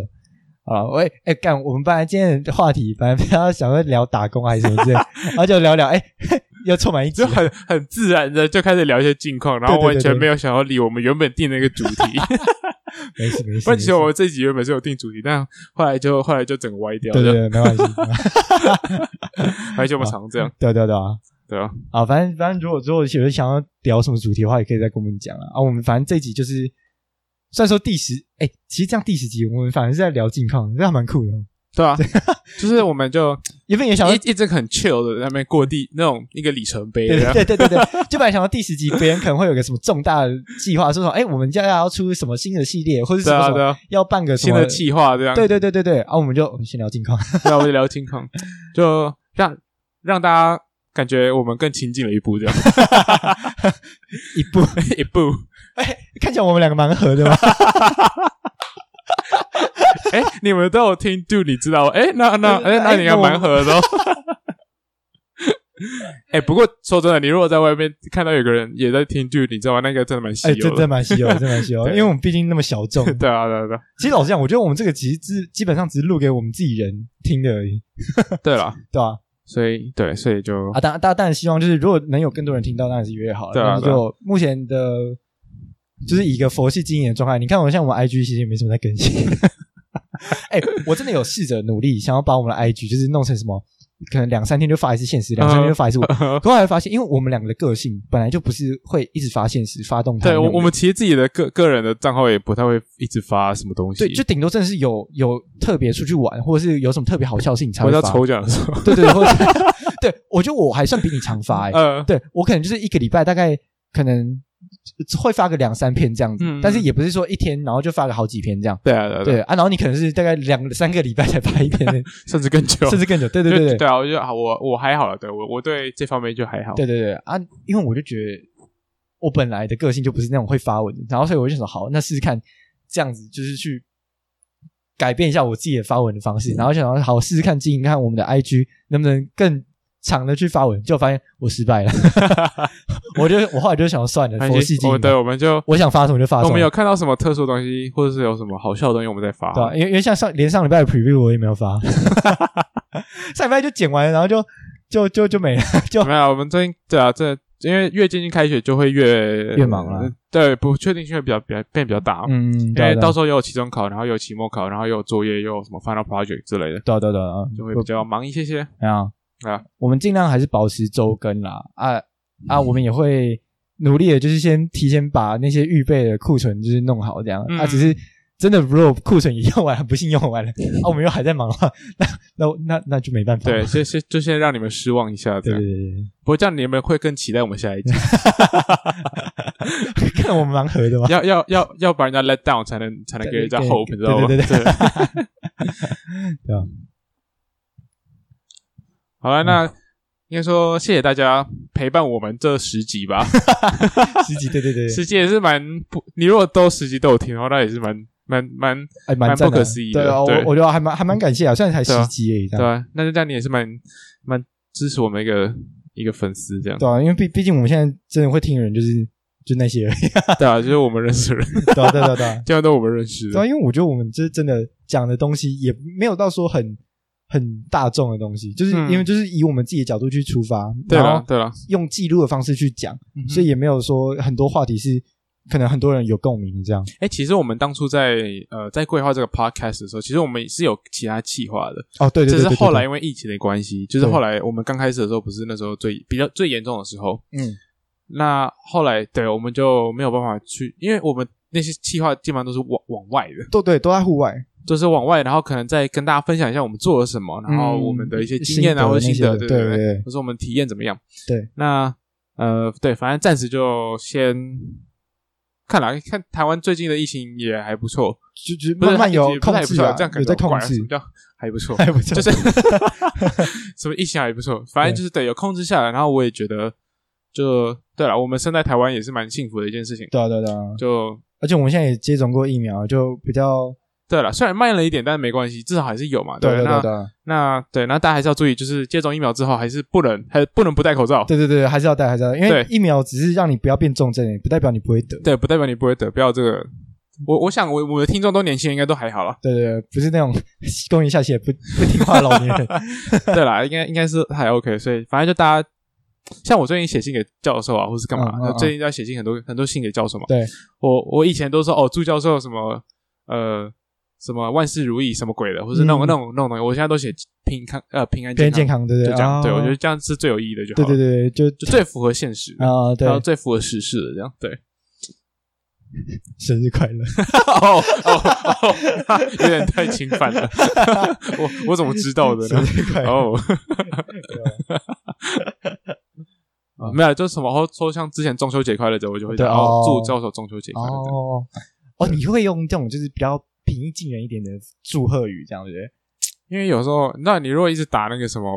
S1: 啊，喂，哎，干，我们本来今天的话题，本来不要想要聊打工还是什么之类的，然后就聊聊，哎，又凑满一集
S2: 就，很很自然的就开始聊一些近况，然
S1: 对
S2: 后
S1: 对对
S2: 完全
S1: 对
S2: 没有想要理我们原本定的那个主 题。
S1: 没事没事
S2: 不然其实
S1: 没事
S2: 我们这集原本是有定主题，但后来就后来就整个歪掉
S1: 对对
S2: 了，
S1: 对，没关系，
S2: 而且我们常这样，
S1: 对对对啊。
S2: 对啊，
S1: 啊，反正反正，如果如果有想要聊什么主题的话，也可以再跟我们讲啊。啊，我们反正这一集就是，虽然说第十，哎、其实这样第十集我们反而是在聊近况，这样蛮酷的哦。
S2: 对啊，就是我们就
S1: 原本也想要
S2: 一一直很 chill 的在那边过第那种一个里程碑，
S1: 对
S2: 然后
S1: 对对对对，就本来想到第十集，别人可能会有个什么重大的计划，说什么哎，我们接下来要出什么新的系列，或者是
S2: 对
S1: 什么
S2: 啊
S1: 什
S2: 对
S1: 么
S2: 啊，
S1: 要办个什
S2: 新
S1: 么
S2: 的计划这样，
S1: 对对对对对，啊，我们就我们先聊近况，
S2: 对啊，我就聊情况，就让让大家感觉我们更亲近了一步，这样
S1: 一步，
S2: 一步。
S1: 哎，看起来我们两个蛮合的嘛，
S2: 哎，你们都有听 Do，你知道？哎，那那
S1: 对
S2: 哎，
S1: 对
S2: 那
S1: 哎
S2: 你还蛮合的。哦。 哎，不过说真的，你如果在外面看到有个人也在听 Do，你知道吗？那个真的蛮稀
S1: 哎，
S2: 有
S1: 真真
S2: 的。
S1: 蛮稀有的，真蛮稀有的，
S2: 对
S1: 因为我们毕竟那么小众。
S2: 对啊，对啊，对啊，
S1: 其实老实讲，我觉得我们这个其实只基本上只是录给我们自己人听的而已，
S2: 对了，
S1: 对吧？
S2: 所以对，所以就
S1: 啊，当当当然希望就是如果能有更多人听到，当然是越好了。
S2: 对啊
S1: 但是就目前的，就是以一个佛系经营的状态，你看我像我们 IG 其实也没什么在更新。 哎、我真的有试着努力想要把我们的 IG 就是弄成什么，可能两三天就发一次现实，两三天就发一次文。
S2: 嗯
S1: 可后来发现，因为我们 两个的个性本来就不是会一直发现实、发动态那
S2: 对
S1: 种
S2: 我
S1: 人，
S2: 我们其实自己的个个人的账号也不太会一直发什么东西，
S1: 对就顶多真的是有有特别出去玩，或者是有什么特别好笑的事情才
S2: 我
S1: 会
S2: 到
S1: 发。
S2: 抽奖的时候，
S1: 对对对，或者是 对我觉得我还算比你常发哎、
S2: 呃，
S1: 对我可能就是一个礼拜大概可能会发个两三篇这样子，
S2: 嗯
S1: 但是也不是说一天然后就发个好几篇这样。
S2: 对啊，对啊，对啊
S1: 对啊，然后你可能是大概两三个礼拜才发一 篇，
S2: 甚至更久，
S1: 甚至更久。对对
S2: 就
S1: 对对
S2: 对啊，我就好，我我还好了，对我我对这方面就还好，
S1: 对对对啊！因为我就觉得我本来的个性就不是那种会发文的，然后所以我就想说，好，那试试看这样子，就是去改变一下我自己的发文的方式，然后想说，好，试试看经营看我们的 IG 能不能更长的去发文，就发现我失败了， 我就我后来就想说算了，
S2: 没
S1: 佛
S2: 关
S1: 系
S2: 系，
S1: 经
S2: 我
S1: 营吧。
S2: 对我们就
S1: 我想发什么就发什么。
S2: 我们有看到什么特殊的东西，或者是有什么好笑的东西，我们再发。
S1: 对、啊，因为因为像上连上礼拜的 preview 我也没有 发，上礼拜就剪完了，然后就就就就没了，就
S2: 没有，我们最近对啊，这因为越接近开学就会越
S1: 越忙了，
S2: 对，不确定性会比较比较变比较大。
S1: 嗯，
S2: 因
S1: 对啊
S2: 为
S1: 对啊
S2: 到时候又有期中考，然后又有期末考，然后又有作业，又有什么 final project 之类的，
S1: 对啊对啊对啊，
S2: 就会比较忙一些些。
S1: 怎样
S2: 啊？
S1: 我们尽量还是保持周更啦，啊
S2: 嗯
S1: 啊，我们也会努力的，就是先提前把那些预备的库存就是弄好，这样、
S2: 嗯
S1: 啊，只是。真的，如果库存也用完了，不幸用完 了，啊，我们又还在忙的话，那那那那就没办法。
S2: 对，先先就先让你们失望一下，这
S1: 对对
S2: 样。
S1: 对
S2: 不过这样你们会更期待我们下一集，
S1: 对，看我们蛮合的嘛。
S2: 要要要要把人家 let down 才能才能给人家
S1: 对
S2: hope，你知道吗？
S1: 对对对
S2: 对。
S1: 对啊嗯
S2: 好了，那应该说谢谢大家陪伴我们这十集吧。
S1: 十几，对对 对，
S2: 十集也是蛮不，你如果都十集都有听的话，那也是蛮蛮蛮
S1: 哎，蛮
S2: 蛮
S1: 赞
S2: 不可
S1: 的
S2: 思议
S1: 对
S2: 的
S1: 啊，我
S2: 对
S1: 我觉得还蛮还蛮感谢啊，虽然才十
S2: 对啊
S1: 集而已，这
S2: 对
S1: 样
S2: 吧？那就这样，你也是蛮蛮支持我们一个一个粉丝这样，
S1: 对啊，因为毕毕竟我们现在真的会听的人就是就那些而已，
S2: 对啊，就是我们认识的人，
S1: 对啊对啊对啊对啊，
S2: 这样都我们认识
S1: 对啊，
S2: 的，
S1: 因为我觉得我们这真的讲的东西也没有到说很很大众的东西，就是
S2: 嗯
S1: 因为就是以我们自己的角度去出发，
S2: 对啊嗯
S1: 然
S2: 了
S1: 后
S2: 对了，
S1: 用记录的方式去讲，所以也没有说很多话题是可能很多人有共鸣这样，
S2: 哎，其实我们当初在呃在规划这个 podcast 的时候，其实我们是有其他企划的，
S1: 哦对对
S2: 只
S1: 对，
S2: 是
S1: 对
S2: 后来
S1: 对
S2: 因为疫情的关系，就是
S1: 对
S2: 后来我们刚开始的时候，不是那时候最比较最严重的时候，
S1: 嗯
S2: 那后来对我们就没有办法去，因为我们那些企划基本上都是往往外的。
S1: 都对都在户外，
S2: 就是往外，然后可能再跟大家分享一下我们做了什么，然后我们的一些经验
S1: 嗯
S2: 啊、
S1: 心得
S2: 或者心
S1: 那
S2: 得，
S1: 些
S2: 对
S1: 的
S2: 对
S1: 对对对
S2: 或者我们体验怎么样？
S1: 对，
S2: 那呃，对，反正暂时就先看了，看台湾最近的疫情也还不错，
S1: 就就
S2: 不是
S1: 慢慢有
S2: 也不
S1: 控
S2: 是还不
S1: 制
S2: 错，
S1: 啊，
S2: 这样可
S1: 有
S2: 能
S1: 在控
S2: 管什
S1: 制
S2: 么，叫还不错，
S1: 还不错，
S2: 就是什么疫情还不错，反正就是对有控制下来，然后我也觉得就对了，我们生在台湾也是蛮幸福的一件事情，
S1: 对啊对啊对啊，
S2: 就
S1: 而且我们现在也接种过疫苗，就比较
S2: 对了，虽然慢了一点，但是没关系，至少还是有嘛，
S1: 对
S2: 不
S1: 对
S2: 那
S1: 对对
S2: 那对，那大家还是要注意，就是接种疫苗之后，还是不能，还不能不戴口罩。
S1: 对对对，还是要戴，还是要戴，因为
S2: 对
S1: 疫苗只是让你不要变重症而已，不代表你不会得。。
S2: 对，不代表你不会得，不要这个。我我想我我的听众都年轻人，应该都还好啦
S1: 对对对，不是那种 公益下血不不听话的老年 人。
S2: 对啦，应该应该是还 OK，所以反正就大家，像我最近写信给教授啊，或是干嘛，
S1: 嗯嗯嗯
S2: 最近要写信很多很多信给教授嘛。
S1: 对，
S2: 我我以前都说哦，祝教授什么呃什么万事如意什么鬼的，或是那种、
S1: 嗯
S2: 那种那种东西，我现在都写平康呃平安
S1: 别人健
S2: 康，
S1: 康，对对
S2: 就这样。对我觉得
S1: 得
S2: 这样是最有意义的就好
S1: 对
S2: 了，
S1: 对对，就
S2: 就最符合现实的
S1: 啊对
S2: 然后最符合时事的这样对。
S1: 生日 快乐！
S2: 哦哦哦，有点太侵犯了。 我我怎么知道的
S1: 生
S2: 呢？
S1: 日快乐！
S2: 哦，
S1: 对啊
S2: 哦没有，就是什么说像之前中秋节快乐节，我就会
S1: 对
S2: 讲哦
S1: 哦，
S2: 祝教授中秋节快乐。这 样
S1: 哦哦，你会用这种就是比较平易近人一点的祝贺语，这样子。
S2: 因为有时候，那你如果一直打那个什么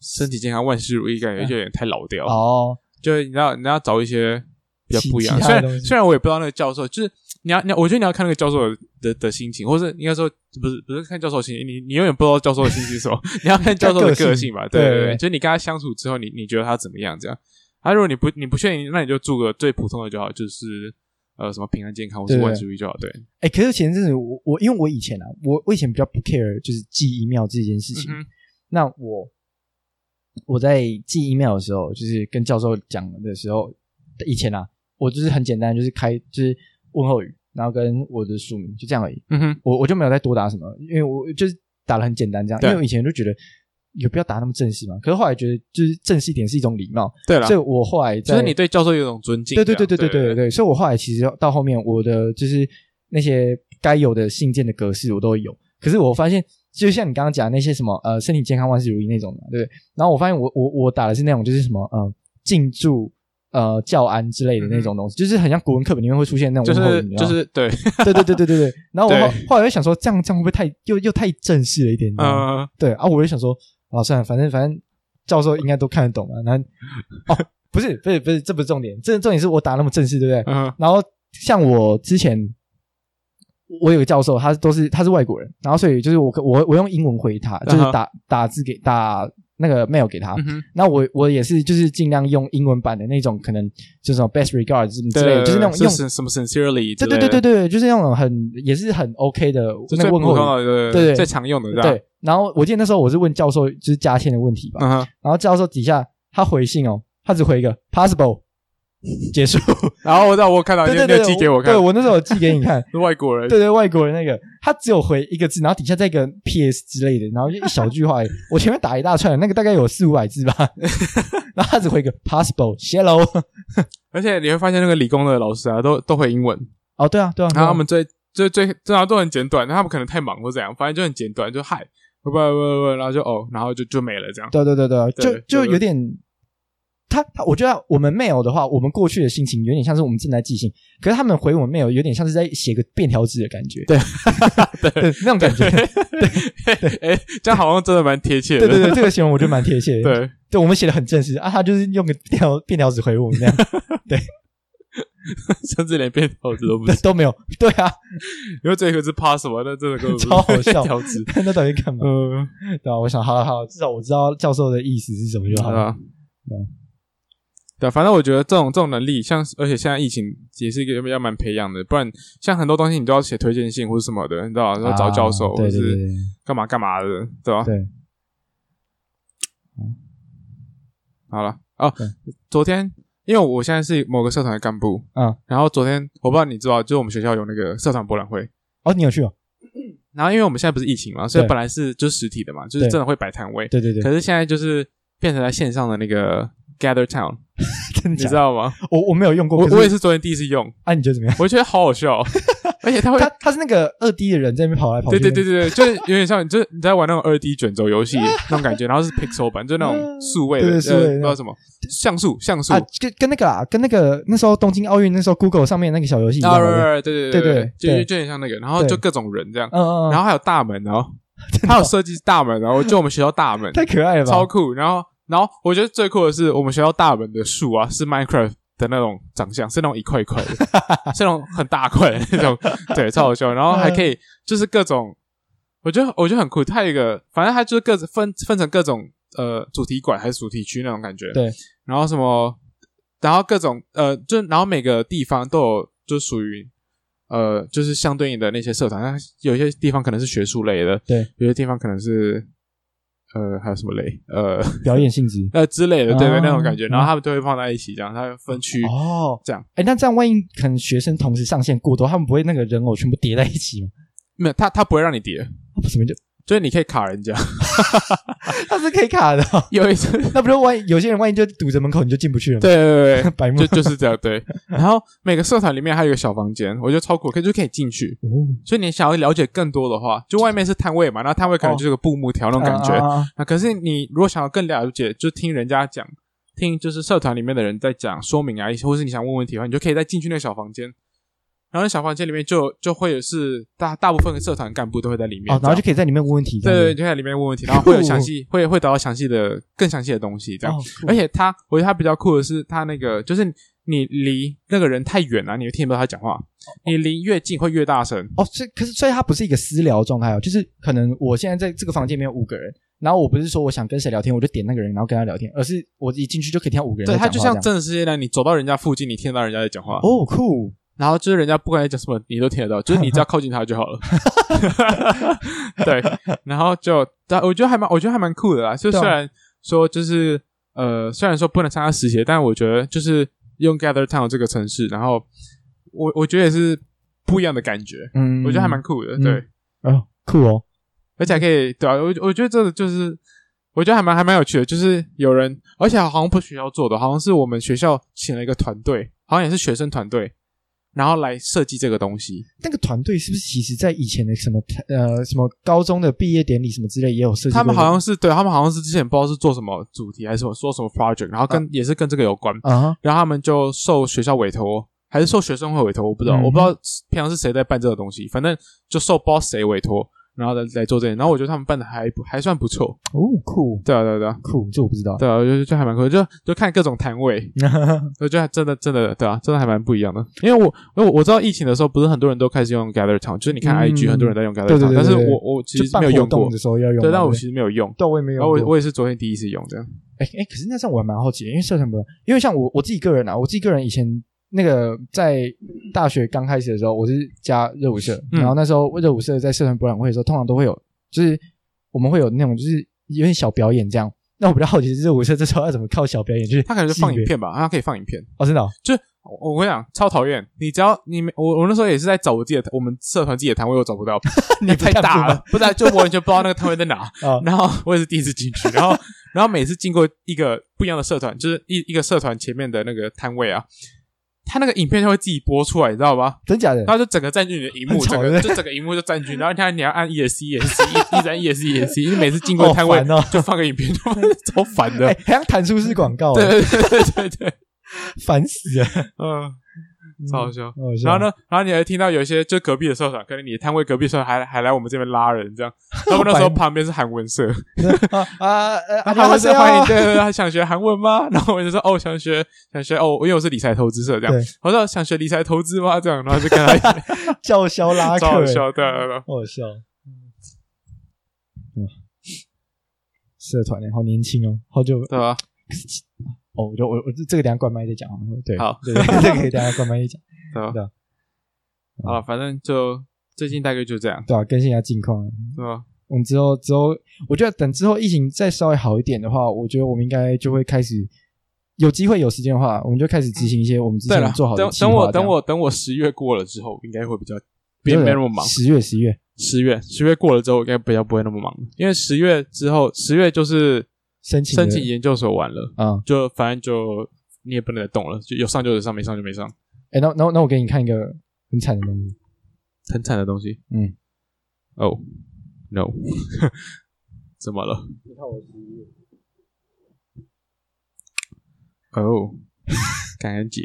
S2: 身体健康、万事如意，
S1: 哎
S2: 感觉就有点太老掉。
S1: 哦，
S2: 就是你要你要找一些比较不一样。
S1: 其其
S2: 虽
S1: 他的东
S2: 然
S1: 西
S2: 虽然我也不知道那个教授，就是你要你要，我觉得你要看那个教授的的的心 情，或是应该说不是不是看教授的心情，你你永远不知道教授的心情是什么，你 要看教授
S1: 看
S2: 的
S1: 个性
S2: 个性吧。
S1: 对
S2: 对对
S1: 对
S2: 对，
S1: 对
S2: 就是你跟他相处之后，你你觉得他怎么样？这样，啊，如果你不你不确定，那你就祝个最普通的就好，就是呃什么平安健康或是
S1: 对对
S2: 万事如意就好。对，
S1: 哎，可是前阵子我我因为我以前啊，我我以前比较不 care 就是寄 email 这件事情。
S2: 嗯哼
S1: 那我我在寄 email 的时候，就是跟教授讲的时候，以前啊，我就是很简单，就是开就是问候语，然后跟我的署名，就这样而已。
S2: 嗯哼，
S1: 我我就没有再多打什么，因为我就是打的很简单这样，因
S2: 对
S1: 为我以前就觉得有必要打那么正式嘛，可是后来觉得就是正式一点是一种礼貌，
S2: 对了
S1: 所以，我后来
S2: 就
S1: 在
S2: 是你对教授有一种尊敬。啊
S1: 对对对
S2: 这
S1: 对
S2: 样
S1: 对对对对，所以我后来其实到后面我的就是那些该有的信件的格式我都有，可是我发现就像你刚刚讲的那些什么呃身体健康万事如意那种嘛，对不对？然后我发现我我我打的是那种就是什么呃进驻。呃，教安之类的那种东西，就是很像国文课本里面会出现那
S2: 嗯就
S1: 种问候语
S2: 是
S1: 你知道
S2: 就
S1: 吗
S2: 是对，
S1: 对对对对对对。然后我后
S2: 对
S1: 后来就想说，这样这样会不会太又又太正式了一点？你知道吗
S2: 呃，
S1: 对啊，我就想说，啊，算了，反正反正教授应该都看得懂啊。然后哦，不是不是不是，这不是重点，这重点是我打那么正式，对不对？
S2: 嗯，
S1: 然后像我之前。我有个教授，他都是他是外国人，然后所以就是我我我用英文回他，就是
S2: 嗯哼
S1: 打打字给打那个 mail 给他，
S2: 嗯哼
S1: 那我我也是就是尽量用英文版的那种，可能就是那种 best regards 之类的，就是那种用
S2: 是什么 sincerely，
S1: 对对对对对，就是那种很也是很 OK 的那
S2: 就最
S1: 个
S2: 普
S1: 问
S2: 通
S1: 候语。
S2: 的，对
S1: 对对
S2: 最常用的，吧，
S1: 对，然后我记得那时候我是问教授就是加签的问题吧，
S2: 嗯哼，
S1: 然后教授底下他回信哦，他只回一个 possible，结 束。
S2: 然后我知道我看到
S1: 对
S2: 你
S1: 对
S2: 你有
S1: 对，
S2: 寄给我看
S1: 对，我那时候有寄给你 看，
S2: 是外国人，
S1: 对对，外国人那个他只有回一个字，然后底下再一个 PS 之类的，然后就一小句话而已，我前面打一大串，那个大概有四五百字吧， 然后他只回一个 possible hello。
S2: 而且你会发现那个理工的老师啊，都都会英文，
S1: 哦，对啊，对啊，对
S2: 然
S1: 啊
S2: 后他们最最最通常都很简短，他们可能太忙或怎样，反正就很简短，就嗨，不不不不，然后就哦，然后就就没了这样，
S1: 对对对对，就
S2: 对
S1: 就
S2: 对
S1: 有点，他他，我觉得我们 mail 的话，我们过去的心情有点像是我们正在寄信，可是他们回我们 mail 有点像是在写个便条纸的感觉， 对，那种感觉，
S2: 哎，这样好像真的蛮贴切
S1: 对
S2: 的，
S1: 对对，这个形容我觉得蛮贴切的，
S2: 对，
S1: 对，我们写的很正式啊，他就是用个便条便条纸回我们那样，
S2: 甚至连便条纸都不是，
S1: 都没有，对啊，
S2: 因为最后一个是 possible，那真的根本不是
S1: 超好笑
S2: 便条纸，
S1: 那到底干嘛？
S2: 嗯，
S1: 对啊，我想，好了好了，至少我知道教授的意思是什么就好
S2: 对
S1: 了，
S2: 吧
S1: 对啊？
S2: 对，啊反正我觉得这种这种能力，像而且现在疫情也是一个要蛮培养的，不然像很多东西你都要写推荐信或者什么的，你知道吧，要找教授、
S1: 啊
S2: 或
S1: 对
S2: 者
S1: 对对
S2: 是
S1: 对。
S2: 干嘛干嘛的，对吧？
S1: 对
S2: 好了哦
S1: 对，
S2: 昨天因为我现在是某个社团的干部，
S1: 嗯，
S2: 然后昨天我不知道你知道，就是我们学校有那个社团博览会，
S1: 哦，你有去哦？
S2: 然后因为我们现在不是疫情嘛，所以
S1: 对
S2: 本来是就是实体的嘛，就是
S1: 对
S2: 真的会摆摊位，
S1: 对对对
S2: 可，是现在就是变成在线上的那个 Gather Town，
S1: 真
S2: 你
S1: 的假
S2: 知
S1: 的？
S2: 道吗？
S1: 我我没有用过，
S2: 我
S1: 可是
S2: 我也是昨天第一次用，
S1: 啊，你觉得怎么样？
S2: 我觉得好好笑哦，而且他 会
S1: 他他是那个二 D 的人在那边跑来跑去，
S2: 对对对对对，就是有点像，就是你在玩那种二 D 卷轴游戏那种感觉，然后是 pixel 版，就那种数位的，
S1: 对嗯对
S2: 呃
S1: 数位的
S2: 不知道什么像素像素
S1: 啊，跟跟那个啦，跟那个那时候东京奥运那时候 Google 上面那个小游戏一样
S2: 啊，
S1: 的，
S2: 对对
S1: 对
S2: 对
S1: 对
S2: 对，就就
S1: 对
S2: 就有点像那个，然后
S1: 对
S2: 就各种人这样，
S1: 嗯嗯，嗯哦
S2: 然后还有大门，然后 他有设计大门，然后就我们学校大门
S1: 太可爱了吧，
S2: 超酷，然后然后我觉得最酷的是我们学校大门的树啊，是 Minecraft。的那种长相是那种一块一块的， 是那种很大块 的那种，对，超好笑。然后还可
S1: 嗯
S2: 以就是各种，我觉得我觉得很酷。它有一个，反正它就是各自分分成各种呃主题馆还是主题区那种感觉。
S1: 对，
S2: 然后什么，然后各种呃，就然后每个地方都有就属于呃，就是相对应的那些社团。那有些地方可能是学术类的，
S1: 对，
S2: 有些地方可能是呃还有什么类呃
S1: 表演性质
S2: 呃之类的，对对
S1: 哦
S2: 那种感觉。然后
S1: 嗯
S2: 他们就会放在一起，这样它分区
S1: 哦。
S2: 嗯这样。
S1: 哎，那这样万一可能学生同时上线过多，他们不会那个人偶全部叠在一起吗？
S2: 没有，他他不会让你叠，
S1: 啊不什么就
S2: 就是你可以卡人家，
S1: 它是可以卡的 哦、
S2: 有一次，
S1: 那不就万一有些人万一就堵着门口你就进不去了吗？
S2: 对对对对，
S1: 白目
S2: 就就是这样对。然后每个社团里面还有一个小房间，我觉得超酷，可以就可以进去。
S1: 哦，
S2: 所以你想要了解更多的话，就外面是摊位嘛，那摊位可能就是个布幕条那种感觉。
S1: 哦啊
S2: 那可是你如果想要更了解，就听人家讲，听就是社团里面的人在讲说明啊，或是你想问问题的话，你就可以再进去那个小房间。然后那小房间里面就就会有是大大部分的社团干部都会在里面
S1: 哦，然后就
S2: 这样
S1: 可以在里面问问题。
S2: 对对，
S1: 对，
S2: 就在里面问问题，然后会有 详细会会得到详细的更详细的东西这样。
S1: 哦酷
S2: 而且他，我觉得他比较酷的是，他那个就是你离那个人太远了、你听不到他讲话；你离越近会越大声。
S1: 哦，所以可是所以它不是一个私聊状态哦，就是可能我现在在这个房间里面有五个人，然后我不是说我想跟谁聊天，我就点那个人，然后跟他聊天，而是我一进去就可以听到五个人
S2: 对，
S1: 在
S2: 他
S1: 讲话
S2: 就
S1: 这样。
S2: 像真的世界一样，你走到人家附近，你听得到人家在讲话，
S1: 哦酷，
S2: 然后就是人家不管在讲什么，你都听得到，就是你只要靠近他就好 了。对，然后就，但我觉得还蛮，我觉得还蛮酷的啦。就
S1: 对啊
S2: 虽然说就是呃，虽然说不能参加实习，但我觉得就是用 Gather Town 这个城市，然后我我觉得也是不一样的感觉，
S1: 嗯，
S2: 我觉得还蛮酷的。
S1: 嗯
S2: 对。
S1: 哦酷哦，
S2: 而且还可以对啊，我我觉得这个就是，我觉得还蛮还蛮有趣的，就是有人，而且好像不是学校做的，好像是我们学校请了一个团队，好像也是学生团队，然后来设计这个东西。
S1: 那个团队是不是其实在以前的什么呃什么高中的毕业典礼什么之类也有设计过这个？
S2: 他们好像是对，他们好像是之前不知道是做什么主题还是什么说什么 project，然后跟、也是跟这个有关，
S1: 啊哈，
S2: 然后他们就受学校委托。还是受学生会委托，我不知道，
S1: 嗯
S2: 我不知道平常是谁在办这个东西，反正就受不知道谁委托，然后来来做这件，然后我觉得他们办的还不还算不错，
S1: 哦酷
S2: 对啊对啊对啊，
S1: 酷，这我不知道。
S2: 对啊，我觉得就还蛮酷的，就就看各种摊位，我觉得真的真的对啊，真的还蛮不一样的。因为我因为我知道疫情的时候，不是很多人都开始用 Gather Town，就是你看
S1: 嗯
S2: IG 很多人在用 Gather Town，、
S1: 对对对
S2: 但是
S1: 对对
S2: 我我 其
S1: 就
S2: 实
S1: 办
S2: 没有
S1: 活
S2: 用
S1: 动
S2: 过
S1: 的，时候要用嘛，
S2: 对，但我
S1: 不
S2: 其实没有用，
S1: 对我也没有
S2: 然后
S1: 用
S2: 我
S1: 过。
S2: 我也是昨天第一次用这样。
S1: 哎哎，可是那这样我还蛮好奇的，因为社团不，因为像我我自己个人啊，我自己个人以前那个在大学刚开始的时候，我是加热舞社，
S2: 嗯
S1: 然后那时候热舞社在社团博览会的时候，通常都会有，就是我们会有那种就是有点小表演这样。那我比较好奇是热舞社这时候要怎么靠小表演去？
S2: 他可能就放影片吧，他可以放影片。
S1: 哦，真的哦
S2: 我我跟你讲，超讨厌！你只要你没我我那时候也是在找我自己的我们社团自己的摊位，我找不到，
S1: 你不
S2: 太
S1: 看
S2: 大
S1: 不
S2: 了，不然啊就我完全不知道那个摊位 在哪。
S1: 啊
S2: 然后我也是第一次进去，然后然后每次经过一个不一样的社团，就是一一个社团前面的那个摊位啊，他那个影片就会自己播出来，你知道吗？
S1: 真假的
S2: 然？后就整个占据你的荧幕，
S1: 很吵
S2: 整个
S1: 对
S2: 就整个荧幕就占据，然后他你要按 E ESC ESC 一直按 E ESC ESC，你 每次经过摊位
S1: 好烦哦
S2: 就放个 影片，就超烦的
S1: 哎。，好像弹出式广告，
S2: 对，对对对对对，
S1: 烦死了，
S2: 嗯，超好笑。
S1: 好好笑
S2: 然后？呢，然后你还听到有一些就隔壁的社团，可能你的摊位隔壁社团还还来我们这边拉人 这样。然后那时候旁边是韩文社，
S1: 啊啊呃，
S2: 啊，
S1: 啊
S2: 他们是欢迎，
S1: 啊
S2: 对对对，他想学韩文吗？ 然后我就说哦，想学想学哦，因为我是理财投资社这样
S1: 对，
S2: 我说想学理财投资吗？这样，然后 就跟他
S1: 叫嚣拉客，
S2: 超好笑，对对对，
S1: 好好笑。嗯，社团欸好年轻哦，好久
S2: 对啊吧？
S1: 哦，我就我我这个等一下关麦再讲啊。对，
S2: 好
S1: 对，对这个可以等一下关麦再讲，
S2: 对吧
S1: 对啊？
S2: 好了，反正就最近大概就这样，
S1: 对吧？更新一下近况啊。
S2: 对吧？
S1: 我们之后之后，我觉得等之后疫情再稍微好一点的话，我觉得我们应该就会开始有机会有时间的话，我们就开始执行一些我们之
S2: 对了
S1: 前做好，的
S2: 等
S1: 计划
S2: 等
S1: 这样
S2: 我
S1: 啊
S2: 等我等我十月过了之后，应该会比较没没那么忙。
S1: 十月十月
S2: 十月十月过了之后，应该比较不会那么忙，因为十月之后，十月就是
S1: 申请的
S2: 申请研究所完了，
S1: 啊，
S2: 就反正就你也不能再动了，就有上就有上，没上就没上。
S1: 哎、那那那我给你看一个很惨的东西，
S2: 很惨的东西。
S1: 嗯，
S2: 哦、no，怎么了？
S1: 你看我十一月，
S2: 哦、 感恩节，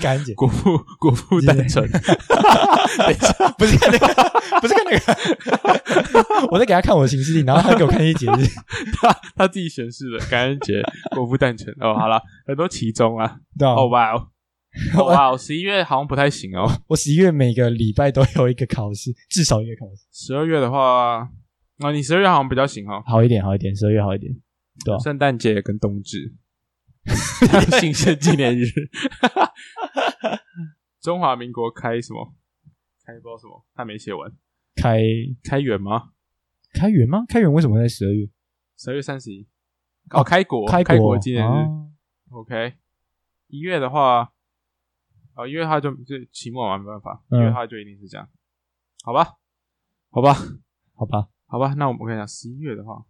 S1: 感恩节
S2: 国父 国父诞辰，
S1: 不是看那个，不是看那个， 我在给他看我的行事历，然后他给我看一些节 日，
S2: 他他自己显示的感恩节，国父诞辰。哦，好了，很多其中啊。
S1: 对吧、
S2: 哦哇 哦，哦哇哦，十一月好像不太行哦。
S1: 我十一月每个礼拜都有一个考试，至少一个考试，
S2: 十二月的话，啊、你十二月好像比较行哦。
S1: 好一点，好一点，十二月好一点，对吧、
S2: 圣诞节跟冬至，还有 新生纪念 日，中华民国开什么？开不知道什么，他没写完。
S1: 开
S2: 开元吗？
S1: 开元吗？开元为什么在十二月？
S2: 十二月三十一。
S1: 哦
S2: 哦，开国，啊
S1: 开
S2: 开
S1: 国
S2: 纪念日。
S1: 哦
S2: OK，一月的话，哦，一月的话就就期末嘛，没办法，一
S1: 嗯
S2: 月的话就一定是这样，好吧，好吧，
S1: 好吧，
S2: 好吧，那我们看一下十一月的话，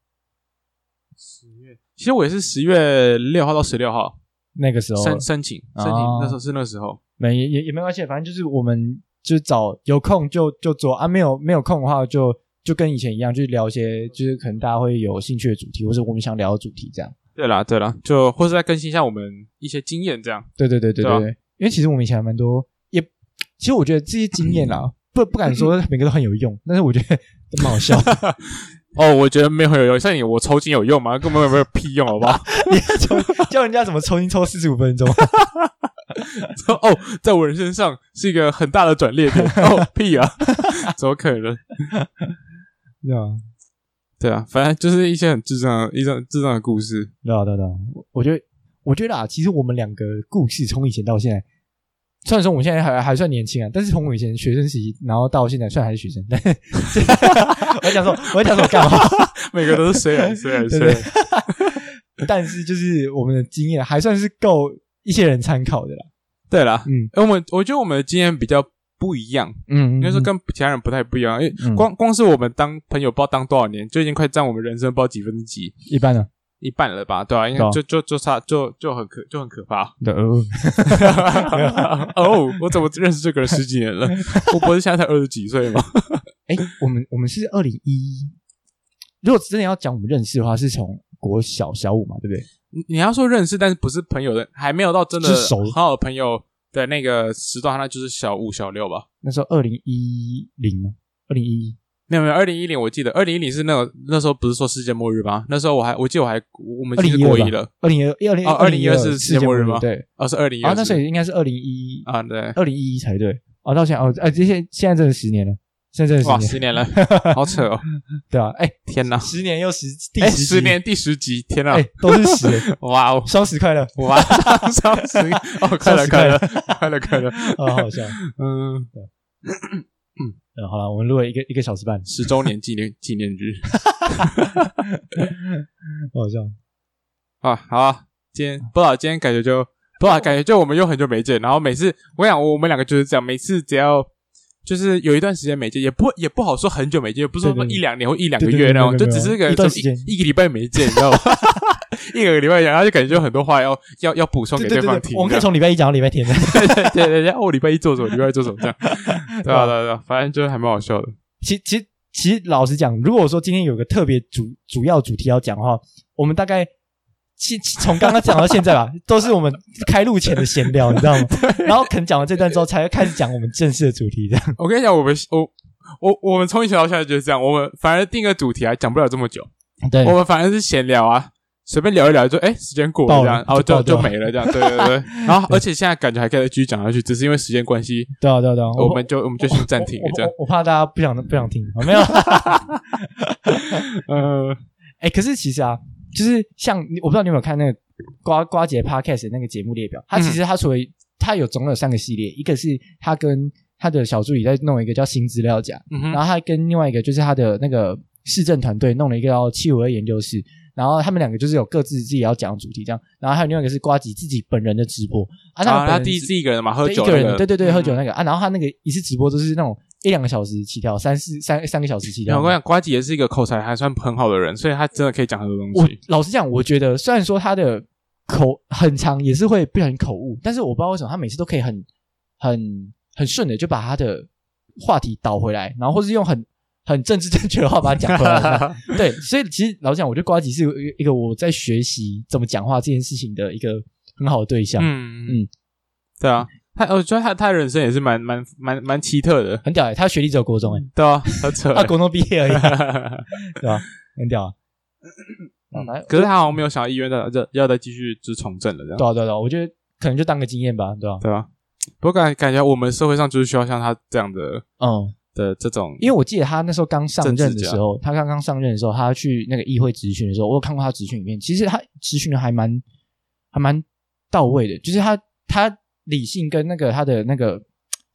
S2: 十月其实我也是十月六号到十六号啊
S1: 那个时候
S2: 申申请申请，
S1: 哦
S2: 那时候是那时候，
S1: 没也也也没关系，反正就是我们就找有空就就做啊，没有没有空的话就就跟以前一样，就是聊一些就是可能大家会有兴趣的主题，或者我们想聊的主题这样。
S2: 对啦对啦，就或是再更新一下我们一些经验这样。
S1: 对对对对
S2: 对
S1: 对
S2: 啊
S1: 对，因为其实我们以前还蛮多，也其实我觉得这些经验啊，不不敢说每个都很有用，但是我觉得都蛮好笑的。
S2: 哦，我觉得没有很有用，像你我抽筋有用吗？根本没有屁用，好 不好？
S1: 你要抽教人家怎么抽筋抽四十五分钟，
S2: 哦，在我人身上是一个很大的转捩 点。哦，屁啊，怎么可能？
S1: 对啊，
S2: 对啊，反正就是一些很智障的、一种智障的故事。
S1: 对啊，对啊，对啊我我觉得，我觉得啊，其实我们两个故事从以前到现在，虽然说我们现在还还算年轻啊，但是从我以前学生时期，然后到现在，虽然还是学生，但是我想说，我想说我干嘛？
S2: 每个都是啊虽 然虽然虽
S1: 对
S2: 然
S1: 对，但是就是我们的经验还算是够一些人参考的啦。
S2: 对啦，
S1: 嗯
S2: 因为我们我觉得我们的经验比较不一样，
S1: 嗯，
S2: 应该说
S1: 嗯
S2: 跟其他人不太不一样。因为
S1: 嗯
S2: 光光是我们当朋友，不知道当多少年，就已经快占我们人生不知道几分之几
S1: 一般的，
S2: 一半了吧？对吧、啊？应该
S1: 对啊
S2: 就就就差就就很可就很可 怕。
S1: 对，呃
S2: 哦，我怎么认识这个人十几年了？ 我不是现在才二十几岁吗？
S1: 哎，我们我们是二零一，如果真的要讲我们认识的话，是从国小小五嘛，对不对？
S2: 你你要说认识，但是不是朋友的，还没有到真的
S1: 是熟
S2: 好好的朋友的那个时段，那就是小五、小六吧。
S1: 那时候二零一零吗？二零一一
S2: 没有没有，二零一零我记得，二零一零是那个那时候不是说世界末日吗？那时候我还我记得我还我们已经是国一
S1: 2012
S2: 了，
S1: 二零一二零
S2: 哦
S1: 零
S2: 2012是世
S1: 世
S2: 界
S1: 界
S2: 末日
S1: 日
S2: 吗
S1: 对，
S2: 哦是二零一
S1: 啊，那所以应该是二零一
S2: 啊对，
S1: 二零一一才对。哦，到现在哦，哎，这些现在真的十年了，现在真
S2: 哇
S1: 的十
S2: 十
S1: 年，
S2: 年了，好扯哦，
S1: 对啊，哎，
S2: 天哪，
S1: 十年又十，第
S2: 哎
S1: 集
S2: 十，年第十集，天哪
S1: 哎，，都是十，
S2: 哇哦
S1: 双十快乐，
S2: 哇，双十一哦快
S1: 双
S2: 乐
S1: 十快
S2: 快
S1: 乐
S2: 乐快乐快乐，
S1: 啊，好笑。
S2: 嗯，
S1: 嗯，好了，我们录了一个一个小时半，
S2: 十周年纪念纪念日
S1: 好笑。
S2: 啊，好啊，今天不知道今天感觉就不知道感觉就我们又很久没见，然后每次我想我们两个就是这样，每次只要就是有一段时间没见，也不也不好说很久没见，也不是说
S1: 对对对
S2: 一两年或一两个
S1: 对对
S2: 月
S1: 对
S2: 那种，
S1: 对
S2: 就
S1: 对
S2: 只是个
S1: 一段时间
S2: 一个礼拜没见，你知道吗？一个礼拜，然后就感觉就很多话要要要补充
S1: 对
S2: 给
S1: 对
S2: 方
S1: 对对，
S2: 听，
S1: 我们可以
S2: 这样
S1: 从礼拜一讲到礼拜天的。
S2: 对对 对对对，哦，礼拜一做什么，礼拜二做什么 这样，对啊对啊对啊，反正就是还蛮好笑的，
S1: 其其实其实老实讲，如果说今天有个特别主主要主题要讲的话，我们大概其其从刚刚讲到现在吧，都是我们开录前的闲聊，你知道吗？然后可能讲完这段之后，才会开始讲我们正式的主题，这样。
S2: 我跟你讲，我们我。我我们从以前到现在就是这样，我们反而定个主题还啊讲不了这么久，
S1: 对
S2: 我们反正是闲聊啊，随便聊一聊就哎、时间过了
S1: 爆
S2: 这
S1: 了
S2: 样，然后
S1: 就
S2: 就
S1: 爆掉
S2: 就没了这样，对对 对。然后而且现在感觉还可以继续讲下去，只是因为时间关系，
S1: 对啊对啊对啊，
S2: 我们就我们就先暂停
S1: 我
S2: 了这样
S1: 我。我怕大家不想不想听，哦没有。
S2: 呃，
S1: 哎，可是其实啊，就是像你我不知道你有没有看那个瓜瓜姐 podcast 的那个节目列表，它其
S2: 嗯
S1: 实它除了它有总有三个系列，一个是它跟它的小助理在弄一个叫新资料夹，
S2: 嗯
S1: 然
S2: 哼，
S1: 后他跟另外一个就是他的那个市政团队弄了一个叫七五二研究室，然后他们两个就是有各自自己要讲的主题这样，然后还有另外一个是瓜吉自己本人的直播啊，
S2: 然后
S1: 他
S2: 他
S1: 本人
S2: 第一
S1: 直
S2: 次一个人嘛，喝
S1: 对
S2: 酒
S1: 一个
S2: 那
S1: 人，
S2: 个，
S1: 对对对，喝酒
S2: 嗯。
S1: 那个啊，然后他那个一次直播都是那种一两个小时起跳，三四三三个小时起
S2: 然
S1: 跳
S2: 后我。跟你讲，瓜姐也是一个口才还算很好的人，所以他真的可以讲很多东
S1: 我
S2: 西。
S1: 老实讲，我觉得虽然说他的口很长，也是会不小心口误，但是我不知道为什么他每次都可以很很很顺的就把他的话题导回来，然后或是用很很政治正确的话把它讲回来。这 样对，所以其实老实讲，我觉得瓜吉是一一个我在学习怎么讲话这件事情的一个很好的对象，
S2: 嗯嗯
S1: 嗯，
S2: 对啊，他我觉得他他的人生也是蛮蛮蛮蛮奇特的，
S1: 很屌哎、他学历只有国中哎、
S2: 对啊，很扯欸。
S1: 他国中毕业而已， 对吧、很屌啊！啊反正
S2: 可是 他好像没有想到医院的要要再继续就是从政了这样。
S1: 对啊对啊对啊，我觉得可能就当个经验吧，对吧、
S2: 对吧、不过感感觉我们社会上就是需要像他这样的
S1: 嗯，
S2: 的这种，
S1: 因为我记得他那时候刚上任
S2: 政
S1: 的
S2: 治家
S1: 时候，他刚刚上任的时候，他去那个议会质询的时候，我有看过他质询影片，其实他质询的还蛮还蛮到位的，就是他他理性跟那个他的那个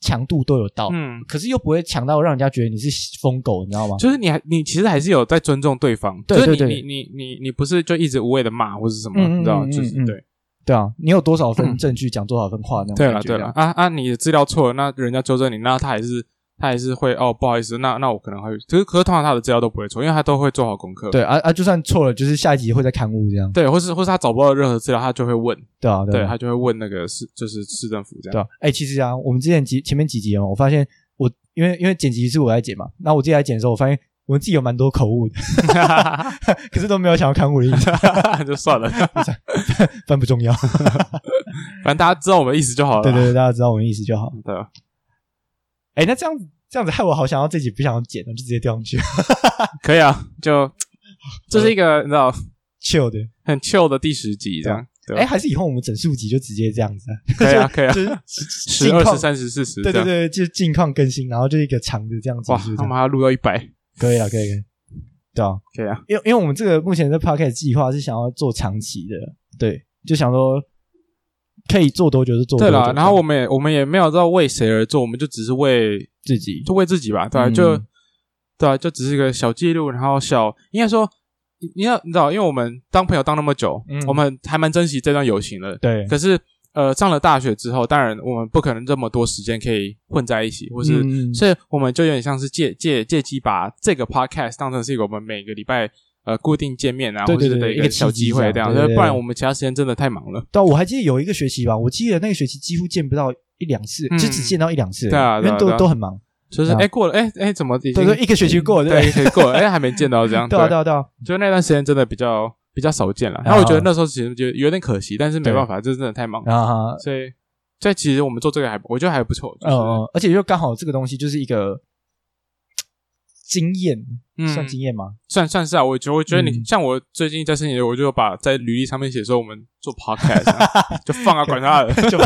S1: 强度都有到，
S2: 嗯，
S1: 可是又不会强到让人家觉得你是疯狗，你知道吗？
S2: 就是你还你其实还是有在尊重对方，
S1: 对
S2: 就是你
S1: 对对
S2: 你你你你不是就一直无谓的骂或是什么，
S1: 嗯嗯
S2: 你知道，
S1: 嗯嗯
S2: 就是
S1: 嗯
S2: 对
S1: 对啊，你有多少分
S2: 嗯
S1: 证据讲多少分话那种
S2: 对
S1: 感
S2: 了
S1: 觉
S2: 对啊
S1: 这
S2: 了
S1: 样
S2: 啊啊，你的资料错了，那人家纠正你，那他还是他也是会哦，不好意思，那那我可能会，可是可是通常他的资料都不会错，因为他都会做好功课，
S1: 对啊啊，就算错了，就是下一集会再刊物这样，
S2: 对，或是或是他找不到任何资料，他就会问，
S1: 对啊，
S2: 对
S1: 啊
S2: 他就会问那个市就是市政府这
S1: 对
S2: 样，
S1: 啊，哎、其实啊，我们之前几前面几集哦，我发现我因为因为剪辑是我在剪嘛，那我自己在剪的时候，我发现我们自己有蛮多口 误的，可是都没有想要看我的意思，
S2: 就算了，
S1: 但不重要。
S2: 反正大家知道我们的意思就好了，
S1: 对对对，大家知道我的意思就好。
S2: 对啊
S1: 哎、那这样子这样子害我好想要这集不想要剪哦了，就直接掉上去
S2: 可以啊，就这是一个你知道
S1: ，chill 的。
S2: 很 chill 的第十集这样，对啊
S1: 哎、
S2: 吧？
S1: 还是以后我们整数集就直接这样子、啊，
S2: 可以啊，可以 啊
S1: 就，是
S2: 十
S1: 近
S2: 二
S1: 况
S2: 十，三十四十，
S1: 对
S2: 这
S1: 对
S2: 样，
S1: 对，就是近况更新，然后就一个长的这样子，
S2: 哇
S1: 是不，是
S2: 他们还要录到一百，
S1: 可以了，啊可以，可以，对啊。
S2: 可以啊，
S1: 因为因为我们这个目前的 podcast 计划是想要做长期的，对，就想说可以做多久就做多
S2: 对
S1: 久。
S2: 啦，然后我们也我们也没有知道为谁而做，我们就只是为
S1: 自己
S2: 就为自己吧，对、啊，
S1: 嗯
S2: 就对、啊，就只是一个小记录，然后小应该说，你你要你知道，因为我们当朋友当那么久，
S1: 嗯
S2: 我们还蛮珍惜这段友情的。
S1: 对，
S2: 可是呃，上了大学之后，当然我们不可能这么多时间可以混在一起，或是、
S1: 嗯
S2: 所以我们就有点像是借借借机把这个 podcast 当成是一个我们每个礼拜。呃，固定见面啊，
S1: 对
S2: 或
S1: 对
S2: 是
S1: 对
S2: 的
S1: 一
S2: 个
S1: 个
S2: 小
S1: 契机
S2: 机会
S1: 这
S2: 这
S1: 样
S2: 样，
S1: 对对对
S2: 不然我们其他时间真的太忙了。
S1: 对啊，我还记得有一个学期吧，我记得那个学期几乎见不到一两次，
S2: 嗯
S1: 就只见到一两次，
S2: 对啊
S1: 因
S2: 对啊
S1: 为都
S2: 对啊
S1: 都很忙，
S2: 就是
S1: 对啊
S2: 哎，过了哎哎，怎么已经
S1: 对对，一个学期过了，
S2: 对，
S1: 对
S2: 可以过，哎，还没见到这样，
S1: 对啊，对啊，对啊，
S2: 就那段时间真的比较比较少见了。然后我觉得那时候其实就有点可惜，但是没办法，这真的太忙，
S1: 啊，
S2: 所以所以其实我们做这个还我觉得还不错，就
S1: 嗯
S2: 是
S1: 嗯，而且就刚好这个东西就是一个经验，
S2: 嗯
S1: 算经验吗？
S2: 算算是啊，我觉得我觉得你
S1: 嗯
S2: 像我最近在申请，我就把在履历上面写说我们做 podcast 啊就放啊，管他的， 就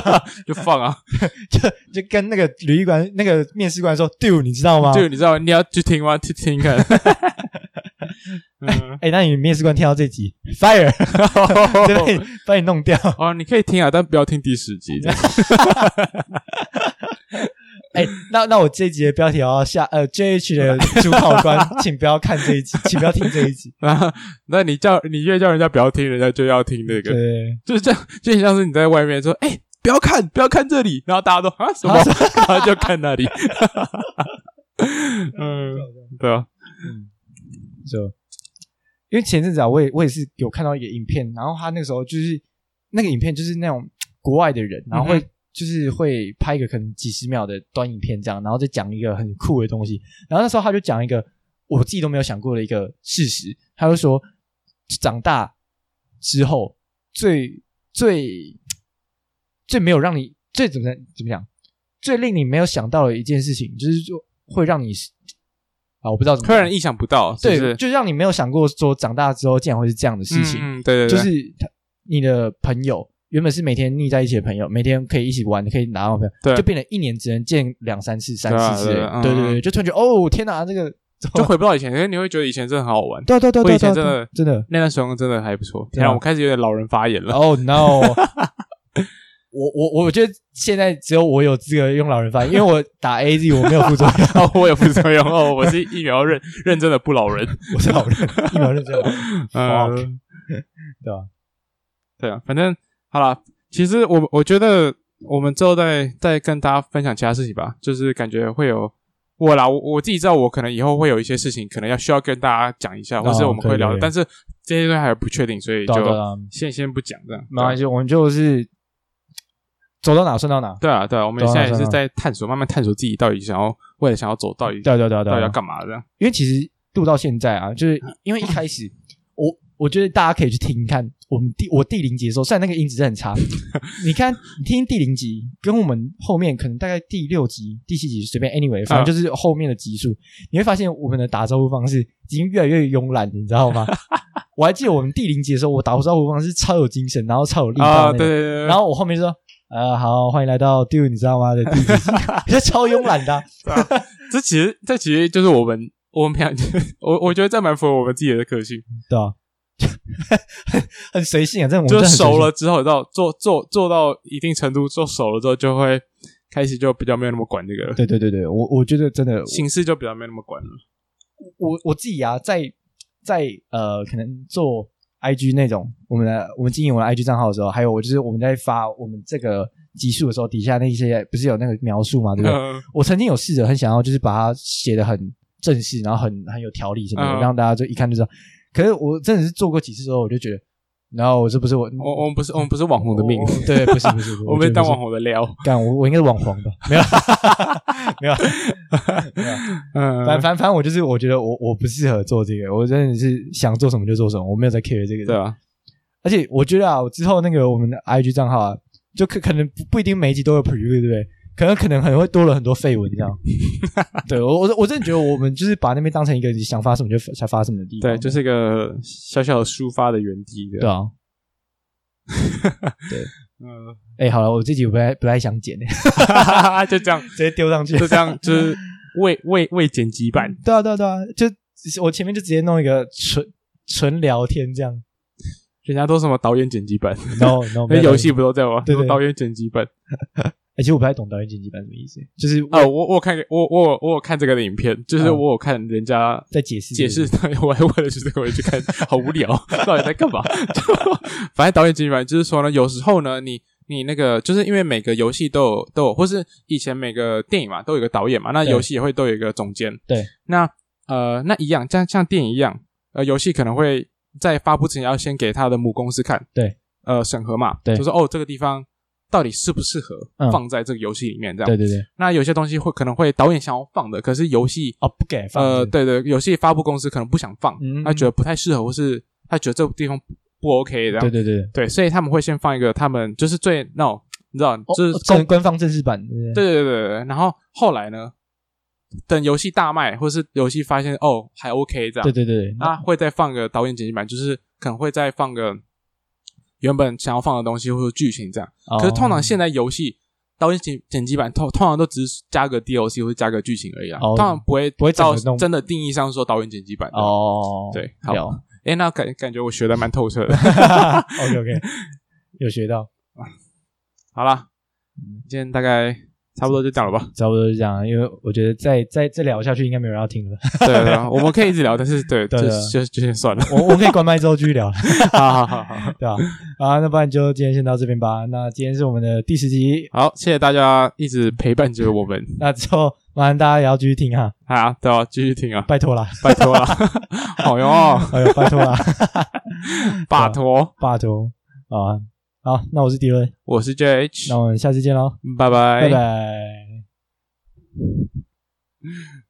S2: 就放啊，
S1: 就就跟那个旅馆那个面试官说 d 你知道吗？
S2: 就你知道你要去听吗？去听看。 嗯，
S1: 哎、那你面试官听到这集，fire，就被把你弄掉。
S2: 哦，你可以听啊，但不要听第十集。这样
S1: 哎、那那我这一集的标题要下，呃，JH 的主考官，请不要看这一集，请不要听这一 集。
S2: 然后，那你叫你越叫人家不要听，人家就要听那个。
S1: 对，
S2: 就是这样，就很像是你在外面说，哎、不要看，不要看这里，然后大家都啊什么
S1: 啊，
S2: 然后就看那里。嗯，对啊，
S1: 就因为前阵子啊，我也我也是有看到一个影片，然后他那个时候就是那个影片就是那种国外的人，然后会、
S2: 嗯
S1: 就是会拍一个可能几十秒的短影片这样，然后再讲一个很酷的东西。然后那时候他就讲一个我自己都没有想过的一个事实，他就说长大之后最最最没有让你最怎么怎么讲，最令你没有想到的一件事情，就是说会让你啊，我不知道怎么
S2: 突
S1: 讲
S2: 然意想不到，是不
S1: 对，
S2: 是
S1: 就让你没有想过说长大之后竟然会是这样的事情，
S2: 嗯，嗯对对
S1: 就
S2: 对，
S1: 是他你的朋友原本是每天腻在一起的朋友，每天可以一起玩，可以拿到朋友，
S2: 对
S1: 就变成一年只能见两三次、三
S2: 对啊
S1: 四次
S2: 对啊
S1: 而
S2: 嗯
S1: 已，对对
S2: 嗯
S1: 对，就突然觉得哦，天哪，这个
S2: 就回不到以前，因为你会觉得以前真的很好玩，
S1: 对啊对啊对啊
S2: 我
S1: 对
S2: 以
S1: 啊对
S2: 前
S1: 啊，
S2: 真的
S1: 真的
S2: 那段时光真的还不错。
S1: 对啊
S2: 天啊，我开始有点老人发言 了。
S1: 哦 no，我我我觉得现在只有我有资格用老人翻译，因为我打 A Z 我没有副作用，
S2: 我也不作用哦，我是疫苗认认真的不老人。
S1: 我是老人，疫苗认证，
S2: 嗯，
S1: Fuck 对吧？
S2: 对啊，反正好啦，其实我我觉得我们之后再再跟大家分享其他事情吧，就是感觉会有我啦，我我自己知道我可能以后会有一些事情，可能要需要跟大家讲一下，或是我们会聊
S1: 哦可
S2: 的，
S1: 以
S2: 但是这些东西还不确定，所以就
S1: 对啊对啊，
S2: 先先不讲这样。
S1: 没关系，我们就是走到哪算到哪，
S2: 对啊，对啊，我们
S1: 对啊
S2: 现在也
S1: 对
S2: 是
S1: 啊
S2: 在探索，慢慢探索自己到底想要为了想要走到底
S1: 对啊对啊对啊对
S2: 到
S1: 啊
S2: 底要干嘛这样。
S1: 因为其实录到现在啊，就是
S2: 嗯
S1: 因为一开始我我觉得大家可以去听看我们第我第零集的时候，虽然那个音质是很 差，你看你听第零集跟我们后面可能大概第六集、第七集随便，anyway，反
S2: 嗯
S1: 正就是后面的集数，你会发现我们的打招呼方式已经越来越慵懒，你知道 吗？我还记得我们第零集的时候，我打招呼方式超有精神，然后超有力道
S2: 啊，
S1: 的那
S2: 对
S1: 种。
S2: 对对对，
S1: 然后我后面就说。呃，好，欢迎来到 Do，你知道吗？的第 几集，就超慵懒的啊、
S2: 这其实这其实就是我们我们平常 我我觉得这蛮符合我们自己的个性。
S1: 对啊， 很随性啊，这种
S2: 就熟
S1: 了，
S2: 了之后，到做做做到一定程度，做熟了之后，就会开始就比较没有那么管这个了，
S1: 对对对对，我我觉得真的，
S2: 形式就比较没有那么管了。
S1: 我我自己啊，在在呃，可能做 IG 那种，我们的我们经营我们的 IG 账号的时候，还有我就是我们在发我们这个集数的时候，底下那些不是有那个描述嘛，对不对？
S2: 呃
S1: 我曾经有试着很想要，就是把它写的很正式，然后很很有条理什么的，
S2: 嗯
S1: 让大家就一看就知道。可是我真的是做过几次之后，我就觉得，然后我这不是我
S2: 我我们不是我们不是网红的命
S1: 我，我对，不是不是，不是
S2: 我们当网
S1: 红，
S2: 红的料。
S1: 干我我应该是网黄吧？没有，没有，没有。
S2: 嗯，
S1: 反反反正我就是我觉得我我不适合做这个，我真的是想做什么就做什么，我没有在 care 这个。
S2: 对，啊，
S1: 而且我觉得啊，我之后那个我们的 IG 账号啊，就可可能不不一定每一集都有 preview，对不对？可能可能很会多了很多废文 这样。对我我我真的觉得我们就是把那边当成一个你想发什么就才发什么的地方。
S2: 对，就是一个小小的抒发的园地的。
S1: 对 啊。
S2: 嗯，
S1: 哎、好了，我自己不太不太想剪，
S2: 就这样，
S1: 直接丢上去。
S2: 就这样，就是未未未剪辑版。
S1: 对啊对啊对啊，就我前面就直接弄一个纯纯聊天这样。
S2: 人家都什么导演剪辑版，
S1: No no，没
S2: 那
S1: 有
S2: 游戏不都在玩？
S1: 对对
S2: 什么导演剪辑版。
S1: 而且我不太懂导演剪辑版什么意思，就是
S2: 啊，我我有哦看我我有我有看这个的影片，就是
S1: 嗯
S2: 我有看人家
S1: 在解释
S2: 解释， 我还为了就是这个我也去看，好无聊， 到底在干嘛？就反正导演剪辑版就是说呢，有时候呢，你你那个就是因为每个游戏都有都有，或是以前每个电影嘛都有一个导演嘛，那
S1: 对
S2: 游戏也会都有一个总监。
S1: 对，
S2: 那呃那一样，像像电影一样，呃，游戏可能会在发布之前要先给他的母公司看，
S1: 对，
S2: 呃，审核嘛，
S1: 对
S2: 就说哦这个地方到底适不适合
S1: 嗯
S2: 放在这个游戏里面这样。
S1: 对对对，
S2: 那有些东西会可能会导演想要放的，可是游戏
S1: 哦，不给放
S2: 呃，
S1: 是不是，
S2: 对对，有些发布公司可能不想放
S1: 嗯，
S2: 他觉得不太适合，或是他觉得这地方不不 OK 这样。
S1: 对对哦对，
S2: 对，啊所以他们会先放一个他们就是最那种你知道，就是
S1: 哦正官方正式版，对不对
S2: 对对对对对。然后后来呢，等游戏大卖，或是游戏发现哦还 OK 这
S1: 对
S2: 样，
S1: 对对，
S2: 那会再放个导演剪辑版，就是可能会再放个原本想要放的东西或者剧情这样。
S1: 哦
S2: 可是通常现在游戏导演剪剪辑版通通常都只是加个 DLC 或者加个剧情而已啊，
S1: 哦
S2: 通常不会
S1: 不会整
S2: 到
S1: 个弄
S2: 真的定义上说导演剪辑版的。
S1: 哦，
S2: 对，好，
S1: 有
S2: 哎、那感感觉我学的蛮透 彻的。
S1: ，OK OK，有学到，
S2: 好啦，
S1: 嗯
S2: 今天大概差不多就这 样了吧？
S1: 差不多是这样，啊因为我觉得再再再聊下去，应该没有人要听了，
S2: 对对对，我们可以一直聊，但是 对，
S1: 对啊
S2: 就
S1: 对
S2: 就就先算了。
S1: 我我们可以关麦之后继续聊了，
S2: 好好好好，
S1: 对吧？啊，那不然就今天先到这边吧，那今天是我们的第十集，
S2: 好，谢谢大家一直陪伴着我们
S1: 那之后麻烦大家也要继续听哈，
S2: 啊，对啊，继续听啊，
S1: 拜托啦，
S2: 拜托 啦，好哟，
S1: 哎呦，拜托啦， 啊
S2: 拜托，
S1: 拜托啊，好，那我是迪伦，
S2: 我是 JH，
S1: 那我们下次见喽，
S2: 拜拜
S1: 拜拜。